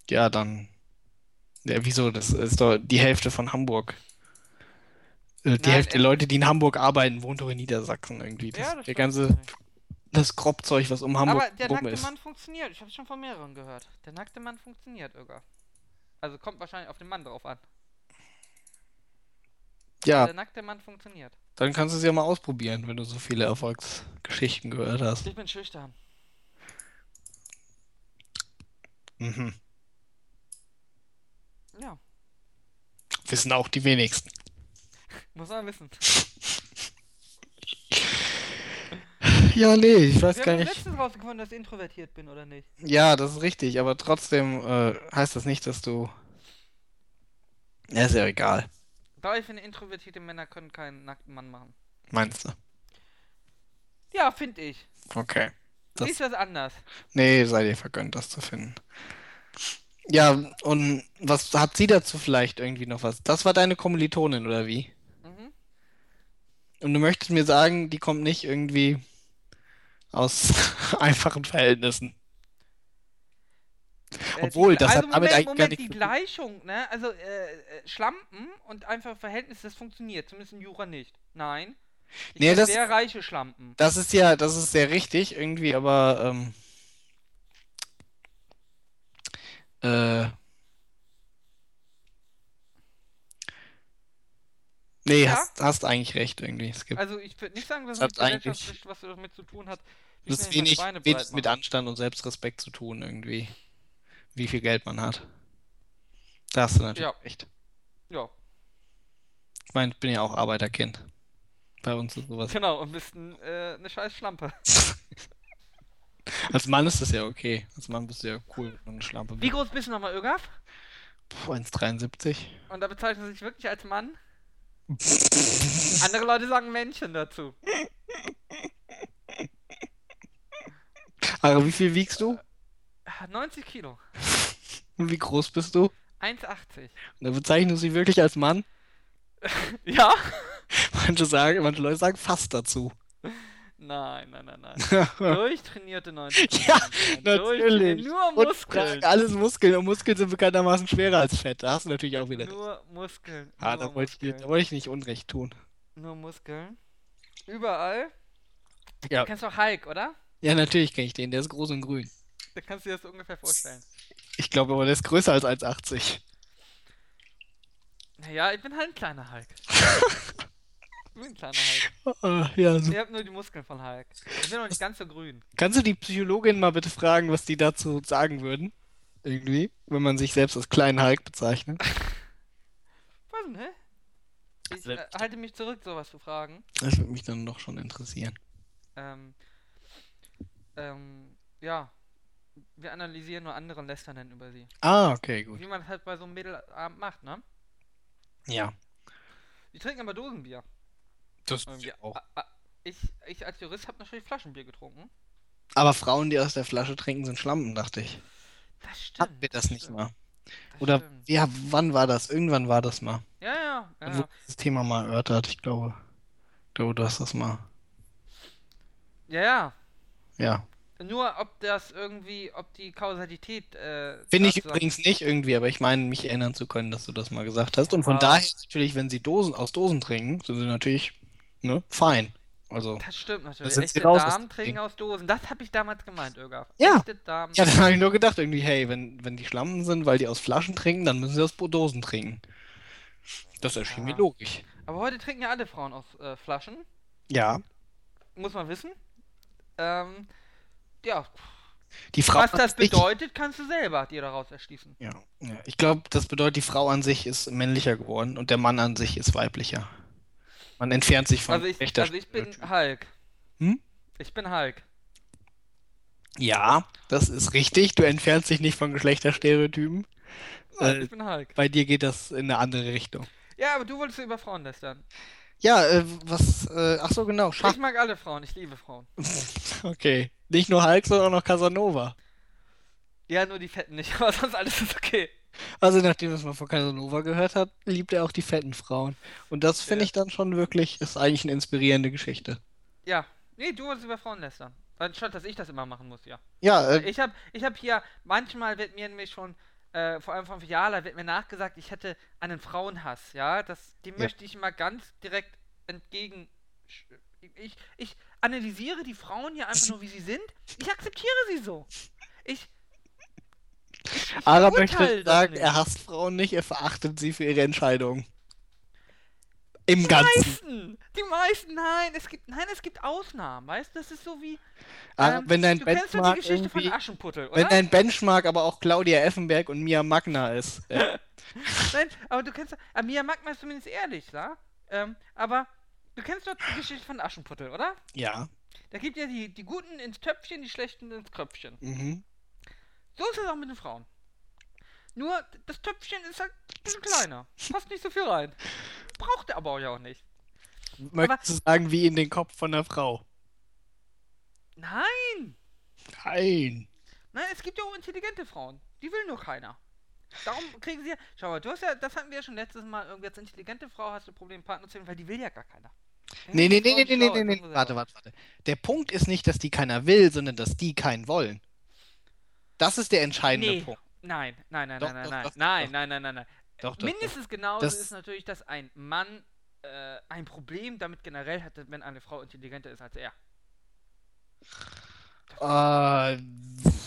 [SPEAKER 2] Ja, dann. Ja, wieso? Das ist doch die Hälfte von Hamburg. Äh, Die
[SPEAKER 1] Nein,
[SPEAKER 2] Hälfte der
[SPEAKER 1] es-
[SPEAKER 2] Leute, die in Hamburg arbeiten, wohnt doch in Niedersachsen irgendwie. Das,
[SPEAKER 1] ja,
[SPEAKER 2] der
[SPEAKER 1] stimmt
[SPEAKER 2] ganze,
[SPEAKER 1] natürlich.
[SPEAKER 2] das Kropfzeug, was um Hamburg
[SPEAKER 1] Aber der
[SPEAKER 2] rum
[SPEAKER 1] nackte
[SPEAKER 2] ist.
[SPEAKER 1] Mann funktioniert. Ich habe schon von mehreren gehört. Der nackte Mann funktioniert, Irga. Also kommt wahrscheinlich auf den Mann drauf an.
[SPEAKER 2] Ja,
[SPEAKER 1] Der nackte Mann funktioniert.
[SPEAKER 2] dann kannst du es ja mal ausprobieren, wenn du so viele Erfolgsgeschichten gehört hast.
[SPEAKER 1] Ich bin schüchtern.
[SPEAKER 2] Mhm.
[SPEAKER 1] Ja,
[SPEAKER 2] Wissen auch die wenigsten.
[SPEAKER 1] muss man wissen.
[SPEAKER 2] Ja, nee, ich weiß
[SPEAKER 1] Wir
[SPEAKER 2] gar
[SPEAKER 1] haben
[SPEAKER 2] nicht.
[SPEAKER 1] letztens rausgefunden, dass ich introvertiert bin oder nicht.
[SPEAKER 2] Ja, das ist richtig, aber trotzdem äh, heißt das nicht, dass du. Ja, ist ja egal,
[SPEAKER 1] Aber ich finde, introvertierte Männer können keinen nackten Mann machen.
[SPEAKER 2] meinst du?
[SPEAKER 1] Ja, finde ich.
[SPEAKER 2] Okay. Das-
[SPEAKER 1] Siehst du das anders?
[SPEAKER 2] Nee, sei dir vergönnt, das zu finden. Ja, und was hat sie dazu vielleicht irgendwie noch was? Das war deine Kommilitonin, oder wie?
[SPEAKER 1] Mhm.
[SPEAKER 2] Und du möchtest mir sagen, die kommt nicht irgendwie aus einfachen Verhältnissen.
[SPEAKER 1] Äh,
[SPEAKER 2] Obwohl,
[SPEAKER 1] die,
[SPEAKER 2] das hat
[SPEAKER 1] also
[SPEAKER 2] damit
[SPEAKER 1] Moment,
[SPEAKER 2] eigentlich gar
[SPEAKER 1] Moment,
[SPEAKER 2] nichts
[SPEAKER 1] die
[SPEAKER 2] zu tun.
[SPEAKER 1] Gleichung, ne? Also äh, äh, Schlampen und einfach Verhältnis, das funktioniert. Zumindest im Jura nicht. Nein. Ich
[SPEAKER 2] Nee,
[SPEAKER 1] kenn
[SPEAKER 2] das-
[SPEAKER 1] sehr reiche Schlampen.
[SPEAKER 2] Das ist ja, das ist sehr richtig irgendwie, aber ähm, äh, nee,
[SPEAKER 1] Ja?
[SPEAKER 2] hast, hast eigentlich recht irgendwie. Es gibt
[SPEAKER 1] Also ich würde nicht sagen, dass es
[SPEAKER 2] Das
[SPEAKER 1] mit
[SPEAKER 2] hat eigentlich-
[SPEAKER 1] Gesellschaft was damit zu tun hat, wie
[SPEAKER 2] das
[SPEAKER 1] schnell
[SPEAKER 2] ist
[SPEAKER 1] ich meine
[SPEAKER 2] wenig,
[SPEAKER 1] Beine
[SPEAKER 2] wenig
[SPEAKER 1] breit
[SPEAKER 2] mit
[SPEAKER 1] mache.
[SPEAKER 2] Anstand und Selbstrespekt zu tun irgendwie, wie viel Geld man hat. Da hast du natürlich
[SPEAKER 1] Ja.
[SPEAKER 2] recht.
[SPEAKER 1] Ja,
[SPEAKER 2] Ich meine, ich bin ja auch Arbeiterkind. Bei uns ist sowas.
[SPEAKER 1] genau, und bist ein, äh, eine scheiß Schlampe.
[SPEAKER 2] Als Mann ist das ja okay. Als Mann bist du ja cool, wenn du eine Schlampe
[SPEAKER 1] Wie
[SPEAKER 2] bist.
[SPEAKER 1] groß bist du nochmal, Ögaf?
[SPEAKER 2] Puh, 1,73.
[SPEAKER 1] Und da bezeichnest du dich wirklich als Mann? Andere Leute sagen Männchen dazu.
[SPEAKER 2] Aber wie viel wiegst du?
[SPEAKER 1] Ah, 90 Kilo.
[SPEAKER 2] Und wie groß bist du? Und
[SPEAKER 1] 1,80.
[SPEAKER 2] da bezeichnest du sie wirklich als Mann?
[SPEAKER 1] Ja?
[SPEAKER 2] Manche sagen, manche Leute sagen fast dazu.
[SPEAKER 1] Nein, nein, nein, nein.
[SPEAKER 2] ja,
[SPEAKER 1] Durchtrainierte 90
[SPEAKER 2] natürlich.
[SPEAKER 1] Nur
[SPEAKER 2] Und
[SPEAKER 1] Muskeln.
[SPEAKER 2] alles Muskeln. Und Muskeln sind bekanntermaßen schwerer als Fett. Da hast du natürlich auch wieder. recht.
[SPEAKER 1] Nur Muskeln.
[SPEAKER 2] Ah,
[SPEAKER 1] nur
[SPEAKER 2] da wollte ich,
[SPEAKER 1] Muskeln.
[SPEAKER 2] da wollte ich nicht Unrecht tun.
[SPEAKER 1] Nur Muskeln. Überall.
[SPEAKER 2] Ja.
[SPEAKER 1] Du kennst doch Hulk, oder?
[SPEAKER 2] Ja, natürlich kenne ich den. Der ist groß und grün.
[SPEAKER 1] Da kannst du dir das so ungefähr vorstellen.
[SPEAKER 2] Ich glaube aber, der ist größer als 1,80.
[SPEAKER 1] Naja, ich bin halt ein kleiner Hulk. ich bin ein kleiner Hulk.
[SPEAKER 2] Ah, ja, super.
[SPEAKER 1] Ich hab nur die Muskeln von Hulk. Ich bin noch nicht ganz so grün.
[SPEAKER 2] Kannst du die Psychologin mal bitte fragen, was die dazu sagen würden? Irgendwie, wenn man sich selbst als kleinen Hulk bezeichnet.
[SPEAKER 1] Was denn, hä? Ich
[SPEAKER 2] Also-
[SPEAKER 1] äh, halte mich zurück, sowas zu fragen.
[SPEAKER 2] Das würde mich dann doch schon interessieren.
[SPEAKER 1] Ähm, ähm, ja. Wir analysieren nur andere und lästern dann über sie.
[SPEAKER 2] Ah, okay, gut.
[SPEAKER 1] Wie man das halt bei so einem Mädelabend macht, ne?
[SPEAKER 2] Ja.
[SPEAKER 1] Die trinken aber Dosenbier.
[SPEAKER 2] Das
[SPEAKER 1] Ähm, ja,
[SPEAKER 2] auch.
[SPEAKER 1] a- a- Ich, ich als Jurist habe natürlich Flaschenbier getrunken.
[SPEAKER 2] Aber Frauen, die aus der Flasche trinken, sind Schlampen, dachte ich.
[SPEAKER 1] Das stimmt.
[SPEAKER 2] Hatten wir das nicht
[SPEAKER 1] stimmt,
[SPEAKER 2] mal?
[SPEAKER 1] das
[SPEAKER 2] Oder
[SPEAKER 1] stimmt.
[SPEAKER 2] ja, wann war das? Irgendwann war das mal.
[SPEAKER 1] Ja, ja, ja.
[SPEAKER 2] Dann wurde Also, das Thema mal erörtert, ich glaube. Ich glaube, du hast das mal.
[SPEAKER 1] Ja, ja.
[SPEAKER 2] Ja.
[SPEAKER 1] Nur ob das irgendwie, ob die Kausalität. Äh,
[SPEAKER 2] Finde ich
[SPEAKER 1] dazu-
[SPEAKER 2] übrigens nicht irgendwie, aber ich meine, mich erinnern zu können, dass du das mal gesagt hast. Und von
[SPEAKER 1] Ja.
[SPEAKER 2] daher natürlich, wenn sie Dosen aus Dosen trinken, sind sie natürlich, ne, fein. Also.
[SPEAKER 1] Das stimmt natürlich.
[SPEAKER 2] Das sind
[SPEAKER 1] Echte
[SPEAKER 2] sie raus, das
[SPEAKER 1] Damen
[SPEAKER 2] Ding.
[SPEAKER 1] trinken aus Dosen. Das habe ich damals gemeint, Irga.
[SPEAKER 2] Ja.
[SPEAKER 1] Echte Damen.
[SPEAKER 2] Ja, dann habe ich nur gedacht, irgendwie, hey, wenn, wenn die Schlampen sind, weil die aus Flaschen trinken, dann müssen sie aus Dosen trinken. Das erschien
[SPEAKER 1] Ja.
[SPEAKER 2] mir logisch.
[SPEAKER 1] Aber heute trinken ja alle Frauen aus äh, Flaschen.
[SPEAKER 2] Ja.
[SPEAKER 1] Muss man wissen. Ähm, ja.
[SPEAKER 2] Die Frau
[SPEAKER 1] Was
[SPEAKER 2] an
[SPEAKER 1] das
[SPEAKER 2] sich-
[SPEAKER 1] bedeutet, kannst du selber dir daraus erschließen.
[SPEAKER 2] Ja, ja. Ich glaube, das bedeutet, die Frau an sich ist männlicher geworden und der Mann an sich ist weiblicher. Man entfernt sich von
[SPEAKER 1] Also ich,
[SPEAKER 2] rechter
[SPEAKER 1] also ich bin
[SPEAKER 2] Stereotyp.
[SPEAKER 1] Hulk.
[SPEAKER 2] Hm?
[SPEAKER 1] Ich bin Hulk.
[SPEAKER 2] Ja, das ist richtig. Du entfernst dich nicht von Geschlechterstereotypen.
[SPEAKER 1] Nein,
[SPEAKER 2] Äh,
[SPEAKER 1] ich bin Hulk.
[SPEAKER 2] bei dir geht das in eine andere Richtung.
[SPEAKER 1] Ja, aber du wolltest über Frauen lästern.
[SPEAKER 2] Ja, äh, was, äh, ach so, genau, Schach.
[SPEAKER 1] Ich mag alle Frauen, ich liebe Frauen.
[SPEAKER 2] Okay. Nicht nur Hulk, sondern auch noch Casanova.
[SPEAKER 1] Ja, nur die Fetten nicht, aber sonst alles ist okay.
[SPEAKER 2] Also, nachdem was man von Casanova gehört hat, liebt er auch die fetten Frauen. Und das finde
[SPEAKER 1] Ja.
[SPEAKER 2] ich dann schon wirklich, ist eigentlich eine inspirierende Geschichte.
[SPEAKER 1] Ja. Nee, du wolltest über Frauen lästern. Anstatt, dass ich das immer machen muss, ja.
[SPEAKER 2] Ja, äh,
[SPEAKER 1] Ich hab, ich hab hier, manchmal wird mir nämlich schon, äh, vor allem von Fiala, wird mir nachgesagt, ich hätte einen Frauenhass, ja. Das, dem
[SPEAKER 2] Ja.
[SPEAKER 1] möchte ich mal ganz direkt entgegen. Ich, ich analysiere die Frauen hier einfach nur, wie sie sind. Ich akzeptiere sie so. Ich. ich- ich
[SPEAKER 2] Ara
[SPEAKER 1] verurteile
[SPEAKER 2] möchte
[SPEAKER 1] das
[SPEAKER 2] sagen,
[SPEAKER 1] nicht.
[SPEAKER 2] er hasst Frauen nicht, er verachtet sie für ihre Entscheidungen. Im Ganzen.
[SPEAKER 1] meisten. Die meisten, nein, es gibt, nein, es gibt Ausnahmen, weißt du? Das ist so wie.
[SPEAKER 2] Ah,
[SPEAKER 1] ähm,
[SPEAKER 2] wenn dein
[SPEAKER 1] du kennst doch die
[SPEAKER 2] Benchmark
[SPEAKER 1] Geschichte von
[SPEAKER 2] irgendwie,
[SPEAKER 1] Aschenputtel, oder?
[SPEAKER 2] wenn dein Benchmark aber auch Claudia Effenberg und Mia Magna ist. Äh,
[SPEAKER 1] nein, aber du kennst. doch- Ah, Mia Magma ist zumindest ehrlich, ja? Ähm, aber du kennst doch die Geschichte von Aschenputtel, oder?
[SPEAKER 2] ja.
[SPEAKER 1] Da gibt ja die, die Guten ins Töpfchen, die Schlechten ins Kröpfchen.
[SPEAKER 2] Mhm.
[SPEAKER 1] So ist es auch mit den Frauen. Nur, das Töpfchen ist halt ein bisschen kleiner. Passt nicht so viel rein. Braucht er aber auch ja auch nicht.
[SPEAKER 2] Möchtest du sagen, wie in den Kopf von einer Frau?
[SPEAKER 1] Nein!
[SPEAKER 2] Nein.
[SPEAKER 1] Nein, Ne, es gibt ja auch intelligente Frauen. Die will nur keiner. Darum kriegen sie ja. Schau mal, du hast ja, das hatten wir ja schon letztes Mal, irgendwie als intelligente Frau hast du Probleme, Partner zu finden, weil die will ja gar keiner.
[SPEAKER 2] Nee, nee, nee,
[SPEAKER 1] Frauen,
[SPEAKER 2] nee,
[SPEAKER 1] die
[SPEAKER 2] nee, nee,
[SPEAKER 1] schlau
[SPEAKER 2] nee,
[SPEAKER 1] ist,
[SPEAKER 2] nee.
[SPEAKER 1] machen sie
[SPEAKER 2] Warte,
[SPEAKER 1] selber.
[SPEAKER 2] warte, warte. Der Punkt ist nicht, dass die keiner will, sondern dass die keinen wollen. Das ist der entscheidende
[SPEAKER 1] Nee.
[SPEAKER 2] Punkt.
[SPEAKER 1] Nein, nein, nein,
[SPEAKER 2] Doch,
[SPEAKER 1] nein,
[SPEAKER 2] doch,
[SPEAKER 1] nein,
[SPEAKER 2] doch, doch,
[SPEAKER 1] nein,
[SPEAKER 2] doch.
[SPEAKER 1] nein, nein, nein, nein.
[SPEAKER 2] Doch, doch, doch.
[SPEAKER 1] Mindestens genauso
[SPEAKER 2] Das-
[SPEAKER 1] ist natürlich, dass ein Mann äh, ein Problem damit generell hat, wenn eine Frau intelligenter ist als er.
[SPEAKER 2] Äh,
[SPEAKER 1] Vor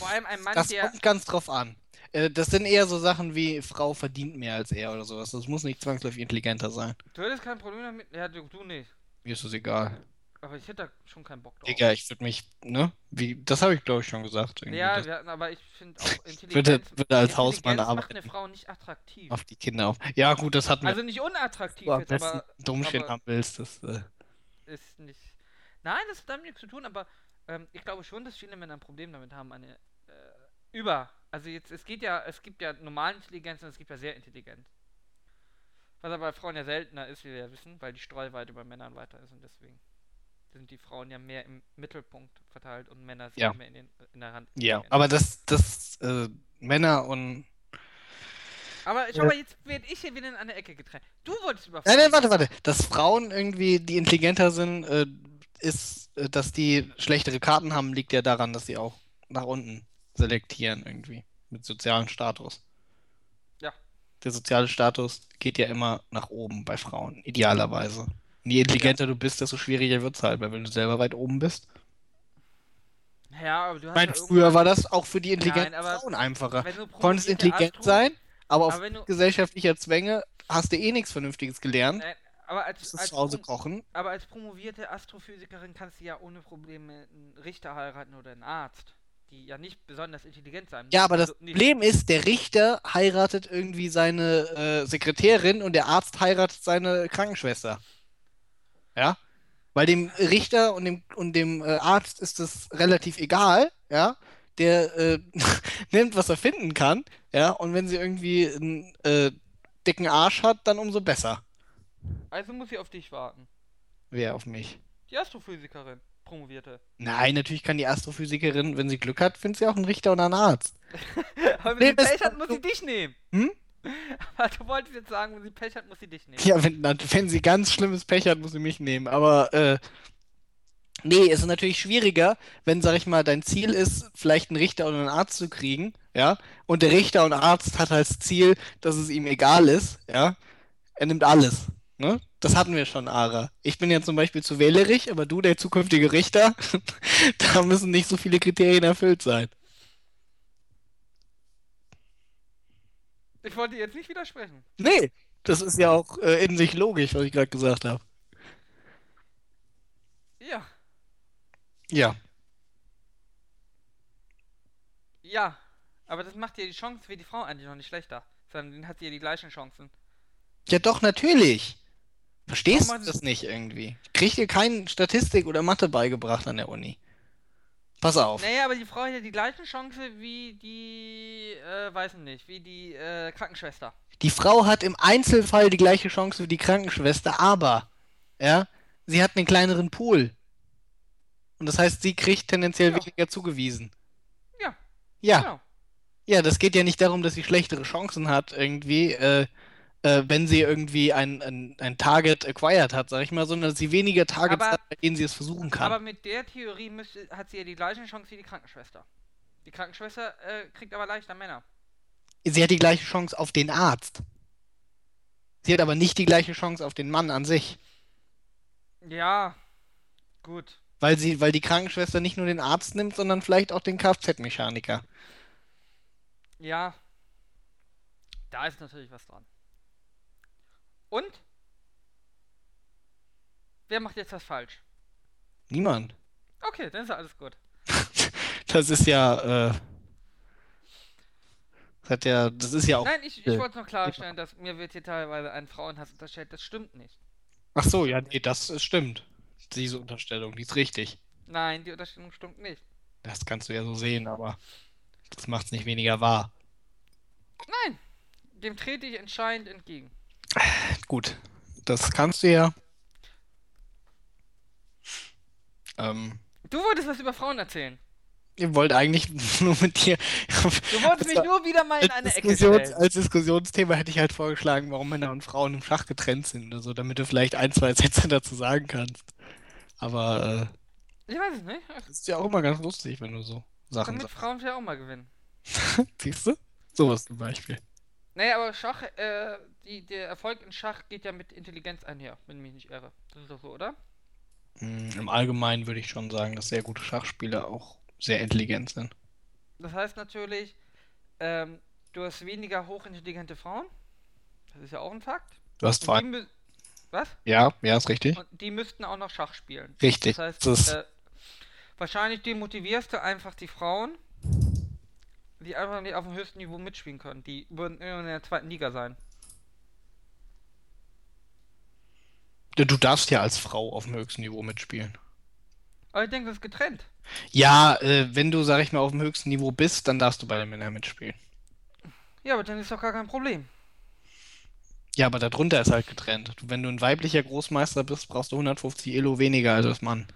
[SPEAKER 1] allem ein Mann,
[SPEAKER 2] das
[SPEAKER 1] der.
[SPEAKER 2] kommt ganz drauf an. Äh, Das sind eher so Sachen wie Frau verdient mehr als er oder sowas. Das muss nicht zwangsläufig intelligenter sein.
[SPEAKER 1] Du hättest kein Problem damit. Ja, du, du nicht.
[SPEAKER 2] Mir ist das egal.
[SPEAKER 1] aber ich hätte da schon keinen Bock drauf.
[SPEAKER 2] Digga, ich würde mich, ne? Wie, das habe ich, glaube ich, schon gesagt. irgendwie,
[SPEAKER 1] ja,
[SPEAKER 2] dass-
[SPEAKER 1] wir hatten, aber ich finde auch Intelligenz,
[SPEAKER 2] würde- würde als Hausmann
[SPEAKER 1] Intelligenz macht
[SPEAKER 2] arbeiten.
[SPEAKER 1] eine Frau nicht attraktiv.
[SPEAKER 2] auf die Kinder auf. Ja, gut, das hatten wir.
[SPEAKER 1] Also nicht unattraktiv
[SPEAKER 2] am
[SPEAKER 1] jetzt,
[SPEAKER 2] besten
[SPEAKER 1] aber
[SPEAKER 2] Dummchen
[SPEAKER 1] aber-
[SPEAKER 2] haben willst, das. Äh,
[SPEAKER 1] ist nicht. Nein, das hat damit nichts zu tun, aber ähm, ich glaube schon, dass viele Männer ein Problem damit haben, eine äh, über. Also jetzt, es geht ja, es gibt ja normale Intelligenz und es gibt ja sehr intelligent. Was aber bei Frauen ja seltener ist, wie wir ja wissen, weil die Streuweite bei Männern weiter ist und deswegen sind die Frauen ja mehr im Mittelpunkt verteilt und Männer sind
[SPEAKER 2] Ja.
[SPEAKER 1] mehr in, den, in der Hand.
[SPEAKER 2] ja, aber das, das, äh, Männer und.
[SPEAKER 1] Aber schau mal, jetzt werde ich hier wieder in eine Ecke getrennt. Du wolltest über
[SPEAKER 2] Nein, nein,
[SPEAKER 1] Frauen
[SPEAKER 2] warte, warte. Dass Frauen irgendwie, die intelligenter sind, äh, ist, äh, dass die schlechtere Karten haben, liegt ja daran, dass sie auch nach unten selektieren irgendwie. Mit sozialem Status.
[SPEAKER 1] Ja.
[SPEAKER 2] Der soziale Status geht ja immer nach oben bei Frauen, idealerweise. Und je intelligenter du bist, desto schwieriger wird es halt, weil wenn du selber weit oben bist.
[SPEAKER 1] reden. Ja, aber du
[SPEAKER 2] Ich
[SPEAKER 1] hast
[SPEAKER 2] meine,
[SPEAKER 1] ja
[SPEAKER 2] früher war das auch für die intelligenten
[SPEAKER 1] Nein, aber
[SPEAKER 2] Frauen einfacher.
[SPEAKER 1] wenn du
[SPEAKER 2] Du konntest
[SPEAKER 1] promovierte
[SPEAKER 2] intelligent
[SPEAKER 1] Astro-
[SPEAKER 2] sein, aber auf
[SPEAKER 1] Aber wenn du-
[SPEAKER 2] gesellschaftlicher Zwänge hast du eh nichts Vernünftiges gelernt.
[SPEAKER 1] Nein, aber als,
[SPEAKER 2] Musstest
[SPEAKER 1] als
[SPEAKER 2] zu Hause
[SPEAKER 1] Prom-
[SPEAKER 2] kochen.
[SPEAKER 1] Aber als promovierte Astrophysikerin kannst du ja ohne Probleme einen Richter heiraten oder einen Arzt, die ja nicht besonders intelligent sein
[SPEAKER 2] Ja, aber das
[SPEAKER 1] Also nicht-
[SPEAKER 2] Problem ist, der Richter heiratet irgendwie seine äh, Sekretärin und der Arzt heiratet seine Krankenschwester. Ja? Weil dem Richter und dem, und dem äh, Arzt ist es relativ egal, ja? Der äh, nimmt, was er finden kann, ja? Und wenn sie irgendwie einen äh, dicken Arsch hat, dann umso besser.
[SPEAKER 1] Also muss sie auf dich warten.
[SPEAKER 2] Wäre auf mich.
[SPEAKER 1] Die Astrophysikerin promovierte.
[SPEAKER 2] Nein, natürlich kann die Astrophysikerin, wenn sie Glück hat, findet sie auch einen Richter und einen Arzt.
[SPEAKER 1] aber wenn sie
[SPEAKER 2] Problem ist,
[SPEAKER 1] Pech hat,
[SPEAKER 2] du-
[SPEAKER 1] muss sie dich nehmen.
[SPEAKER 2] Hm?
[SPEAKER 1] Aber du wolltest jetzt sagen, wenn sie Pech hat, muss sie dich nehmen.
[SPEAKER 2] Ja, wenn, na, wenn sie ganz schlimmes Pech hat, muss sie mich nehmen. Aber äh, nee, es ist natürlich schwieriger, wenn, sag ich mal, dein Ziel ist, vielleicht einen Richter und einen Arzt zu kriegen, ja. Und der Richter und Arzt hat als Ziel, dass es ihm egal ist, ja. Er nimmt alles, ne? Das hatten wir schon, Ara. Ich bin ja zum Beispiel zu wählerig, aber du, der zukünftige Richter, da müssen nicht so viele Kriterien erfüllt sein.
[SPEAKER 1] Ich wollte jetzt nicht widersprechen.
[SPEAKER 2] Nee, das ist ja auch äh, in sich logisch, was ich gerade gesagt habe.
[SPEAKER 1] Ja.
[SPEAKER 2] Ja.
[SPEAKER 1] Ja. Aber das macht ihr die Chance für die Frau eigentlich noch nicht schlechter. Sondern dann hat sie ja die gleichen Chancen.
[SPEAKER 2] Ja, doch, natürlich. Verstehst
[SPEAKER 1] Warum
[SPEAKER 2] du
[SPEAKER 1] hat-
[SPEAKER 2] das nicht irgendwie? Kriegt ihr keine Statistik oder Mathe beigebracht an der Uni? Pass auf.
[SPEAKER 1] Naja, aber die Frau hat ja die gleichen Chancen wie die, äh, weiß nicht, wie die äh, Krankenschwester.
[SPEAKER 2] Die Frau hat im Einzelfall die gleiche Chance wie die Krankenschwester, aber, ja, sie hat einen kleineren Pool. Und das heißt, sie kriegt tendenziell
[SPEAKER 1] Ja.
[SPEAKER 2] weniger zugewiesen.
[SPEAKER 1] Ja,
[SPEAKER 2] Ja,
[SPEAKER 1] genau.
[SPEAKER 2] ja, das geht ja nicht darum, dass sie schlechtere Chancen hat, irgendwie, äh, äh, wenn sie irgendwie ein, ein, ein Target acquired hat, sag ich mal, sondern dass sie weniger Targets
[SPEAKER 1] Aber-
[SPEAKER 2] hat, bei denen sie es versuchen kann.
[SPEAKER 1] Aber mit der Theorie müsste, hat sie ja die gleichen Chancen wie die Krankenschwester. Die Krankenschwester äh, kriegt aber leichter Männer.
[SPEAKER 2] sie hat die gleiche Chance auf den Arzt. Sie hat aber nicht die gleiche Chance auf den Mann an sich,
[SPEAKER 1] Ja, gut.
[SPEAKER 2] weil sie, weil die Krankenschwester nicht nur den Arzt nimmt, sondern vielleicht auch den Kfz-Mechaniker.
[SPEAKER 1] Ja. Da ist natürlich was dran. Und? Wer macht jetzt was falsch?
[SPEAKER 2] Niemand.
[SPEAKER 1] Okay, dann ist ja alles gut.
[SPEAKER 2] Das ist ja, äh, das hat ja, das ist ja auch.
[SPEAKER 1] Nein, ich, ich
[SPEAKER 2] äh,
[SPEAKER 1] wollte noch klarstellen, dass mir wird hier teilweise ein Frauenhass unterstellt. Das stimmt nicht.
[SPEAKER 2] Ach so, ja, nee, das ist- stimmt. Diese Unterstellung, die ist richtig.
[SPEAKER 1] Nein, die Unterstellung stimmt nicht.
[SPEAKER 2] Das kannst du ja so sehen, aber das macht's nicht weniger wahr.
[SPEAKER 1] Nein! Dem trete ich entscheidend entgegen.
[SPEAKER 2] Gut, das kannst du ja. Ähm.
[SPEAKER 1] Du wolltest was über Frauen erzählen.
[SPEAKER 2] Ich wollte eigentlich nur mit dir.
[SPEAKER 1] Du wolltest mich nur wieder mal in eine
[SPEAKER 2] als,
[SPEAKER 1] Ecke
[SPEAKER 2] Diskussions,
[SPEAKER 1] stellen.
[SPEAKER 2] als Diskussionsthema hätte ich halt vorgeschlagen, warum Männer und Frauen im Schach getrennt sind oder so, damit du vielleicht ein, zwei Sätze dazu sagen kannst. Aber äh,
[SPEAKER 1] Ich weiß es nicht. Ach,
[SPEAKER 2] das ist ja auch immer ganz lustig, wenn du so Sachen
[SPEAKER 1] Damit
[SPEAKER 2] sagst.
[SPEAKER 1] Frauen vielleicht auch mal gewinnen.
[SPEAKER 2] Siehst du? Sowas zum Beispiel.
[SPEAKER 1] Naja, aber Schach, äh, die, der Erfolg in Schach geht ja mit Intelligenz einher, wenn ich mich nicht irre. Das ist doch so, oder?
[SPEAKER 2] Hm, Im Allgemeinen würde ich schon sagen, dass sehr gute Schachspieler auch sehr intelligent sind.
[SPEAKER 1] Das heißt natürlich, ähm, du hast weniger hochintelligente Frauen. Das ist ja auch ein Fakt.
[SPEAKER 2] Du hast vor
[SPEAKER 1] Und die,
[SPEAKER 2] allem,
[SPEAKER 1] mü- Was?
[SPEAKER 2] Ja, ja, ist richtig.
[SPEAKER 1] Und die müssten auch noch Schach spielen.
[SPEAKER 2] Richtig.
[SPEAKER 1] Das heißt,
[SPEAKER 2] Das-
[SPEAKER 1] äh, wahrscheinlich demotivierst du einfach die Frauen, die einfach nicht auf dem höchsten Niveau mitspielen können. Die würden irgendwann in der zweiten Liga sein.
[SPEAKER 2] Du darfst ja als Frau auf dem höchsten Niveau mitspielen.
[SPEAKER 1] Aber ich denke, das ist getrennt.
[SPEAKER 2] Ja, äh, wenn du, sag ich mal, auf dem höchsten Niveau bist, dann darfst du bei den Männern mitspielen.
[SPEAKER 1] Ja, aber dann ist doch gar kein Problem.
[SPEAKER 2] Ja, aber darunter ist halt getrennt. Du- Wenn du ein weiblicher Großmeister bist, brauchst du 150 Elo weniger
[SPEAKER 1] Mhm.
[SPEAKER 2] als das Mann.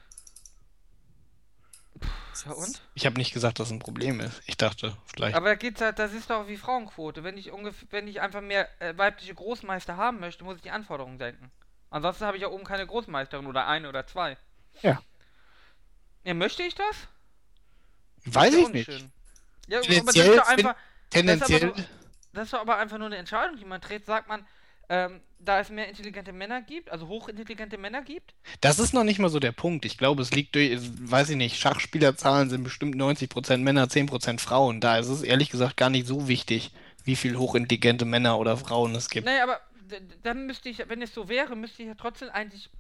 [SPEAKER 1] Ja und?
[SPEAKER 2] Ich habe nicht gesagt, dass es ein Problem ist. Ich dachte, vielleicht.
[SPEAKER 1] Aber da geht's halt, das ist doch wie Frauenquote. Wenn ich ungefähr, wenn ich einfach mehr äh, weibliche Großmeister haben möchte, muss ich die Anforderungen senken. Ansonsten habe ich ja oben keine Großmeisterin oder eine oder zwei.
[SPEAKER 2] Ja.
[SPEAKER 1] Ja, möchte ich das?
[SPEAKER 2] Weiß
[SPEAKER 1] Ist ja
[SPEAKER 2] ich nicht.
[SPEAKER 1] unschön. Ja, aber das
[SPEAKER 2] Tendenziell
[SPEAKER 1] ist doch
[SPEAKER 2] find-
[SPEAKER 1] einfach,
[SPEAKER 2] Tendenziell,
[SPEAKER 1] Das ist aber das ist doch aber einfach nur eine Entscheidung, die man trägt. Sagt man, ähm, da es mehr intelligente Männer gibt, also hochintelligente Männer gibt,
[SPEAKER 2] das ist noch nicht mal so der Punkt. Ich glaube, es liegt durch, es- weiß ich nicht, Schachspielerzahlen sind bestimmt 90% Männer, 10% Frauen. Da ist es ehrlich gesagt gar nicht so wichtig, wie viel hochintelligente Männer oder Frauen es gibt.
[SPEAKER 1] Naja, aber d- d- dann müsste ich, wenn es so wäre, müsste ich ja trotzdem eigentlich,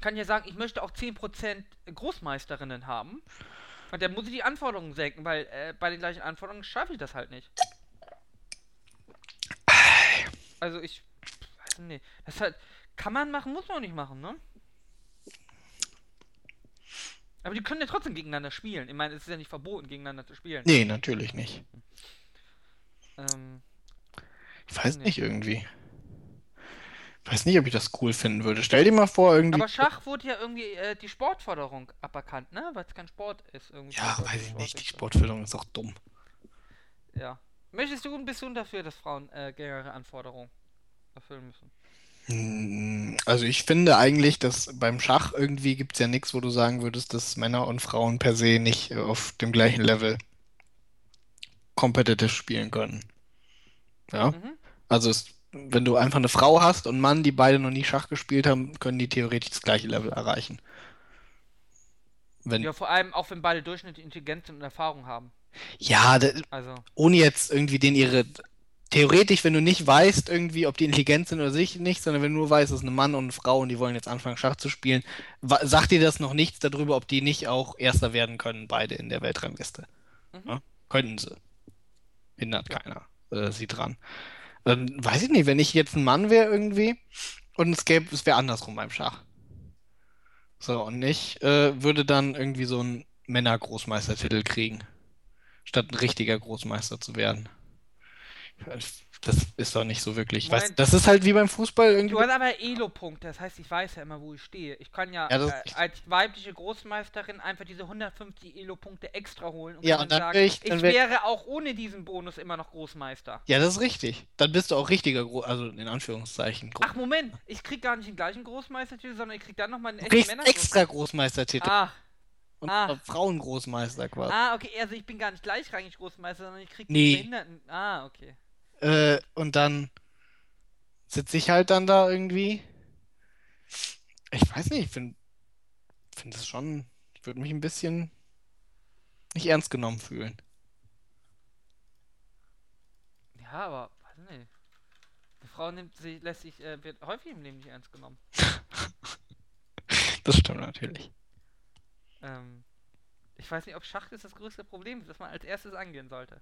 [SPEAKER 1] kann ja sagen, ich möchte auch 10% Großmeisterinnen haben. Und dann muss ich die Anforderungen senken, weil äh, bei den gleichen Anforderungen schaffe ich das halt nicht. Also ich, weiß nicht, das ist halt, kann man machen, muss man auch nicht machen, ne? Aber die können ja trotzdem gegeneinander spielen. Ich meine, es ist ja nicht verboten, gegeneinander zu spielen.
[SPEAKER 2] Nee, natürlich nicht.
[SPEAKER 1] Ähm,
[SPEAKER 2] Ich weiß
[SPEAKER 1] Nee.
[SPEAKER 2] nicht irgendwie. Ich weiß nicht, ob ich das cool finden würde. Stell dir mal vor, irgendwie.
[SPEAKER 1] Aber Schach wurde ja irgendwie äh, die Sportförderung aberkannt, ne? Weil es kein Sport ist. Irgendwie
[SPEAKER 2] Ja,
[SPEAKER 1] Sport-
[SPEAKER 2] weiß ich nicht. Die
[SPEAKER 1] ist,
[SPEAKER 2] Sportförderung ist auch dumm.
[SPEAKER 1] äh, Ja. Möchtest du ein bisschen dafür, dass Frauen äh, gängere Anforderungen erfüllen müssen?
[SPEAKER 2] Hm, Also ich finde eigentlich, dass beim Schach irgendwie gibt es ja nichts, wo du sagen würdest, dass Männer und Frauen per se nicht äh, auf dem gleichen Level competitive spielen können. Ja?
[SPEAKER 1] Mhm.
[SPEAKER 2] Also es, wenn du einfach eine Frau hast und einen Mann, die beide noch nie Schach gespielt haben, können die theoretisch das gleiche Level erreichen. Wenn,
[SPEAKER 1] Ja, vor allem auch wenn beide durchschnittlich intelligent sind und Erfahrung haben.
[SPEAKER 2] ja, da-
[SPEAKER 1] Also,
[SPEAKER 2] ohne jetzt irgendwie den ihre. Theoretisch, wenn du nicht weißt, irgendwie, ob die intelligent sind oder sich nicht, sondern wenn du nur weißt, es ist ein Mann und eine Frau und die wollen jetzt anfangen, Schach zu spielen, wa- sagt dir das noch nichts darüber, ob die nicht auch Erster werden können, beide in der Weltrangliste.
[SPEAKER 1] Mhm.
[SPEAKER 2] Ja? Könnten sie. Hindert keiner äh, sie dran. Ähm, weiß ich nicht, wenn ich jetzt ein Mann wäre irgendwie und es gäbe, es wäre andersrum beim Schach. So, und ich äh, würde dann irgendwie so einen Männer-Großmeistertitel kriegen statt ein richtiger Großmeister zu werden. Das ist doch nicht so wirklich. Weißt,
[SPEAKER 1] Moment.
[SPEAKER 2] das ist halt wie beim Fußball irgendwie.
[SPEAKER 1] du hast aber Elo-Punkte, das heißt, ich weiß ja immer, wo ich stehe. Ich kann ja,
[SPEAKER 2] Ja, das-
[SPEAKER 1] äh, als weibliche Großmeisterin einfach diese 150 Elo-Punkte extra holen und
[SPEAKER 2] Ja,
[SPEAKER 1] kann
[SPEAKER 2] und dann wär ich- dann wär-
[SPEAKER 1] wäre auch ohne diesen Bonus immer noch Großmeister.
[SPEAKER 2] Ja, das ist richtig. Dann bist du auch richtiger, Gro also in Anführungszeichen. Gro
[SPEAKER 1] Ach, Moment, ich krieg gar nicht den gleichen Großmeistertitel, sondern ich krieg dann nochmal einen
[SPEAKER 2] du
[SPEAKER 1] echten
[SPEAKER 2] kriegst
[SPEAKER 1] Männer.
[SPEAKER 2] extra Großmeistertitel
[SPEAKER 1] Ah,
[SPEAKER 2] und
[SPEAKER 1] ah.
[SPEAKER 2] äh, Frauengroßmeister quasi.
[SPEAKER 1] ah, okay, also ich bin gar nicht gleichrangig Großmeister, sondern ich krieg
[SPEAKER 2] Nee.
[SPEAKER 1] den Behinderten. Ah, okay.
[SPEAKER 2] Äh, und dann sitze ich halt dann da irgendwie. Ich weiß nicht, ich finde find es schon. Ich würde mich ein bisschen nicht ernst genommen fühlen.
[SPEAKER 1] Ja, aber, weiß nicht. Eine Frau nimmt sich, lässt sich, äh, wird häufig im Leben nicht ernst genommen.
[SPEAKER 2] Das stimmt natürlich.
[SPEAKER 1] Ähm, ich weiß nicht, ob Schach ist das größte Problem, das man als erstes angehen sollte.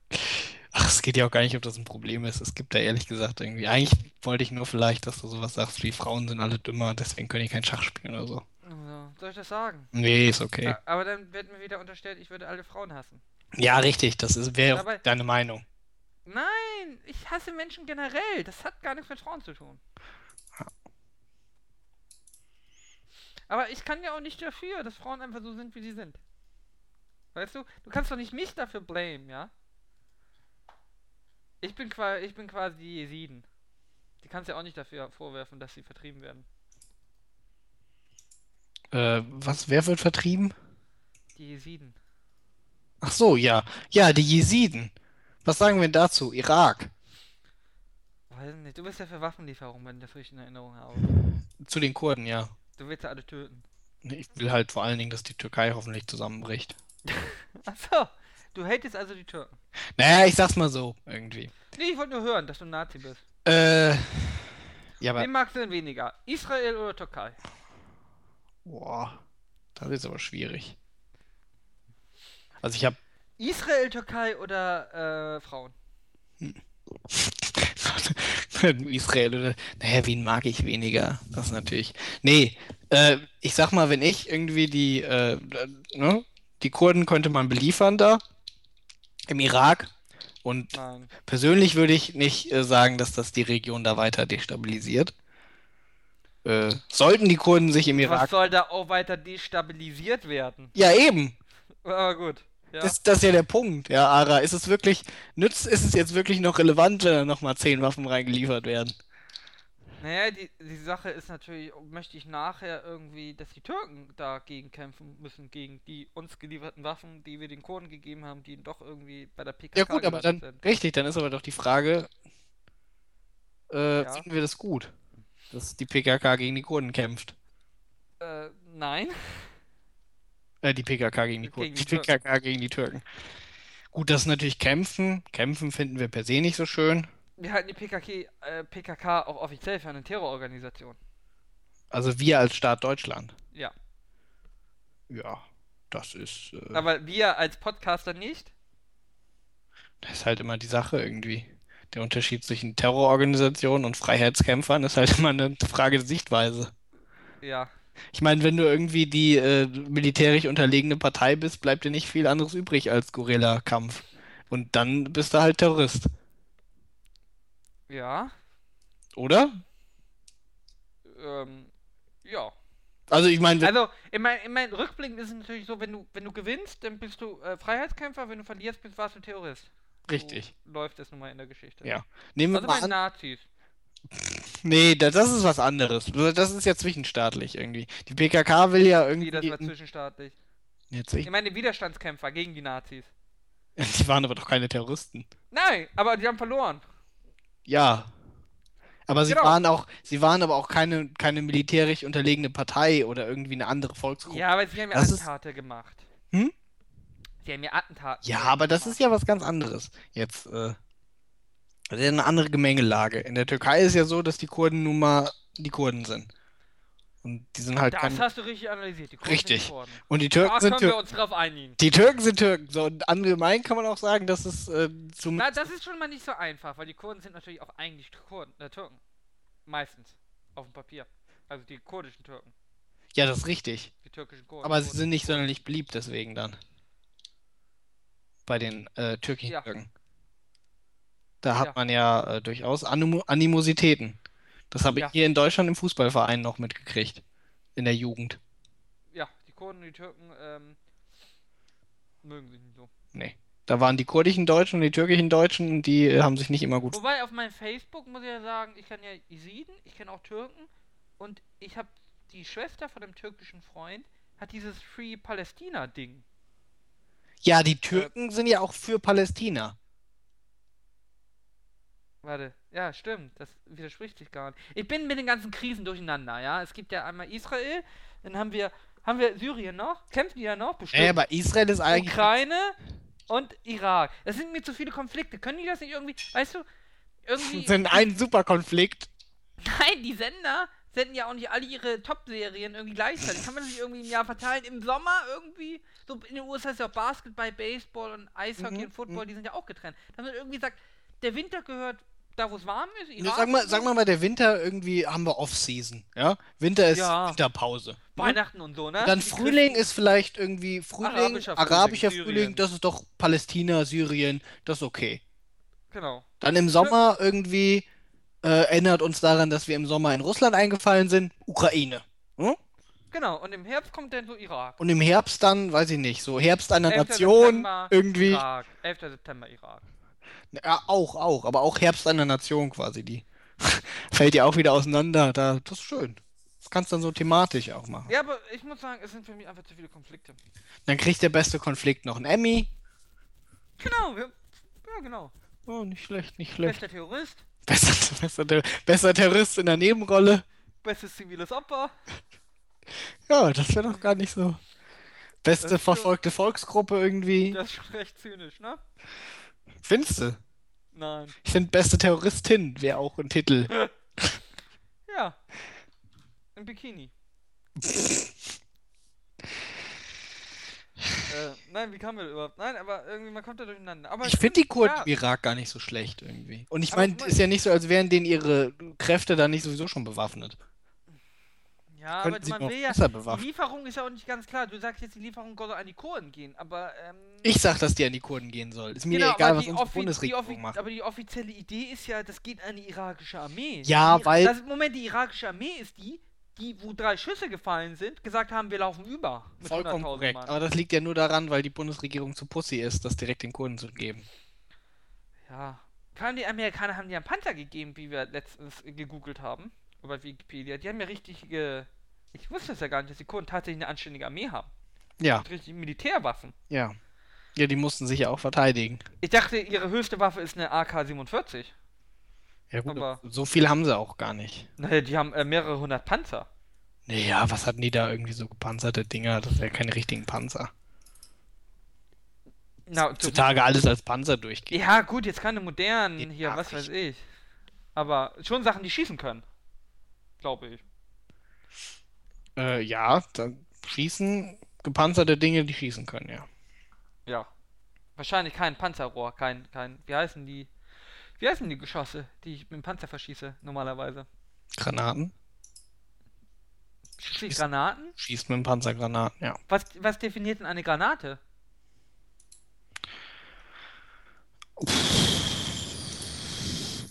[SPEAKER 2] Ach, es geht ja auch gar nicht, ob das ein Problem ist. Es gibt da ehrlich gesagt irgendwie. Eigentlich wollte ich nur vielleicht, dass du sowas sagst wie Frauen sind alle dümmer, deswegen können die kein Schach spielen oder so.
[SPEAKER 1] Also, soll ich das sagen?
[SPEAKER 2] Nee, ist okay.
[SPEAKER 1] A- Aber dann wird mir wieder unterstellt, ich würde alle Frauen hassen.
[SPEAKER 2] Ja, richtig, das ist wäre
[SPEAKER 1] Dabei-
[SPEAKER 2] auch deine Meinung.
[SPEAKER 1] Nein, ich hasse Menschen generell. Das hat gar nichts mit Frauen zu tun. Aber ich kann ja auch nicht dafür, dass Frauen einfach so sind, wie sie sind. Weißt du, du kannst doch nicht mich dafür blamen, ja? Ich bin quasi, ich bin quasi die Jesiden. Die kannst ja auch nicht dafür vorwerfen, dass sie vertrieben werden.
[SPEAKER 2] Äh, was, wer wird vertrieben?
[SPEAKER 1] Die Jesiden.
[SPEAKER 2] Ach so, ja. Ja, die Jesiden. Was sagen wir dazu? Irak.
[SPEAKER 1] Weiß nicht, du bist ja für Waffenlieferung, wenn ich das richtig in Erinnerung habe.
[SPEAKER 2] Zu den Kurden, ja.
[SPEAKER 1] Du willst ja alle töten.
[SPEAKER 2] Ich will halt vor allen Dingen, dass die Türkei hoffentlich zusammenbricht.
[SPEAKER 1] Achso, du hatest also die Türken.
[SPEAKER 2] Naja, ich sag's mal so, irgendwie.
[SPEAKER 1] Nee, ich wollte nur hören, dass du ein Nazi bist.
[SPEAKER 2] Äh, Ja, aber.
[SPEAKER 1] Wen magst du denn weniger? Israel oder Türkei?
[SPEAKER 2] Boah, das ist aber schwierig. Also ich habe.
[SPEAKER 1] Israel, Türkei oder äh, Frauen?
[SPEAKER 2] Israel oder. Naja, wen mag ich weniger? Das ist natürlich. Nee, äh, ich sag mal, wenn ich irgendwie die. Äh, ne? Die Kurden könnte man beliefern da. Im Irak. Und
[SPEAKER 1] Nein.
[SPEAKER 2] Persönlich würde ich nicht äh, sagen, dass das die Region da weiter destabilisiert. Äh, sollten die Kurden sich im
[SPEAKER 1] Was
[SPEAKER 2] Irak.
[SPEAKER 1] soll da auch weiter destabilisiert werden?
[SPEAKER 2] Ja, eben.
[SPEAKER 1] Aber gut. Ja.
[SPEAKER 2] Das, das ist ja der Punkt, ja, Ara. Ist es wirklich, nützt, ist es jetzt wirklich noch relevant, wenn da nochmal zehn Waffen reingeliefert werden?
[SPEAKER 1] Naja, die, die Sache ist natürlich, möchte ich nachher irgendwie, dass die Türken dagegen kämpfen müssen, gegen die uns gelieferten Waffen, die wir den Kurden gegeben haben, die doch irgendwie bei der PKK
[SPEAKER 2] Ja, gut, aber dann,
[SPEAKER 1] gelandet sind.
[SPEAKER 2] richtig, dann ist aber doch die Frage, äh,
[SPEAKER 1] Ja.
[SPEAKER 2] finden wir das gut, dass die PKK gegen die Kurden kämpft?
[SPEAKER 1] Äh, nein.
[SPEAKER 2] Äh, die PKK gegen die Kurden.
[SPEAKER 1] Gegen die
[SPEAKER 2] Die PKK gegen die Türken. Gut, das ist natürlich Kämpfen. Kämpfen finden wir per se nicht so schön.
[SPEAKER 1] Wir halten die PKK, äh, PKK auch offiziell für eine Terrororganisation.
[SPEAKER 2] Also wir als Staat Deutschland.
[SPEAKER 1] Ja.
[SPEAKER 2] Ja, das ist, äh,
[SPEAKER 1] Aber wir als Podcaster nicht.
[SPEAKER 2] das ist halt immer die Sache irgendwie. Der Unterschied zwischen Terrororganisationen und Freiheitskämpfern ist halt immer eine Frage der Sichtweise.
[SPEAKER 1] Ja.
[SPEAKER 2] Ich meine, wenn du irgendwie die äh, militärisch unterlegene Partei bist, bleibt dir nicht viel anderes übrig als Guerilla-Kampf. Und dann bist du halt Terrorist,
[SPEAKER 1] Ja.
[SPEAKER 2] oder?
[SPEAKER 1] Ähm, ja.
[SPEAKER 2] Also ich meine, wenn-
[SPEAKER 1] Also, in mein, in mein Rückblick ist es natürlich so, wenn du, wenn du gewinnst, dann bist du äh, Freiheitskämpfer, wenn du verlierst, bist, warst du Terrorist.
[SPEAKER 2] richtig.
[SPEAKER 1] So läuft es nun mal in der Geschichte.
[SPEAKER 2] Ja. Nehmen wir
[SPEAKER 1] Also
[SPEAKER 2] mal
[SPEAKER 1] bei
[SPEAKER 2] an,
[SPEAKER 1] Nazis.
[SPEAKER 2] nee, da- das ist was anderes. Das ist ja zwischenstaatlich irgendwie. Die PKK will ja
[SPEAKER 1] Nee, das war
[SPEAKER 2] irgendwie...
[SPEAKER 1] zwischenstaatlich.
[SPEAKER 2] Jetzt, ich,
[SPEAKER 1] Ich meine, Widerstandskämpfer gegen die Nazis.
[SPEAKER 2] die waren aber doch keine Terroristen.
[SPEAKER 1] Nein, aber die haben verloren.
[SPEAKER 2] Ja. Aber sie
[SPEAKER 1] Genau.
[SPEAKER 2] waren auch, sie waren aber auch keine, keine militärisch unterlegene Partei oder irgendwie eine andere Volksgruppe.
[SPEAKER 1] Ja, aber sie haben ja
[SPEAKER 2] Das ist-
[SPEAKER 1] Attentate gemacht.
[SPEAKER 2] Hm?
[SPEAKER 1] Sie haben ja Attentate
[SPEAKER 2] Ja, aber das ist ja was ganz anderes. Jetzt, äh, das ist ja eine andere Gemengelage. In der Türkei ist ja so, dass die Kurden nun mal die Kurden sind. Und die sind halt
[SPEAKER 1] Das
[SPEAKER 2] keine.
[SPEAKER 1] hast du richtig analysiert. Die Kurden
[SPEAKER 2] Richtig.
[SPEAKER 1] Sind Kurden.
[SPEAKER 2] Und die
[SPEAKER 1] Da
[SPEAKER 2] Türken sind
[SPEAKER 1] können wir
[SPEAKER 2] Türken.
[SPEAKER 1] uns drauf einigen.
[SPEAKER 2] Die Türken sind Türken. So, und allgemein kann man auch sagen, dass es äh, zum.
[SPEAKER 1] Na, das ist schon mal nicht so einfach, weil die Kurden sind natürlich auch eigentlich Kurden, äh, Türken. Meistens. Auf dem Papier. Also die kurdischen Türken.
[SPEAKER 2] Ja, das ist richtig.
[SPEAKER 1] Die türkischen Kurden.
[SPEAKER 2] Aber sie
[SPEAKER 1] Kurden.
[SPEAKER 2] sind nicht sonderlich beliebt, deswegen dann. Bei den äh, türkischen
[SPEAKER 1] Ja.
[SPEAKER 2] Türken. Da hat
[SPEAKER 1] Ja.
[SPEAKER 2] man ja äh, durchaus Animo Animositäten. Das habe ich
[SPEAKER 1] Ja.
[SPEAKER 2] hier in Deutschland im Fußballverein noch mitgekriegt. In der Jugend.
[SPEAKER 1] Ja, die Kurden und die Türken ähm, mögen sich nicht so.
[SPEAKER 2] Nee. Da waren die kurdischen Deutschen und die türkischen Deutschen und die äh, haben sich nicht immer gut.
[SPEAKER 1] Wobei auf meinem Facebook muss ich ja sagen, ich kann ja Isiden, ich kenne auch Türken und ich habe die Schwester von einem türkischen Freund hat dieses Free Palästina Ding.
[SPEAKER 2] Ja, die Türken sind ja auch für Palästina.
[SPEAKER 1] Warte, ja, stimmt, das widerspricht sich gar nicht. Ich bin mit den ganzen Krisen durcheinander, ja. Es gibt ja einmal Israel, dann haben wir haben wir Syrien noch, kämpfen die ja noch, bestimmt.
[SPEAKER 2] Ey, aber Israel ist eigentlich.
[SPEAKER 1] Ukraine und Irak. Das sind mir zu viele Konflikte. Können die das nicht irgendwie, weißt du, irgendwie
[SPEAKER 2] sind ein Superkonflikt.
[SPEAKER 1] Nein, die Sender senden ja auch nicht alle ihre Top-Serien irgendwie gleichzeitig. Kann man das nicht irgendwie im Jahr verteilen? Im Sommer irgendwie? So in den USA ist ja auch Basketball, Baseball und Eishockey
[SPEAKER 2] Mhm,
[SPEAKER 1] und Football, die sind ja auch getrennt. Dass man irgendwie sagt, der Winter gehört da, wo es warm ist.
[SPEAKER 2] Ne,
[SPEAKER 1] Irak
[SPEAKER 2] Sag mal,
[SPEAKER 1] und
[SPEAKER 2] sag
[SPEAKER 1] so,
[SPEAKER 2] mal, mal, der Winter irgendwie haben wir Off-Season. Ja? Winter ist
[SPEAKER 1] Ja.
[SPEAKER 2] Winterpause. Ne?
[SPEAKER 1] Weihnachten und so, ne?
[SPEAKER 2] Dann
[SPEAKER 1] Die
[SPEAKER 2] Frühling ist vielleicht irgendwie Frühling,
[SPEAKER 1] Arabischer
[SPEAKER 2] arabischer,
[SPEAKER 1] Frühling,
[SPEAKER 2] Frühling,
[SPEAKER 1] Syrien.
[SPEAKER 2] das ist doch Palästina, Syrien, das ist okay.
[SPEAKER 1] Christen- Genau.
[SPEAKER 2] Dann im Sommer irgendwie äh, erinnert uns daran, dass wir im Sommer in Russland eingefallen sind, Ukraine. Hm?
[SPEAKER 1] Genau. Und im Herbst kommt dann so Irak.
[SPEAKER 2] Und im Herbst dann, weiß ich nicht, so Herbst einer
[SPEAKER 1] 11.
[SPEAKER 2] Nation
[SPEAKER 1] September,
[SPEAKER 2] irgendwie.
[SPEAKER 1] Irak. 11. September Irak.
[SPEAKER 2] Ja, auch, auch, aber auch Herbst einer Nation quasi, die fällt ja auch wieder auseinander. Da, das ist schön. Das kannst du dann so thematisch auch machen.
[SPEAKER 1] Ja, aber ich muss sagen, es sind für mich einfach zu viele Konflikte.
[SPEAKER 2] Dann kriegt der beste Konflikt noch einen Emmy.
[SPEAKER 1] Genau, wir, ja genau.
[SPEAKER 2] Oh, nicht schlecht, nicht schlecht.
[SPEAKER 1] Bester Terrorist,
[SPEAKER 2] Besser, besser, Ter- besser Terrorist in der Nebenrolle.
[SPEAKER 1] bestes ziviles Opfer.
[SPEAKER 2] Ja, das wäre doch gar nicht so.
[SPEAKER 1] Das
[SPEAKER 2] Beste
[SPEAKER 1] ist so-
[SPEAKER 2] verfolgte Volksgruppe irgendwie.
[SPEAKER 1] Das ist schon recht zynisch, ne?
[SPEAKER 2] Findest du?
[SPEAKER 1] Nein.
[SPEAKER 2] Ich finde, beste Terroristin wäre auch ein Titel.
[SPEAKER 1] Ja. Im Bikini. äh, nein, wie kamen wir da überhaupt? Nein, aber irgendwie, man kommt da durcheinander. Aber
[SPEAKER 2] Ich finde die Kurden
[SPEAKER 1] ja.
[SPEAKER 2] im Irak gar nicht so schlecht irgendwie. Und ich
[SPEAKER 1] Aber
[SPEAKER 2] meine,
[SPEAKER 1] guck mal-
[SPEAKER 2] ist ja nicht so, als wären denen ihre Kräfte da nicht sowieso schon bewaffnet.
[SPEAKER 1] ja, aber
[SPEAKER 2] Könnten sie
[SPEAKER 1] man
[SPEAKER 2] noch
[SPEAKER 1] will ja.
[SPEAKER 2] besser
[SPEAKER 1] Die
[SPEAKER 2] bewaffnet.
[SPEAKER 1] Lieferung ist ja auch nicht ganz klar. Du sagst jetzt, die Lieferung soll an die Kurden gehen, aber. Ähm,
[SPEAKER 2] Ich sag, dass die an die Kurden gehen soll. Ist mir
[SPEAKER 1] genau,
[SPEAKER 2] egal,
[SPEAKER 1] aber
[SPEAKER 2] was
[SPEAKER 1] die
[SPEAKER 2] unsere
[SPEAKER 1] offi- die
[SPEAKER 2] Bundesregierung
[SPEAKER 1] offi-
[SPEAKER 2] macht.
[SPEAKER 1] Aber die offizielle Idee ist ja, das geht an die irakische Armee.
[SPEAKER 2] Ja,
[SPEAKER 1] die,
[SPEAKER 2] weil-
[SPEAKER 1] Das, Moment, die irakische Armee ist die, die, wo drei Schüsse gefallen sind, gesagt haben, wir laufen über. mit
[SPEAKER 2] Vollkommen
[SPEAKER 1] 100.000
[SPEAKER 2] korrekt.
[SPEAKER 1] Mann.
[SPEAKER 2] Aber das liegt ja nur daran, weil die Bundesregierung zu pussy ist, das direkt den Kurden zu geben.
[SPEAKER 1] Ja. Vor allem die Amerikaner haben dir einen Panther gegeben, wie wir letztens gegoogelt haben. Über Wikipedia. Die haben ja richtig. Äh, ich wusste es ja gar nicht, dass die Kurden tatsächlich eine anständige Armee haben.
[SPEAKER 2] Ja,
[SPEAKER 1] Mit richtig Militärwaffen.
[SPEAKER 2] ja. Ja, die mussten sich ja auch verteidigen.
[SPEAKER 1] Ich dachte, ihre höchste Waffe ist eine AK-47.
[SPEAKER 2] Ja, gut,
[SPEAKER 1] Aber-
[SPEAKER 2] so viel haben sie auch gar nicht.
[SPEAKER 1] Naja, die haben äh, mehrere hundert Panzer.
[SPEAKER 2] Naja, was hatten die da irgendwie so gepanzerte Dinger? Das sind ja keine richtigen Panzer.
[SPEAKER 1] Na, zu-
[SPEAKER 2] Heutzutage alles als Panzer durchgehen.
[SPEAKER 1] ja, gut, jetzt keine modernen
[SPEAKER 2] Die
[SPEAKER 1] hier, was weiß
[SPEAKER 2] Nachrichten.
[SPEAKER 1] ich. Aber schon Sachen, die schießen können. Glaube ich.
[SPEAKER 2] Äh, ja, dann schießen gepanzerte Dinge, die schießen können, ja.
[SPEAKER 1] Ja. Wahrscheinlich kein Panzerrohr, kein, kein. Wie heißen die? Wie heißen die Geschosse, die ich mit dem Panzer verschieße, normalerweise?
[SPEAKER 2] Granaten.
[SPEAKER 1] Schieße ich Granaten?
[SPEAKER 2] Schießt mit dem Panzergranaten, ja.
[SPEAKER 1] Was, was definiert denn eine Granate?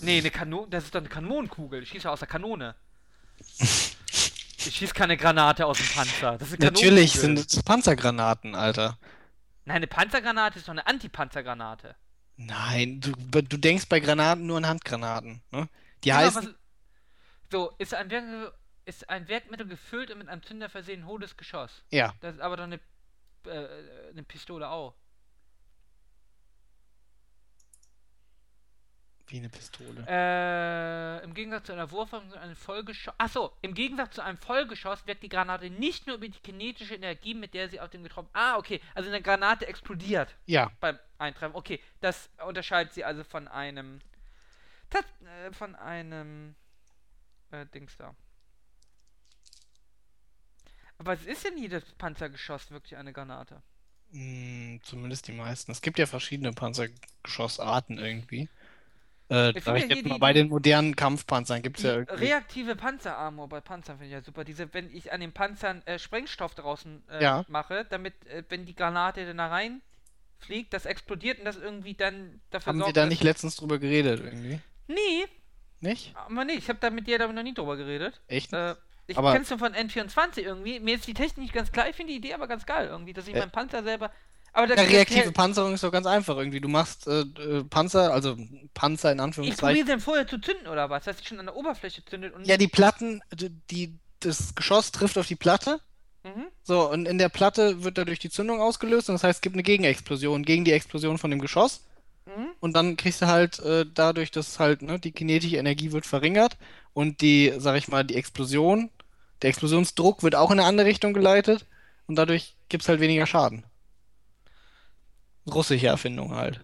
[SPEAKER 1] Nee, eine Kanone, das ist doch eine Kanonenkugel. Ich schieße aus der Kanone. Ich schieße keine Granate aus dem Panzer. Das ist eine
[SPEAKER 2] Natürlich
[SPEAKER 1] Kanonenkugel.
[SPEAKER 2] sind es Panzergranaten, Alter.
[SPEAKER 1] Nein, eine Panzergranate ist doch eine Antipanzergranate.
[SPEAKER 2] Nein, du, du denkst bei Granaten nur an Handgranaten, ne? Die
[SPEAKER 1] Genau,
[SPEAKER 2] heißen.
[SPEAKER 1] was- So, ist ein, Werk, ist ein Werkmittel gefüllt und mit einem Zünder versehen hohles Geschoss.
[SPEAKER 2] Ja.
[SPEAKER 1] Das ist aber doch eine, äh, eine Pistole auch.
[SPEAKER 2] Wie eine Pistole.
[SPEAKER 1] Äh, im Gegensatz zu einer Wurfwaffe und einem Vollgeschoss. Achso, im Gegensatz zu einem Vollgeschoss wirkt die Granate nicht nur über die kinetische Energie, mit der sie auf den getroffen. Ah, okay. Also eine Granate explodiert
[SPEAKER 2] Ja,
[SPEAKER 1] beim Eintreffen. Okay, das unterscheidet sie also von einem. Das, äh, von einem. Äh, Dings da. Aber was ist denn jedes Panzergeschoss wirklich eine Granate?
[SPEAKER 2] mh, Hm, zumindest die meisten. Es gibt ja verschiedene Panzergeschossarten irgendwie. Äh,
[SPEAKER 1] Ich find
[SPEAKER 2] aber
[SPEAKER 1] ja
[SPEAKER 2] ich
[SPEAKER 1] hier
[SPEAKER 2] jetzt
[SPEAKER 1] die-
[SPEAKER 2] mal bei den modernen Kampfpanzern gibt es
[SPEAKER 1] Die
[SPEAKER 2] ja irgendwie.
[SPEAKER 1] reaktive Panzerarmor bei Panzern finde ich ja super. Diese, wenn ich an den Panzern äh, Sprengstoff draußen äh,
[SPEAKER 2] Ja.
[SPEAKER 1] mache, damit, äh, wenn die Granate dann da rein fliegt, das explodiert und das irgendwie dann dafür
[SPEAKER 2] Haben wir
[SPEAKER 1] sorgt,
[SPEAKER 2] da
[SPEAKER 1] dass-
[SPEAKER 2] nicht letztens drüber geredet irgendwie?
[SPEAKER 1] Nee,
[SPEAKER 2] Nicht?
[SPEAKER 1] aber nee, ich habe da mit dir damit noch nie drüber geredet.
[SPEAKER 2] Echt?
[SPEAKER 1] Äh, ich
[SPEAKER 2] Aber-
[SPEAKER 1] kenn's nur von N24 irgendwie. Mir ist die Technik ganz klar, ich finde die Idee aber ganz geil irgendwie, dass ich
[SPEAKER 2] Äh.
[SPEAKER 1] meinen Panzer selber. Aber da
[SPEAKER 2] Ja, reaktive Panzerung ist doch ganz einfach irgendwie. Du machst äh, äh, Panzer, also Panzer in
[SPEAKER 1] Ich
[SPEAKER 2] Anführungszeichen.
[SPEAKER 1] probiere den vorher zu zünden oder was, dass ich schon an der Oberfläche zündet und.
[SPEAKER 2] Ja, die Platten, die, die, das Geschoss trifft auf die Platte.
[SPEAKER 1] Mhm.
[SPEAKER 2] So, und in der Platte wird dadurch die Zündung ausgelöst. Und das heißt, es gibt eine Gegenexplosion gegen die Explosion von dem Geschoss.
[SPEAKER 1] Mhm.
[SPEAKER 2] Und dann kriegst du halt äh, dadurch, dass halt ne, die kinetische Energie wird verringert und die, sag ich mal, die Explosion, der Explosionsdruck wird auch in eine andere Richtung geleitet und dadurch gibt es halt weniger Schaden. Russische Erfindung halt.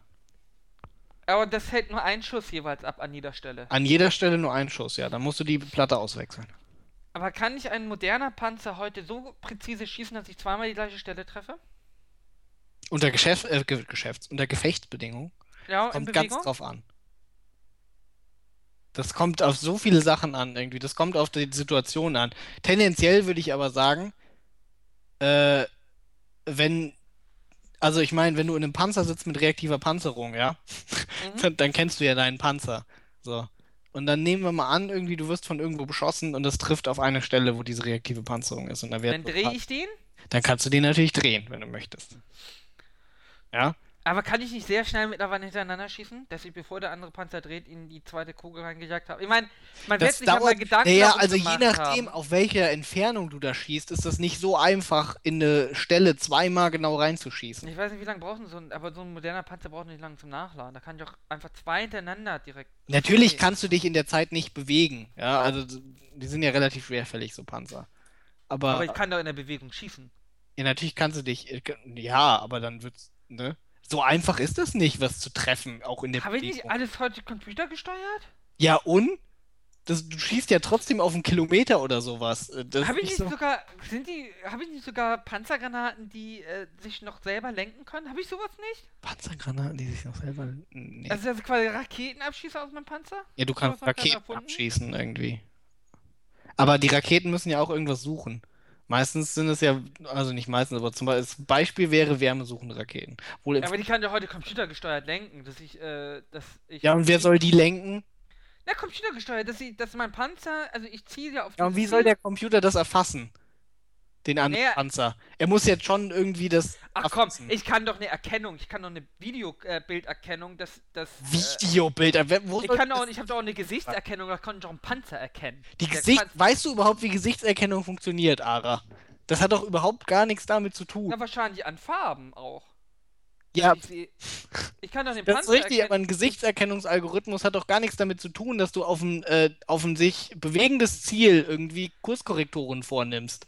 [SPEAKER 1] Aber das hält nur einen Schuss jeweils ab an jeder Stelle.
[SPEAKER 2] An jeder Stelle nur ein Schuss, ja. Dann musst du die Platte auswechseln.
[SPEAKER 1] Aber kann ich ein moderner Panzer heute so präzise schießen, dass ich zweimal die gleiche Stelle treffe?
[SPEAKER 2] Unter Geschäft, äh, Ge Geschäfts, unter Gefechtsbedingungen
[SPEAKER 1] Ja, Genau, in
[SPEAKER 2] kommt ganz
[SPEAKER 1] Bewegung?
[SPEAKER 2] drauf an. Das kommt auf so viele Sachen an, irgendwie. Das kommt auf die Situation an. Tendenziell würde ich aber sagen, äh, wenn, also ich meine, wenn du in einem Panzer sitzt mit reaktiver Panzerung, ja,
[SPEAKER 1] Mhm.
[SPEAKER 2] dann, dann kennst du ja deinen Panzer. So. Und dann nehmen wir mal an, irgendwie, du wirst von irgendwo beschossen und das trifft auf eine Stelle, wo diese reaktive Panzerung ist. Und dann
[SPEAKER 1] Dann
[SPEAKER 2] wird
[SPEAKER 1] drehe ich den.
[SPEAKER 2] dann kannst du den natürlich drehen, wenn du möchtest. Ja?
[SPEAKER 1] Aber kann ich nicht sehr schnell mittlerweile hintereinander schießen, dass ich, bevor der andere Panzer dreht, ihnen die zweite Kugel reingejagt habe? Ich meine, man wird sich ja mal Gedanken
[SPEAKER 2] naja,
[SPEAKER 1] darum
[SPEAKER 2] also je
[SPEAKER 1] gemacht
[SPEAKER 2] nachdem,
[SPEAKER 1] haben.
[SPEAKER 2] auf welcher Entfernung du da schießt, ist das nicht so einfach, in eine Stelle zweimal genau reinzuschießen.
[SPEAKER 1] Ich weiß nicht, wie lange brauchen so ein, aber so ein moderner Panzer braucht nicht lange zum Nachladen. Da kann ich auch einfach zwei hintereinander direkt.
[SPEAKER 2] Natürlich
[SPEAKER 1] Okay.
[SPEAKER 2] kannst du dich in der Zeit nicht bewegen. Ja, also die sind ja relativ schwerfällig, so Panzer. Aber,
[SPEAKER 1] Aber ich kann doch in der Bewegung schießen.
[SPEAKER 2] ja, natürlich kannst du dich. äh, Ja, aber dann wird's, ne? So einfach ist das nicht, was zu treffen, auch in der
[SPEAKER 1] Habe ich nicht
[SPEAKER 2] Bewegung.
[SPEAKER 1] alles heute computergesteuert?
[SPEAKER 2] Ja, und? das, du schießt ja trotzdem auf einen Kilometer oder sowas. Äh, Das
[SPEAKER 1] Habe ich
[SPEAKER 2] ist
[SPEAKER 1] nicht
[SPEAKER 2] so-
[SPEAKER 1] sogar. Sind die. Habe ich nicht sogar Panzergranaten, die äh, sich noch selber lenken können? Habe ich sowas nicht?
[SPEAKER 2] Panzergranaten, die sich noch selber. Nee.
[SPEAKER 1] Also, dass ich quasi Raketen abschieße aus meinem Panzer?
[SPEAKER 2] ja, du
[SPEAKER 1] sowas
[SPEAKER 2] kannst
[SPEAKER 1] hat keiner
[SPEAKER 2] Raketen
[SPEAKER 1] erfunden?
[SPEAKER 2] abschießen irgendwie. Aber die Raketen müssen ja auch irgendwas suchen. Meistens sind es ja, also nicht meistens, aber zum Beispiel, das Beispiel wäre wärmesuchende Raketen. Wohl
[SPEAKER 1] Ja, aber die kann ja heute computergesteuert lenken, dass ich, äh, dass ich.
[SPEAKER 2] ja, und wer soll die lenken?
[SPEAKER 1] Na, computergesteuert, dass ich, dass mein Panzer, also ich ziele ja auf
[SPEAKER 2] Ja,
[SPEAKER 1] das
[SPEAKER 2] und wie soll
[SPEAKER 1] Ziel.
[SPEAKER 2] der Computer das erfassen? Den An
[SPEAKER 1] Naja.
[SPEAKER 2] Panzer. Er muss jetzt schon irgendwie das
[SPEAKER 1] Ach komm,
[SPEAKER 2] erfassen.
[SPEAKER 1] ich kann doch eine Erkennung, ich kann doch eine Videobilderkennung, äh, Bilderkennung, das, das. Äh,
[SPEAKER 2] Videobilder. wer- Wo
[SPEAKER 1] ich
[SPEAKER 2] soll
[SPEAKER 1] kann auch,
[SPEAKER 2] das-
[SPEAKER 1] ich habe doch auch eine Gesichtserkennung, da kann ich auch einen Panzer erkennen.
[SPEAKER 2] Die
[SPEAKER 1] Der
[SPEAKER 2] Gesicht
[SPEAKER 1] Panzer-
[SPEAKER 2] weißt du überhaupt, wie Gesichtserkennung funktioniert, Ara? Das hat doch überhaupt gar nichts damit zu tun.
[SPEAKER 1] Na, wahrscheinlich an Farben auch.
[SPEAKER 2] Ja,
[SPEAKER 1] Ich, seh- ich kann doch den
[SPEAKER 2] das ist
[SPEAKER 1] Panzer
[SPEAKER 2] richtig, aber
[SPEAKER 1] erkennen.
[SPEAKER 2] ein Gesichtserkennungsalgorithmus hat doch gar nichts damit zu tun, dass du auf ein, äh, auf ein sich bewegendes Ziel irgendwie Kurskorrektoren vornimmst.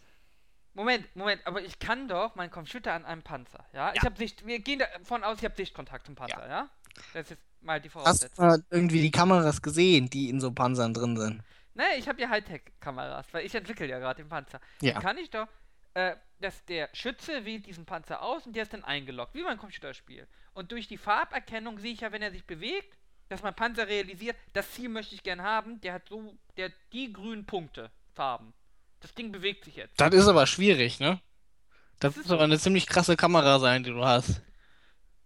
[SPEAKER 1] Moment, Moment, aber ich kann doch meinen Computer an einem Panzer, ja? Ich habe Sicht, wir gehen davon aus, ich habe Sichtkontakt zum Panzer, ja. Das ist jetzt mal die
[SPEAKER 2] Hast du
[SPEAKER 1] Voraussetzung.
[SPEAKER 2] mal irgendwie die Kameras gesehen, die in so Panzern drin sind?
[SPEAKER 1] Ne, ich habe ja Hightech-Kameras, weil ich entwickle ja gerade den Panzer.
[SPEAKER 2] Ja.
[SPEAKER 1] Kann ich doch, äh, dass der Schütze wählt diesen Panzer aus und der ist dann eingeloggt, wie beim Computerspiel. Und durch die Farberkennung sehe ich ja, wenn er sich bewegt, dass mein Panzer realisiert, das Ziel möchte ich gern haben, der hat so, der hat die grünen Punkte, Farben. Das Ding bewegt sich jetzt.
[SPEAKER 2] Das ist aber schwierig, ne?
[SPEAKER 1] Das
[SPEAKER 2] Das
[SPEAKER 1] ist
[SPEAKER 2] muss aber eine ziemlich krasse Kamera sein, die du hast.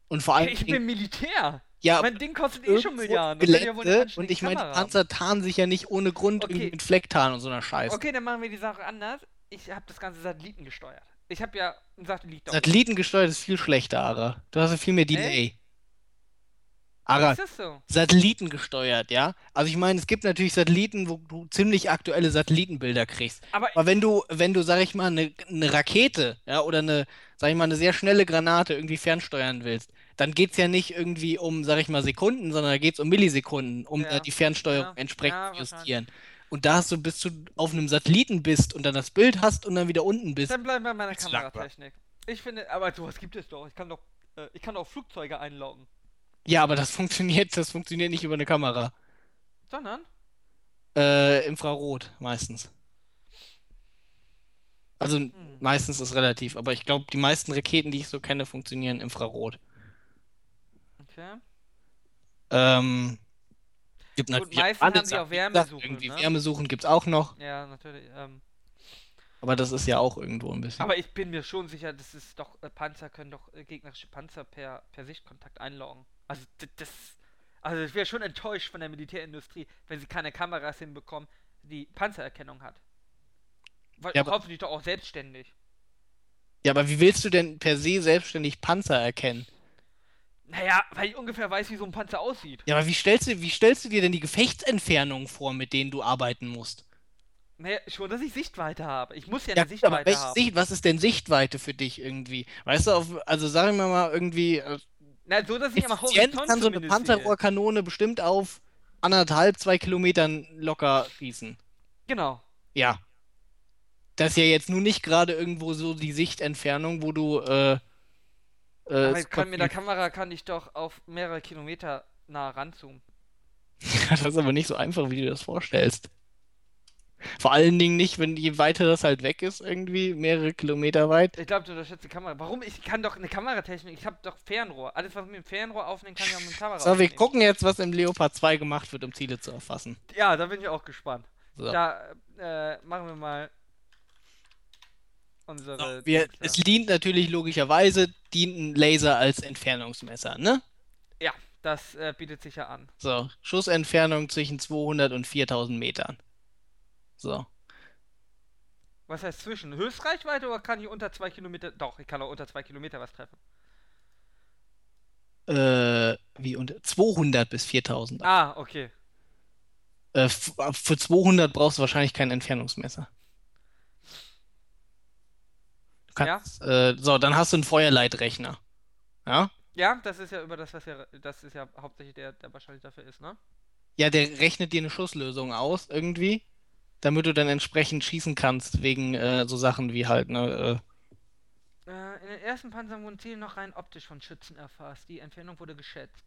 [SPEAKER 2] Und vor allem,
[SPEAKER 1] ich bin Militär.
[SPEAKER 2] ja,
[SPEAKER 1] mein Ding kostet eh
[SPEAKER 2] irgendwo
[SPEAKER 1] schon Milliarden. Das kann ja wohl nicht
[SPEAKER 2] Gelände, und
[SPEAKER 1] anständige
[SPEAKER 2] ich meine, die
[SPEAKER 1] Kamera haben.
[SPEAKER 2] Panzer tarnen sich ja nicht ohne Grund
[SPEAKER 1] Okay.
[SPEAKER 2] irgendwie mit Flecktarn und so einer Scheiße.
[SPEAKER 1] Okay, dann machen wir die Sache anders. Ich habe das Ganze Satelliten gesteuert. Ich habe ja einen Satellit da.
[SPEAKER 2] Satellitengesteuert ist viel schlechter, Ara. Du hast ja viel mehr Delay. Ara,
[SPEAKER 1] Ist das so?
[SPEAKER 2] Satellitengesteuert, ja? Also ich meine, es gibt natürlich Satelliten, wo du ziemlich aktuelle Satellitenbilder kriegst.
[SPEAKER 1] Aber
[SPEAKER 2] Aber wenn du, wenn du, sag ich mal, eine, eine Rakete, ja, oder eine, sag ich mal, eine sehr schnelle Granate irgendwie fernsteuern willst, dann geht's ja nicht irgendwie um, sag ich mal, Sekunden, sondern da geht's um Millisekunden, um
[SPEAKER 1] Ja.
[SPEAKER 2] da die Fernsteuerung
[SPEAKER 1] Ja.
[SPEAKER 2] entsprechend
[SPEAKER 1] Ja,
[SPEAKER 2] zu
[SPEAKER 1] wahrscheinlich.
[SPEAKER 2] justieren. Und da hast du, bis du auf einem Satelliten bist und dann das Bild hast und dann wieder unten bist,
[SPEAKER 1] Dann bleiben wir bei meiner
[SPEAKER 2] Ist langbar.
[SPEAKER 1] Kameratechnik. Ich finde, aber sowas gibt es doch. Ich kann doch, äh, ich kann auch Flugzeuge einloggen.
[SPEAKER 2] Ja, aber das funktioniert, das funktioniert nicht über eine Kamera.
[SPEAKER 1] Sondern?
[SPEAKER 2] Äh, Infrarot meistens. Also
[SPEAKER 1] Hm,
[SPEAKER 2] meistens ist relativ, aber ich glaube, die meisten Raketen, die ich so kenne, funktionieren Infrarot.
[SPEAKER 1] Okay.
[SPEAKER 2] Ähm, gibt
[SPEAKER 1] Gut,
[SPEAKER 2] natürlich
[SPEAKER 1] meistens
[SPEAKER 2] andere
[SPEAKER 1] haben sie auch
[SPEAKER 2] Sachen, wie gesagt,
[SPEAKER 1] Wärmesuchen,
[SPEAKER 2] irgendwie
[SPEAKER 1] ne?
[SPEAKER 2] Wärmesuchen gibt's auch noch,
[SPEAKER 1] Ja, natürlich. Ähm,
[SPEAKER 2] aber das ist ja auch irgendwo ein bisschen.
[SPEAKER 1] aber ich bin mir schon sicher, das ist doch, äh, Panzer können doch äh, gegnerische Panzer per, per Sichtkontakt einloggen. Also d- das. Also ich wäre schon enttäuscht von der Militärindustrie, wenn sie keine Kameras hinbekommen, die Panzererkennung hat. Weil
[SPEAKER 2] Ja,
[SPEAKER 1] ja,
[SPEAKER 2] aber-
[SPEAKER 1] kaufen die doch auch selbstständig.
[SPEAKER 2] Ja, aber wie willst du denn per se selbstständig Panzer erkennen?
[SPEAKER 1] Naja, weil ich ungefähr weiß, wie so ein Panzer aussieht.
[SPEAKER 2] Ja, aber wie stellst du, wie stellst du dir denn die Gefechtsentfernungen vor, mit denen du arbeiten musst?
[SPEAKER 1] Naja, schon, dass ich Sichtweite habe. Ich muss ja
[SPEAKER 2] Ja,
[SPEAKER 1] eine
[SPEAKER 2] gut, aber
[SPEAKER 1] Sichtweite
[SPEAKER 2] welche
[SPEAKER 1] haben.
[SPEAKER 2] Sicht, was ist denn Sichtweite für dich irgendwie? Weißt du, auf, also sagen wir mal irgendwie, äh,
[SPEAKER 1] Na, so, dass ich am
[SPEAKER 2] effizient
[SPEAKER 1] Horizont
[SPEAKER 2] kann so eine
[SPEAKER 1] zumindest sehe.
[SPEAKER 2] Panzerrohrkanone bestimmt auf anderthalb, zwei Kilometern locker schießen.
[SPEAKER 1] Genau.
[SPEAKER 2] Ja. Das ist ja jetzt nun nicht gerade irgendwo so die Sichtentfernung, wo du, äh, äh,
[SPEAKER 1] Aber
[SPEAKER 2] es
[SPEAKER 1] ich kann mit der
[SPEAKER 2] kommt-
[SPEAKER 1] Kamera kann ich doch auf mehrere Kilometer nah ranzoomen.
[SPEAKER 2] das ist aber nicht so einfach, wie du dir das vorstellst. Vor allen Dingen nicht, wenn je weiter das halt weg ist, irgendwie, mehrere Kilometer weit.
[SPEAKER 1] Ich glaube, du unterschätzt die Kamera. Warum? Ich kann doch eine Kameratechnik. Ich habe doch Fernrohr. Alles, was ich mit dem Fernrohr aufnehmen kann, kann ich auch mit dem Kamera
[SPEAKER 2] So, wir
[SPEAKER 1] aufnehmen.
[SPEAKER 2] gucken jetzt, was im Leopard 2 gemacht wird, um Ziele zu erfassen.
[SPEAKER 1] Ja, da bin ich auch gespannt.
[SPEAKER 2] So.
[SPEAKER 1] Da äh, machen wir mal unsere. Äh,
[SPEAKER 2] So, wir,
[SPEAKER 1] Dings da.
[SPEAKER 2] es dient natürlich logischerweise, dient ein Laser als Entfernungsmesser, ne?
[SPEAKER 1] ja, das äh, bietet sich ja an.
[SPEAKER 2] So, Schussentfernung zwischen 200 und 4000 Metern. So.
[SPEAKER 1] Was heißt zwischen? Höchstreichweite oder kann ich unter zwei Kilometer? Doch, ich kann auch unter zwei Kilometer was treffen.
[SPEAKER 2] Äh, wie unter 200 bis 4000.
[SPEAKER 1] Ah, okay.
[SPEAKER 2] Äh, f- für 200 brauchst du wahrscheinlich kein Entfernungsmesser. Du kannst, äh, so, dann hast du einen Feuerleitrechner. Ja?
[SPEAKER 1] Ja, das ist ja über das, was ja, das ist ja hauptsächlich der, der wahrscheinlich dafür ist, ne?
[SPEAKER 2] Ja, der rechnet dir eine Schusslösung aus, irgendwie, damit du dann entsprechend schießen kannst, wegen äh, so Sachen wie halt, ne, äh,
[SPEAKER 1] Äh, in den ersten Panzern wurden Ziele noch rein optisch von Schützen erfasst. Die Entfernung wurde geschätzt.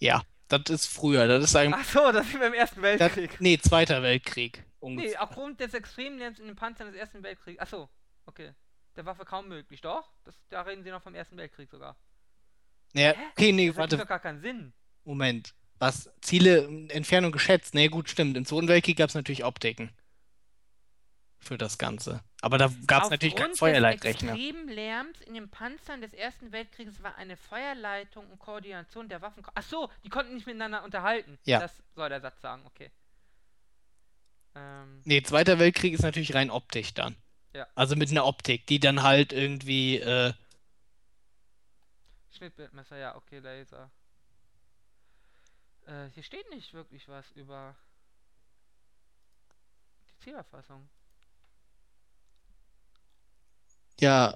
[SPEAKER 2] Ja, das ist früher. Das ist ein.
[SPEAKER 1] Ach so, das sind wir im Ersten
[SPEAKER 2] Das,
[SPEAKER 1] Weltkrieg.
[SPEAKER 2] nee, Zweiter Weltkrieg.
[SPEAKER 1] Nee,
[SPEAKER 2] Ungefähr.
[SPEAKER 1] aufgrund des Extremlärms in den Panzern des Ersten Weltkriegs. Ach so, okay. Der Waffe kaum möglich, doch? Das, da reden sie noch vom Ersten Weltkrieg sogar.
[SPEAKER 2] Naja,
[SPEAKER 1] Hä?
[SPEAKER 2] okay, nee,
[SPEAKER 1] Das hat doch
[SPEAKER 2] warte,
[SPEAKER 1] gar keinen Sinn.
[SPEAKER 2] Moment. Was? Ziele, Entfernung geschätzt? Nee, gut, stimmt. Im Zweiten Weltkrieg gab es natürlich Optiken. Für das Ganze. Aber da gab es natürlich keinen Feuerleitrechner.
[SPEAKER 1] Des Extremlärms in den Panzern des Ersten Weltkriegs war eine Feuerleitung und Koordination der Waffen. Ach so, die konnten nicht miteinander unterhalten.
[SPEAKER 2] Ja.
[SPEAKER 1] Das soll der Satz sagen, okay. Ähm,
[SPEAKER 2] Nee, Zweiter Weltkrieg ist natürlich rein optisch dann.
[SPEAKER 1] Ja.
[SPEAKER 2] Also mit einer Optik, die dann halt irgendwie, äh,
[SPEAKER 1] Schnittbildmesser, ja, okay, Laser. Äh, hier steht nicht wirklich was über die Zielerfassung.
[SPEAKER 2] ja,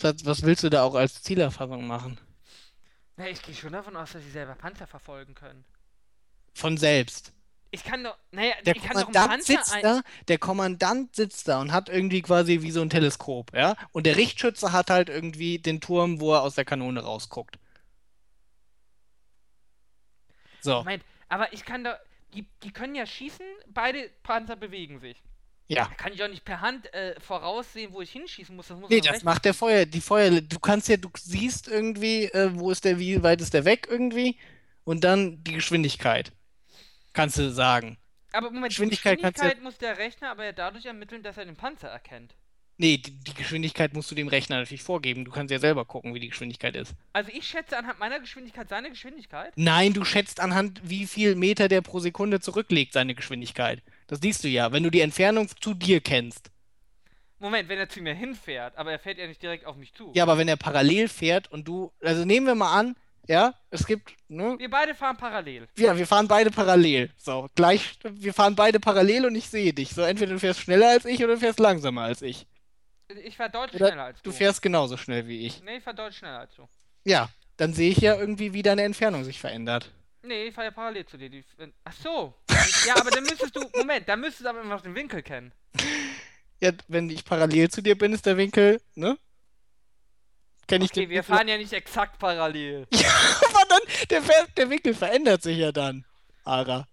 [SPEAKER 2] was, was willst du da auch als Zielerfassung machen?
[SPEAKER 1] Na, ich gehe schon davon aus, dass sie selber Panzer verfolgen können.
[SPEAKER 2] Von selbst.
[SPEAKER 1] Ich kann doch, naja,
[SPEAKER 2] Der
[SPEAKER 1] ich kann doch einen
[SPEAKER 2] Kommandant
[SPEAKER 1] Panzer
[SPEAKER 2] sitzt
[SPEAKER 1] ein...
[SPEAKER 2] da, der Kommandant sitzt da und hat irgendwie quasi wie so ein Teleskop, ja? Und der Richtschütze hat halt irgendwie den Turm, wo er aus der Kanone rausguckt. So,
[SPEAKER 1] Moment, aber ich kann doch, die, die können ja schießen, beide Panzer bewegen sich.
[SPEAKER 2] ja.
[SPEAKER 1] Da kann ich doch nicht per Hand äh, voraussehen, wo ich hinschießen muss. Das muss
[SPEAKER 2] Nee,
[SPEAKER 1] doch
[SPEAKER 2] das
[SPEAKER 1] recht-
[SPEAKER 2] macht der Feuer, die Feuer, du kannst ja, du siehst irgendwie, äh, wo ist der, wie weit ist der weg irgendwie und dann die Geschwindigkeit. Kannst du sagen.
[SPEAKER 1] aber Moment, die
[SPEAKER 2] Geschwindigkeit kannst du-
[SPEAKER 1] Geschwindigkeit muss der Rechner aber ja dadurch ermitteln, dass er den Panzer erkennt.
[SPEAKER 2] Nee, die, die Geschwindigkeit musst du dem Rechner natürlich vorgeben. Du kannst ja selber gucken, wie die Geschwindigkeit ist.
[SPEAKER 1] Also ich schätze anhand meiner Geschwindigkeit seine Geschwindigkeit.
[SPEAKER 2] Nein, du schätzt anhand, wie viel Meter der pro Sekunde zurücklegt, seine Geschwindigkeit. Das siehst du ja, wenn du die Entfernung zu dir kennst.
[SPEAKER 1] Moment, wenn er zu mir hinfährt, aber er fährt ja nicht direkt auf mich zu.
[SPEAKER 2] Ja, aber wenn er parallel fährt und du, also nehmen wir mal an, ja, es gibt, ne,
[SPEAKER 1] Wir beide fahren parallel.
[SPEAKER 2] ja, wir fahren beide parallel. So, gleich, wir fahren beide parallel und ich sehe dich. So, entweder du fährst schneller als ich oder du fährst langsamer als ich.
[SPEAKER 1] Ich fahre deutlich
[SPEAKER 2] Oder
[SPEAKER 1] schneller als du.
[SPEAKER 2] Du fährst genauso schnell wie ich.
[SPEAKER 1] Nee, ich fahre deutlich schneller als du.
[SPEAKER 2] Ja, dann sehe ich ja irgendwie, wie deine Entfernung sich verändert.
[SPEAKER 1] Nee, ich fahre ja parallel zu dir. Die... Ach so. ja, aber dann müsstest du, Moment, dann müsstest du aber immer noch den Winkel kennen.
[SPEAKER 2] Ja, wenn ich parallel zu dir bin, ist der Winkel, ne? Kenn ich
[SPEAKER 1] Okay,
[SPEAKER 2] den
[SPEAKER 1] wir
[SPEAKER 2] Winkel-
[SPEAKER 1] fahren ja nicht exakt parallel.
[SPEAKER 2] Aber dann, der, Ver- der Winkel verändert sich ja dann, Ara.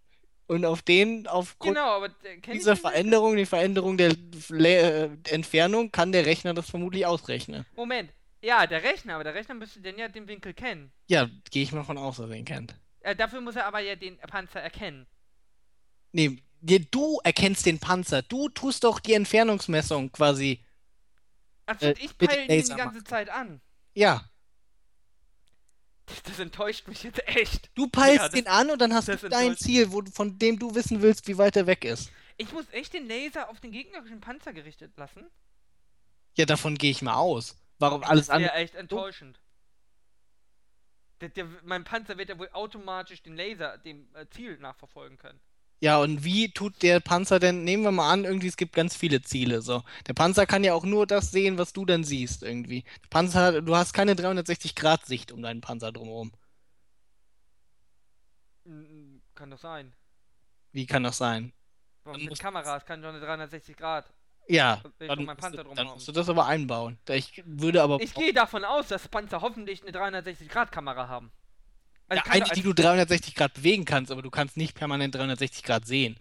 [SPEAKER 2] Und auf den, aufgrund
[SPEAKER 1] Genau, aber äh, kenn ich
[SPEAKER 2] dieser
[SPEAKER 1] den Winkel?
[SPEAKER 2] Veränderung, die Veränderung der Le äh, Entfernung, kann der Rechner das vermutlich ausrechnen.
[SPEAKER 1] Moment. Ja, der Rechner, aber der Rechner müsste denn ja den Winkel kennen.
[SPEAKER 2] Ja, gehe ich mal von aus, dass er ihn kennt.
[SPEAKER 1] Äh, dafür muss er aber ja den Panzer erkennen.
[SPEAKER 2] Nee, dir- du erkennst den Panzer. Du tust doch die Entfernungsmessung quasi.
[SPEAKER 1] Also
[SPEAKER 2] Äh,
[SPEAKER 1] ich
[SPEAKER 2] mit dem
[SPEAKER 1] peile ihn die
[SPEAKER 2] Laser
[SPEAKER 1] ganze Zeit an.
[SPEAKER 2] Ja,
[SPEAKER 1] Das enttäuscht mich jetzt echt.
[SPEAKER 2] du peilst
[SPEAKER 1] Ja, das-
[SPEAKER 2] ihn an und dann hast
[SPEAKER 1] das
[SPEAKER 2] du dein
[SPEAKER 1] enttäuscht
[SPEAKER 2] Ziel, wo, du- von dem du wissen willst, wie weit er weg ist.
[SPEAKER 1] Ich muss echt den Laser auf den gegnerischen Panzer gerichtet lassen.
[SPEAKER 2] Ja, davon gehe ich mal aus. Warum alles
[SPEAKER 1] Das
[SPEAKER 2] andere?
[SPEAKER 1] wäre echt enttäuschend. Der, der, mein Panzer wird ja wohl automatisch den Laser dem äh, Ziel nachverfolgen können.
[SPEAKER 2] Ja, und wie tut der Panzer denn, nehmen wir mal an, irgendwie es gibt ganz viele Ziele, so. Der Panzer kann ja auch nur das sehen, was du dann siehst, irgendwie. Der Panzer, hat- du hast keine 360-Grad-Sicht um deinen Panzer drumherum.
[SPEAKER 1] Mm, Kann doch sein.
[SPEAKER 2] Wie kann das sein?
[SPEAKER 1] Warum
[SPEAKER 2] Dann
[SPEAKER 1] mit
[SPEAKER 2] muss-
[SPEAKER 1] Kameras kann doch eine 360 Grad.
[SPEAKER 2] Ja,
[SPEAKER 1] Ich will
[SPEAKER 2] dann
[SPEAKER 1] um meinen
[SPEAKER 2] musst
[SPEAKER 1] Panzer
[SPEAKER 2] du, dann
[SPEAKER 1] drumherum.
[SPEAKER 2] musst du das aber einbauen. Da Ich würde aber,
[SPEAKER 1] Ich gehe davon aus, dass Panzer hoffentlich eine 360 Grad Kamera haben.
[SPEAKER 2] ja,
[SPEAKER 1] Also kann
[SPEAKER 2] eine,
[SPEAKER 1] doch
[SPEAKER 2] die
[SPEAKER 1] als-
[SPEAKER 2] du 360 Grad bewegen kannst, aber du kannst nicht permanent 360 Grad sehen.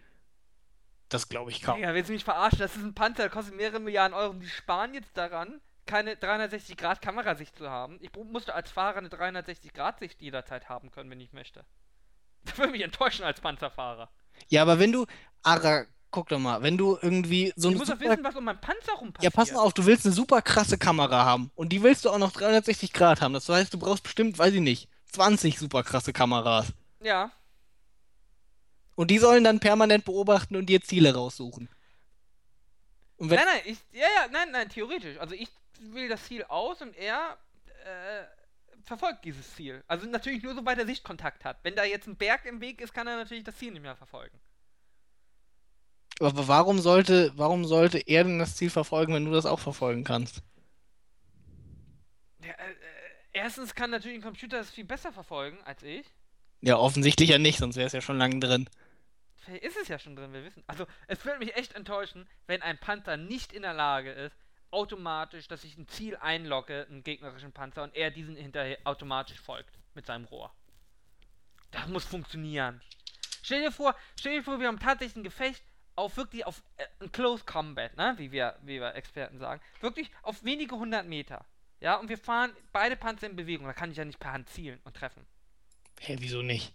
[SPEAKER 2] Das glaube ich kaum.
[SPEAKER 1] Digga, willst du mich verarschen? Das ist ein Panzer, der kostet mehrere Milliarden Euro. Und die sparen jetzt daran, keine 360 Grad Kamerasicht zu haben. Ich br- musste als Fahrer eine 360 Grad Sicht jederzeit haben können, wenn ich möchte. Das würde mich enttäuschen als Panzerfahrer.
[SPEAKER 2] Ja, aber wenn du, Ara, guck doch mal, wenn du irgendwie so
[SPEAKER 1] Ich
[SPEAKER 2] eine
[SPEAKER 1] muss doch
[SPEAKER 2] super
[SPEAKER 1] wissen, was um meinen Panzer rum
[SPEAKER 2] Ja,
[SPEAKER 1] passiert.
[SPEAKER 2] pass mal auf, du willst eine super krasse Kamera haben und die willst du auch noch 360 Grad haben. Das heißt, du brauchst bestimmt, weiß ich nicht, 20 super krasse Kameras.
[SPEAKER 1] Ja.
[SPEAKER 2] Und die sollen dann permanent beobachten und dir Ziele raussuchen. Und wenn,
[SPEAKER 1] Nein, nein, ich, ja, ja, nein, nein, theoretisch. Also ich wähle das Ziel aus und er äh, verfolgt dieses Ziel. Also natürlich nur, sobald er Sichtkontakt hat. Wenn da jetzt ein Berg im Weg ist, kann er natürlich das Ziel nicht mehr verfolgen.
[SPEAKER 2] aber warum sollte, warum sollte er denn das Ziel verfolgen, wenn du das auch verfolgen kannst?
[SPEAKER 1] Ja, äh, äh, erstens kann natürlich ein Computer das viel besser verfolgen als ich.
[SPEAKER 2] Ja, offensichtlich ja nicht, sonst wäre es ja schon lange drin.
[SPEAKER 1] Vielleicht ist es ja schon drin, wir wissen. Also es würde mich echt enttäuschen, wenn ein Panzer nicht in der Lage ist, automatisch, dass ich ein Ziel einlocke, einen gegnerischen Panzer, und er diesen hinterher automatisch folgt mit seinem Rohr. Das muss funktionieren. Stell dir vor, stell dir vor, wir haben tatsächlich ein Gefecht auf wirklich auf äh, ein Close Combat, ne? Wie wir, wie wir Experten sagen. Wirklich auf wenige hundert Meter. Ja, und wir fahren beide Panzer in Bewegung. Da kann ich ja nicht per Hand zielen und treffen.
[SPEAKER 2] Hä, wieso nicht?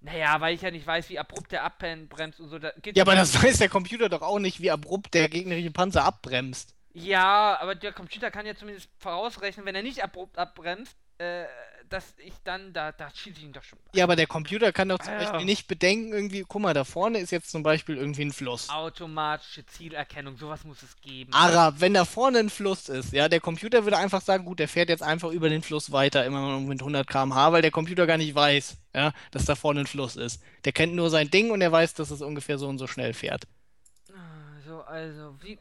[SPEAKER 1] Naja, weil ich ja nicht weiß, wie abrupt der abbremst und so. Da geht's
[SPEAKER 2] Ja, aber das weiß der Computer doch auch nicht, wie abrupt der gegnerische Panzer abbremst.
[SPEAKER 1] Ja, aber der Computer kann ja zumindest vorausrechnen, wenn er nicht abrupt abbremst, äh, dass ich dann, da, da schieße ich ihn doch schon.
[SPEAKER 2] Ja, aber der Computer kann doch zum
[SPEAKER 1] Ah, ja.
[SPEAKER 2] Beispiel nicht bedenken, irgendwie, guck mal, da vorne ist jetzt zum Beispiel irgendwie ein Fluss.
[SPEAKER 1] Automatische Zielerkennung, sowas muss es geben.
[SPEAKER 2] Arab, wenn da vorne ein Fluss ist, ja, der Computer würde einfach sagen, gut, der fährt jetzt einfach über den Fluss weiter, immer mit 100 km/h, weil der Computer gar nicht weiß, ja, dass da vorne ein Fluss ist. Der kennt nur sein Ding und er weiß, dass es ungefähr so und so schnell fährt.
[SPEAKER 1] So, also, wie.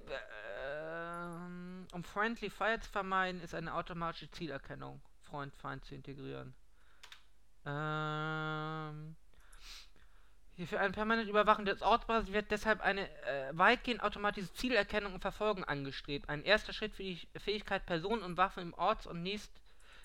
[SPEAKER 1] ähm, um Friendly Fire zu vermeiden, ist eine automatische Zielerkennung. Freund, Feind zu integrieren. Ähm. Hier für ein permanent Überwachen des Ortsbasis wird deshalb eine äh, weitgehend automatisierte Zielerkennung und Verfolgung angestrebt. Ein erster Schritt für die Fähigkeit, Personen und Waffen im Orts- und nächst,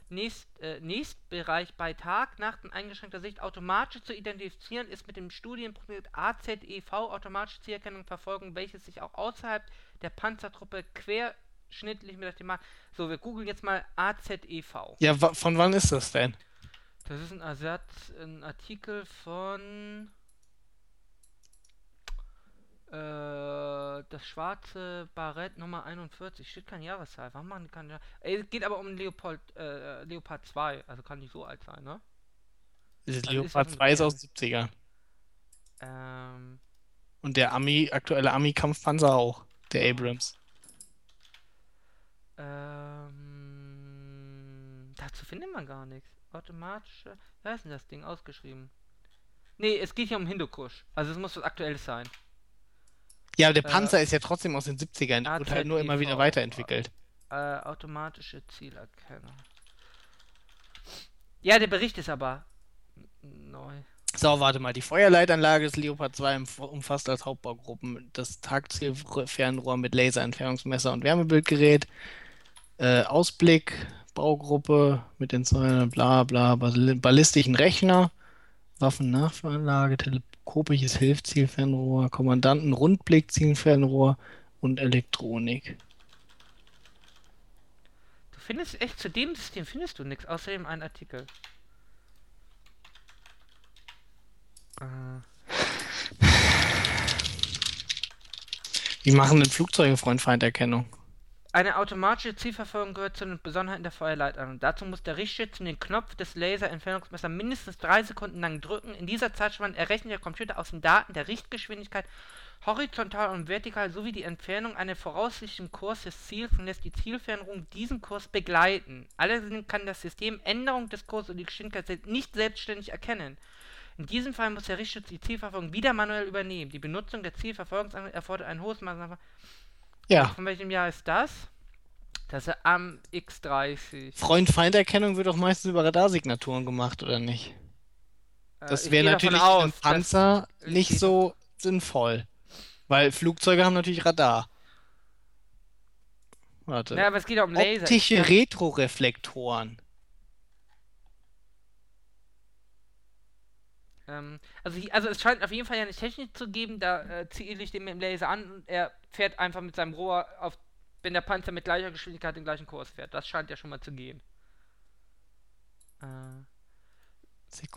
[SPEAKER 1] nächst, äh, Nächstbereich bei Tag, Nacht und eingeschränkter Sicht automatisch zu identifizieren, ist mit dem Studienprojekt AZEV E automatische Zielerkennung und Verfolgung, welches sich auch außerhalb der Panzertruppe querschnittlich mit der Thematik. So, wir googeln jetzt mal E AZEV.
[SPEAKER 2] Ja, wa- von wann ist das denn?
[SPEAKER 1] Das ist ein Ersatz, ein Artikel von äh, das schwarze Barett Nummer 41. Steht kein Jahreszahl. Warum machen die keine Jahr- Ey, Es geht aber um Leopold, äh, Leopard 2, also kann nicht so alt sein, ne?
[SPEAKER 2] Das
[SPEAKER 1] Also ist
[SPEAKER 2] Leopard
[SPEAKER 1] das
[SPEAKER 2] 2 ist
[SPEAKER 1] ein-
[SPEAKER 2] aus den 70ern.
[SPEAKER 1] Ähm,
[SPEAKER 2] Und der Ami, aktuelle Ami-Kampfpanzer auch, der Abrams.
[SPEAKER 1] ähm, dazu findet man gar nichts. Automatische. Wie heißt denn das Ding? Ausgeschrieben. Nee, es geht hier um Hindukusch. Also es muss was Aktuelles sein.
[SPEAKER 2] Ja, aber der
[SPEAKER 1] Äh,
[SPEAKER 2] Panzer ist ja trotzdem aus den 70ern, der wurde halt nur immer wieder
[SPEAKER 1] AZEV.
[SPEAKER 2] weiterentwickelt.
[SPEAKER 1] Äh, automatische Zielerkennung. Ja, der Bericht ist aber neu.
[SPEAKER 2] So, warte mal. Die Feuerleitanlage des Leopard 2 umf- umfasst als Hauptbaugruppen das Tagzielfernrohr mit Laserentfernungsmesser und Wärmebildgerät, äh, Ausblick, Baugruppe mit den Säulen, bla bla, ball- ballistischen Rechner, Waffennachfahranlage, teleskopisches Hilfszielfernrohr, Kommandanten, Rundblick, Zielfernrohr und Elektronik.
[SPEAKER 1] Du findest echt zu dem System findest du nichts, außerdem einen Artikel. Äh,
[SPEAKER 2] Wie machen denn Flugzeuge Freund-Feind-Erkennung?
[SPEAKER 1] Eine automatische Zielverfolgung gehört zu den Besonderheiten der Feuerleitung. Dazu muss der Richtschützen den Knopf des Laser-Entfernungsmessers mindestens drei Sekunden lang drücken. In dieser Zeitspanne errechnet der Computer aus den Daten der Richtgeschwindigkeit horizontal und vertikal sowie die Entfernung einen voraussichtlichen Kurs des Ziels und lässt die Zielfernrohung diesen Kurs begleiten. Allerdings kann das System Änderung des Kurses und die Geschwindigkeit nicht selbstständig erkennen. In diesem Fall muss der Richtschütze die Zielverfolgung wieder manuell übernehmen. Die Benutzung der Zielverfolgungsanlage erfordert ein hohes Maß an
[SPEAKER 2] Ja,
[SPEAKER 1] von welchem Jahr ist das? Das ist am X30.
[SPEAKER 2] Freund-Feind-Erkennung wird doch meistens über Radarsignaturen gemacht, oder nicht?
[SPEAKER 1] Äh,
[SPEAKER 2] Das
[SPEAKER 1] ich
[SPEAKER 2] wäre
[SPEAKER 1] gehe davon
[SPEAKER 2] natürlich für
[SPEAKER 1] aus,
[SPEAKER 2] einen
[SPEAKER 1] dass-
[SPEAKER 2] Panzer
[SPEAKER 1] ich
[SPEAKER 2] nicht
[SPEAKER 1] gehe
[SPEAKER 2] so sinnvoll. Weil Flugzeuge haben natürlich Radar. Warte.
[SPEAKER 1] Na, aber es geht ja um Laser.
[SPEAKER 2] Optische Retroreflektoren.
[SPEAKER 1] Ähm, also, hi- also es scheint auf jeden Fall ja eine Technik zu geben, da äh, ziele ich den mit dem Laser an und er fährt einfach mit seinem Rohr auf, wenn der Panzer mit gleicher Geschwindigkeit den gleichen Kurs fährt. Das scheint ja schon mal zu gehen. Äh,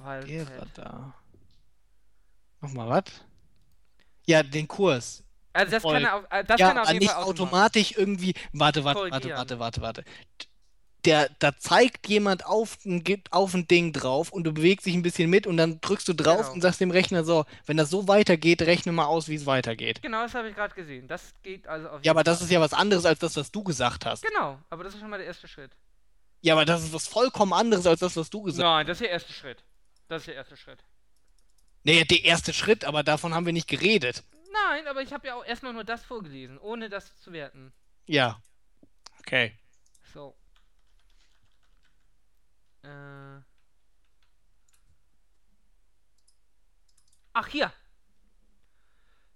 [SPEAKER 1] halt.
[SPEAKER 2] Sekundärradar. Nochmal was? Ja, den Kurs.
[SPEAKER 1] also das
[SPEAKER 2] Voll.
[SPEAKER 1] kann er auf, äh, das
[SPEAKER 2] ja,
[SPEAKER 1] kann er auf
[SPEAKER 2] aber
[SPEAKER 1] jeden
[SPEAKER 2] nicht
[SPEAKER 1] Fall automatisch.
[SPEAKER 2] automatisch irgendwie. Warte, warte, warte,
[SPEAKER 1] Korrigieren.
[SPEAKER 2] warte, warte, warte. Der, da zeigt jemand auf ein, Ge- auf ein Ding drauf und du bewegst dich ein bisschen mit und dann drückst du drauf
[SPEAKER 1] Genau.
[SPEAKER 2] und sagst dem Rechner so, wenn das so weitergeht, rechne mal aus, wie es weitergeht.
[SPEAKER 1] Genau, das habe ich gerade gesehen. Das geht also auf
[SPEAKER 2] Ja,
[SPEAKER 1] jeden
[SPEAKER 2] aber das
[SPEAKER 1] Fall.
[SPEAKER 2] ist ja was anderes als das, was du gesagt hast.
[SPEAKER 1] Genau, aber das ist schon mal der erste Schritt.
[SPEAKER 2] Ja, aber das ist was vollkommen anderes als das, was du gesagt hast.
[SPEAKER 1] Nein, das ist der erste Schritt. Das ist der erste Schritt.
[SPEAKER 2] Naja, der erste Schritt, aber davon haben wir nicht geredet.
[SPEAKER 1] Nein, aber ich habe ja auch erstmal nur das vorgelesen, ohne das zu werten.
[SPEAKER 2] Ja. Okay.
[SPEAKER 1] So. Äh. Ach, hier.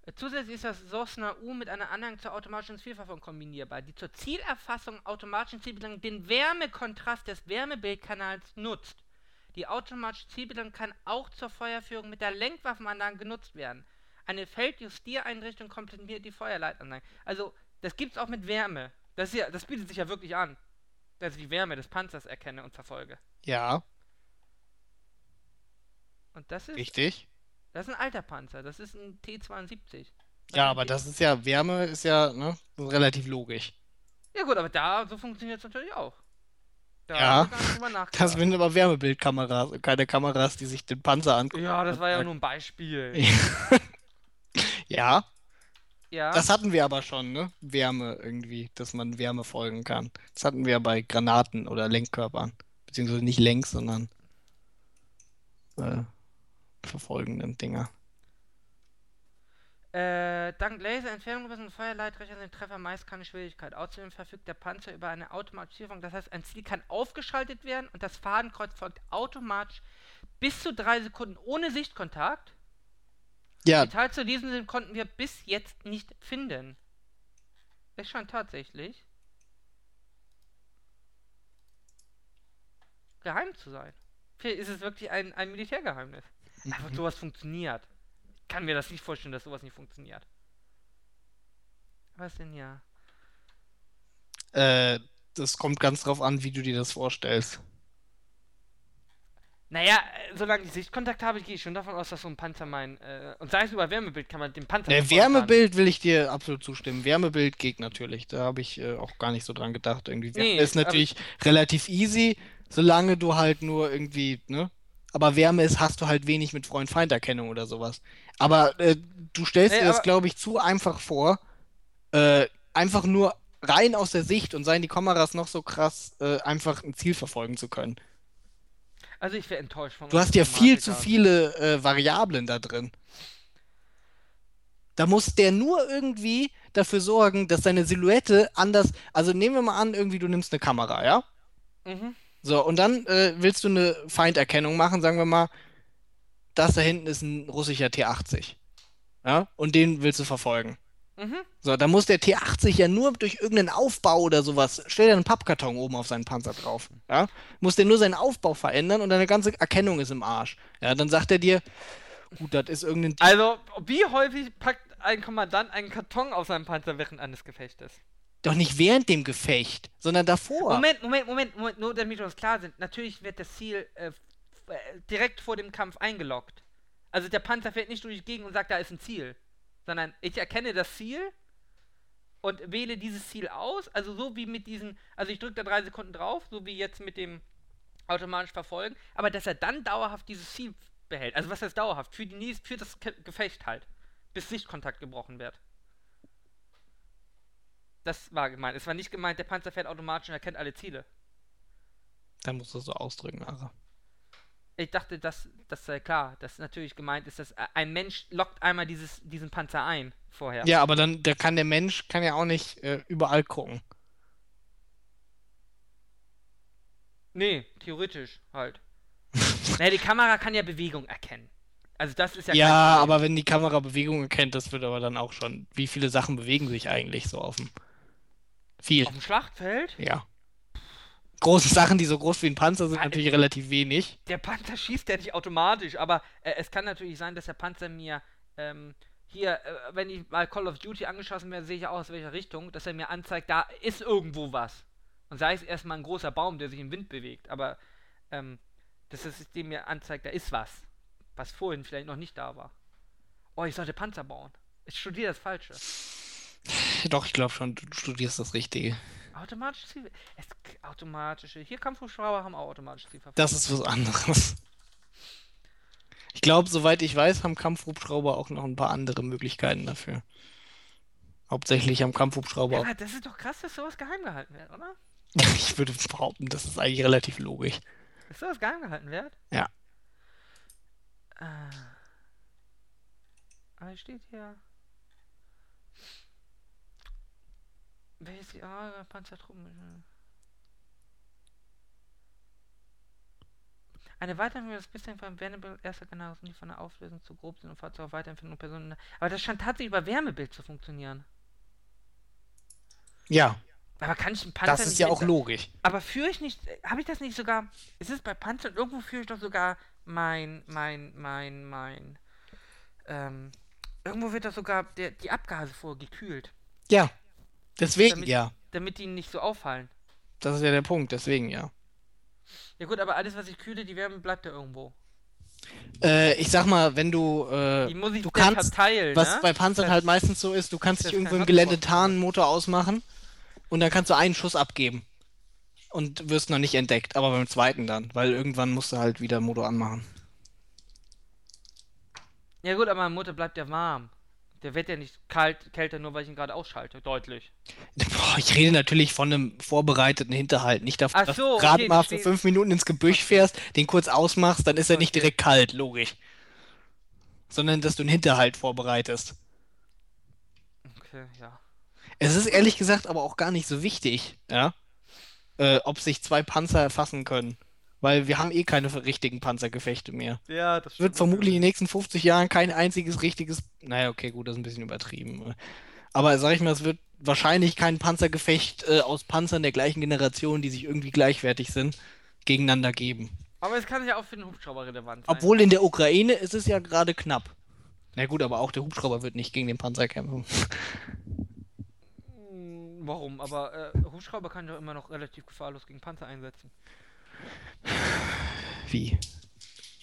[SPEAKER 1] Äh, Zusätzlich ist das Sosna U mit einem Anhang zur automatischen Zielverfolgung kombinierbar, die zur Zielerfassung automatischen Zielbedingungen den Wärmekontrast des Wärmebildkanals nutzt. Die automatische Zielbildung kann auch zur Feuerführung mit der Lenkwaffenanlage genutzt werden. Eine Feldjustiereinrichtung komplettiert die Feuerleitanlage. Also, das gibt's auch mit Wärme. Das, ist ja, das bietet sich ja wirklich an, dass ich die Wärme des Panzers erkenne und verfolge.
[SPEAKER 2] Ja,
[SPEAKER 1] Und das ist,
[SPEAKER 2] richtig.
[SPEAKER 1] das ist ein alter Panzer. Das ist ein Also T-72.
[SPEAKER 2] Ja, aber das ist ja, Wärme ist ja, ne, relativ logisch.
[SPEAKER 1] Ja gut, aber da, so funktioniert es natürlich auch. Da
[SPEAKER 2] Ja.
[SPEAKER 1] hab ich gar nicht drüber
[SPEAKER 2] Das
[SPEAKER 1] nachgedacht.
[SPEAKER 2] sind aber Wärmebildkameras und keine Kameras, die sich den Panzer angucken.
[SPEAKER 1] Ja, das war ja nur ein Beispiel.
[SPEAKER 2] Ja,
[SPEAKER 1] Ja,
[SPEAKER 2] das hatten wir aber schon, ne? Wärme irgendwie, dass man Wärme folgen kann. Das hatten wir ja bei Granaten oder Lenkkörpern. Beziehungsweise nicht Lenks, sondern äh, verfolgenden Dinger.
[SPEAKER 1] äh, dank Laser, Entfernung und Feuerleitrechner sind Treffer meist keine Schwierigkeit. Außerdem verfügt der Panzer über eine Automatisierung, das heißt, ein Ziel kann aufgeschaltet werden und das Fadenkreuz folgt automatisch bis zu drei Sekunden ohne Sichtkontakt.
[SPEAKER 2] Ja,
[SPEAKER 1] Details zu diesem Sinn konnten wir bis jetzt nicht finden. Ist schon tatsächlich geheim zu sein. Vielleicht ist es wirklich ein, ein Militärgeheimnis. Aber
[SPEAKER 2] mhm.
[SPEAKER 1] sowas funktioniert. Ich kann mir das nicht vorstellen, dass sowas nicht funktioniert. Was denn ja?
[SPEAKER 2] äh, das kommt ganz drauf an, wie du dir das vorstellst.
[SPEAKER 1] Naja, äh, solange ich Sichtkontakt habe, gehe ich schon davon aus, dass so ein Panzer mein. Äh, und sei es über Wärmebild, kann man den Panzer.
[SPEAKER 2] Ne,
[SPEAKER 1] verfolgen.
[SPEAKER 2] Wärmebild will ich dir absolut zustimmen. Wärmebild geht natürlich. Da habe ich äh, auch gar nicht so dran gedacht. Irgendwie Wärme
[SPEAKER 1] Nee,
[SPEAKER 2] ist
[SPEAKER 1] aber-
[SPEAKER 2] natürlich relativ easy, solange du halt nur irgendwie, ne? Aber Wärme ist, hast du halt wenig mit Freund-Feind-Erkennung oder sowas. Aber äh, du stellst
[SPEAKER 1] Nee,
[SPEAKER 2] dir das,
[SPEAKER 1] aber-
[SPEAKER 2] glaube ich, zu einfach vor. Äh, einfach nur rein aus der Sicht und seien die Kameras noch so krass, äh, einfach ein Ziel verfolgen zu können.
[SPEAKER 1] Also ich wäre enttäuscht von
[SPEAKER 2] Du
[SPEAKER 1] uns
[SPEAKER 2] hast ja viel zu
[SPEAKER 1] Informatikern.
[SPEAKER 2] viele äh, Variablen da drin. Da muss der nur irgendwie dafür sorgen, dass seine Silhouette anders. Also nehmen wir mal an, irgendwie du nimmst eine Kamera, ja?
[SPEAKER 1] Mhm.
[SPEAKER 2] So, und dann äh, willst du eine Feinderkennung machen, sagen wir mal, das da hinten ist ein russischer T80. Ja? Und den willst du verfolgen.
[SPEAKER 1] Mhm.
[SPEAKER 2] So, da muss der T80 ja nur durch irgendeinen Aufbau oder sowas, stell dir einen Pappkarton oben auf seinen Panzer drauf, ja? Muss der nur seinen Aufbau verändern und deine ganze Erkennung ist im Arsch. Ja, dann sagt er dir, gut, das ist irgendein
[SPEAKER 1] Also, wie häufig packt ein Kommandant einen Karton auf seinen Panzer während eines Gefechtes?
[SPEAKER 2] Doch nicht während dem Gefecht, sondern davor.
[SPEAKER 1] Moment, Moment, Moment, Moment, nur damit wir uns klar sind. Natürlich wird das Ziel äh, f- äh, direkt vor dem Kampf eingeloggt. Also der Panzer fährt nicht durch die Gegend und sagt, da ist ein Ziel. Sondern ich erkenne das Ziel und wähle dieses Ziel aus. Also so wie mit diesen, also ich drücke da drei Sekunden drauf, so wie jetzt mit dem automatisch verfolgen, aber dass er dann dauerhaft dieses Ziel behält. Also was heißt dauerhaft? Für, die nächst, für das Ke Gefecht halt. Bis Sichtkontakt gebrochen wird. Das war gemeint. Es war nicht gemeint, der Panzer fährt automatisch und erkennt alle Ziele.
[SPEAKER 2] Dann musst du so ausdrücken, Ara.
[SPEAKER 1] Ich dachte, das, das sei klar, dass natürlich gemeint ist, dass äh, ein Mensch lockt einmal dieses, diesen Panzer ein vorher.
[SPEAKER 2] Ja, aber dann der kann der Mensch kann ja auch nicht äh, überall gucken.
[SPEAKER 1] Nee, theoretisch halt. naja, die Kamera kann ja Bewegung erkennen. Also das ist ja
[SPEAKER 2] Ja,
[SPEAKER 1] kein Problem.
[SPEAKER 2] aber wenn die Kamera Bewegungen erkennt, das wird aber dann auch schon. Wie viele Sachen bewegen sich eigentlich so auf dem? Viel.
[SPEAKER 1] Auf dem Schlachtfeld?
[SPEAKER 2] Ja. Große Sachen, die so groß wie ein Panzer sind,
[SPEAKER 1] Ah,
[SPEAKER 2] natürlich relativ wenig.
[SPEAKER 1] Der Panzer schießt ja nicht automatisch, aber äh, es kann natürlich sein, dass der Panzer mir ähm, hier, äh, wenn ich mal Call of Duty angeschossen werde, sehe ich auch aus welcher Richtung, dass er mir anzeigt, da ist irgendwo was. Und sei es erstmal ein großer Baum, der sich im Wind bewegt, aber ähm, dass das System mir anzeigt, da ist was. Was vorhin vielleicht noch nicht da war. Oh, ich sollte Panzer bauen. Ich studiere das Falsche.
[SPEAKER 2] Doch, ich glaube schon, du studierst das Richtige.
[SPEAKER 1] Automatische Ziel. Es, automatische. Hier Kampfhubschrauber haben auch automatische Zielverfolgung.
[SPEAKER 2] Das ist was anderes. Ich glaube, soweit ich weiß, haben Kampfhubschrauber auch noch ein paar andere Möglichkeiten dafür. Hauptsächlich am Kampfhubschrauber.
[SPEAKER 1] Aber das ist doch krass, dass sowas geheim gehalten wird, oder?
[SPEAKER 2] Ich würde behaupten, das ist eigentlich relativ logisch.
[SPEAKER 1] Ist sowas geheim gehalten wird?
[SPEAKER 2] Ja.
[SPEAKER 1] Äh. Aber hier steht hier. Welches Jahr Panzertruppen? Eine Weiterentwicklung des bislang von Wärmebild erster Generation, die von der Auflösung zu grob sind und Fahrzeuge Weiterentwicklung und Personen. Aber das scheint tatsächlich über Wärmebild zu funktionieren.
[SPEAKER 2] Ja,
[SPEAKER 1] Aber kann ich einen Panzer
[SPEAKER 2] Das ist
[SPEAKER 1] nicht
[SPEAKER 2] ja
[SPEAKER 1] mit-
[SPEAKER 2] auch logisch.
[SPEAKER 1] Aber führe ich nicht, äh, habe ich das nicht sogar, ist es bei Panzer, irgendwo führe ich doch sogar mein, mein, mein, mein, ähm, irgendwo wird doch sogar der, die Abgase vorgekühlt,
[SPEAKER 2] Ja. Deswegen
[SPEAKER 1] Damit-
[SPEAKER 2] ja.
[SPEAKER 1] damit die nicht so auffallen.
[SPEAKER 2] Das ist ja der Punkt, deswegen ja.
[SPEAKER 1] Ja gut, aber alles, was ich kühle, die Wärme bleibt ja irgendwo.
[SPEAKER 2] Äh, ich sag mal, wenn du. Äh,
[SPEAKER 1] Die muss ich
[SPEAKER 2] du
[SPEAKER 1] dann
[SPEAKER 2] kannst,
[SPEAKER 1] verteilen,
[SPEAKER 2] was
[SPEAKER 1] ne?
[SPEAKER 2] bei Panzern
[SPEAKER 1] Das-
[SPEAKER 2] halt meistens so ist, du kannst dich
[SPEAKER 1] das
[SPEAKER 2] irgendwo
[SPEAKER 1] kann
[SPEAKER 2] im Gelände
[SPEAKER 1] Hakenbord sein.
[SPEAKER 2] tarnen, Motor ausmachen und dann kannst du einen Schuss abgeben. Und wirst noch nicht entdeckt, aber beim zweiten dann, weil irgendwann musst du halt wieder Motor anmachen.
[SPEAKER 1] Ja gut, aber mein Motor bleibt ja warm. Der wird ja nicht kalt, kälter, nur weil ich ihn gerade ausschalte, deutlich.
[SPEAKER 2] Boah, ich rede natürlich von einem vorbereiteten Hinterhalt, nicht davon,
[SPEAKER 1] Ach
[SPEAKER 2] dass
[SPEAKER 1] so,
[SPEAKER 2] du gerade
[SPEAKER 1] okay,
[SPEAKER 2] mal
[SPEAKER 1] verstehe.
[SPEAKER 2] für fünf Minuten ins Gebüsch fährst, den kurz ausmachst, dann ist er nicht direkt kalt, logisch. Sondern, dass du einen Hinterhalt vorbereitest.
[SPEAKER 1] Okay, ja.
[SPEAKER 2] Es ist ehrlich gesagt aber auch gar nicht so wichtig, ja, äh, ob sich zwei Panzer erfassen können. Weil wir haben eh keine richtigen Panzergefechte mehr.
[SPEAKER 1] Ja, das
[SPEAKER 2] Es wird vermutlich in den nächsten 50 Jahren kein einziges richtiges. Naja, okay, gut, das ist ein bisschen übertrieben. ne? Aber sag ich mal, es wird wahrscheinlich kein Panzergefecht äh, aus Panzern der gleichen Generation, die sich irgendwie gleichwertig sind, gegeneinander geben.
[SPEAKER 1] Aber es kann ja auch für den Hubschrauber relevant sein.
[SPEAKER 2] Obwohl in der Ukraine ist es ja gerade knapp. Na gut, aber auch der Hubschrauber wird nicht gegen den Panzer kämpfen.
[SPEAKER 1] Mm, Warum? Aber äh, Hubschrauber kann doch immer noch relativ gefahrlos gegen Panzer einsetzen.
[SPEAKER 2] Wie?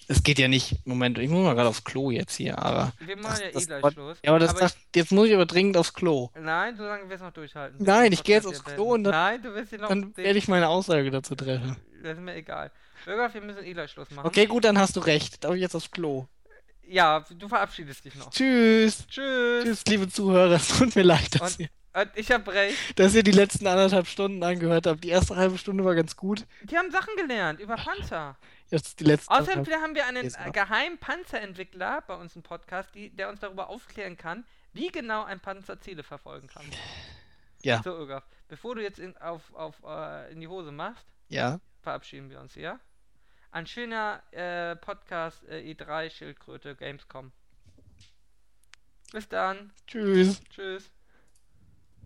[SPEAKER 2] Es geht ja nicht. Moment, ich muss mal gerade aufs Klo jetzt hier, aber.
[SPEAKER 1] Wir machen
[SPEAKER 2] Das-
[SPEAKER 1] ja eh
[SPEAKER 2] das-
[SPEAKER 1] gleich Schluss.
[SPEAKER 2] Ja, aber das sagt, jetzt muss ich aber dringend aufs Klo.
[SPEAKER 1] ich, Nein, so lange wirst du noch durchhalten. bis
[SPEAKER 2] Nein,
[SPEAKER 1] wir
[SPEAKER 2] ich geh jetzt
[SPEAKER 1] Podcast hier
[SPEAKER 2] aufs Klo
[SPEAKER 1] beenden.
[SPEAKER 2] und dann-
[SPEAKER 1] Nein, du wirst hier noch.
[SPEAKER 2] Dann
[SPEAKER 1] den-
[SPEAKER 2] werde ich meine Aussage dazu treffen.
[SPEAKER 1] Das ist mir egal. Bürger, wir müssen eh gleich Schluss machen.
[SPEAKER 2] Okay, gut, dann hast du recht. Darf ich jetzt aufs Klo?
[SPEAKER 1] Ja, du verabschiedest dich noch.
[SPEAKER 2] Tschüss.
[SPEAKER 1] Tschüss.
[SPEAKER 2] Tschüss, liebe Zuhörer. Es tut mir leid, dass,
[SPEAKER 1] Und,
[SPEAKER 2] ihr,
[SPEAKER 1] und ich hab recht.
[SPEAKER 2] dass ihr die letzten anderthalb Stunden angehört habt. Die erste halbe Stunde war ganz gut.
[SPEAKER 1] Die haben Sachen gelernt über Panzer.
[SPEAKER 2] Jetzt die letzte.
[SPEAKER 1] Außerdem haben wir einen
[SPEAKER 2] Jetzt mal.
[SPEAKER 1] äh, geheimen Panzerentwickler bei uns im Podcast, die, der uns darüber aufklären kann, wie genau ein Panzer Ziele verfolgen kann.
[SPEAKER 2] Ja.
[SPEAKER 1] So, Ögaf, bevor du jetzt in, auf, auf, äh, in die Hose machst,
[SPEAKER 2] Ja.
[SPEAKER 1] verabschieden wir uns, ja? Ein schöner äh, Podcast äh, E3 Schildkröte Gamescom. Bis dann.
[SPEAKER 2] Tschüss.
[SPEAKER 1] Tschüss.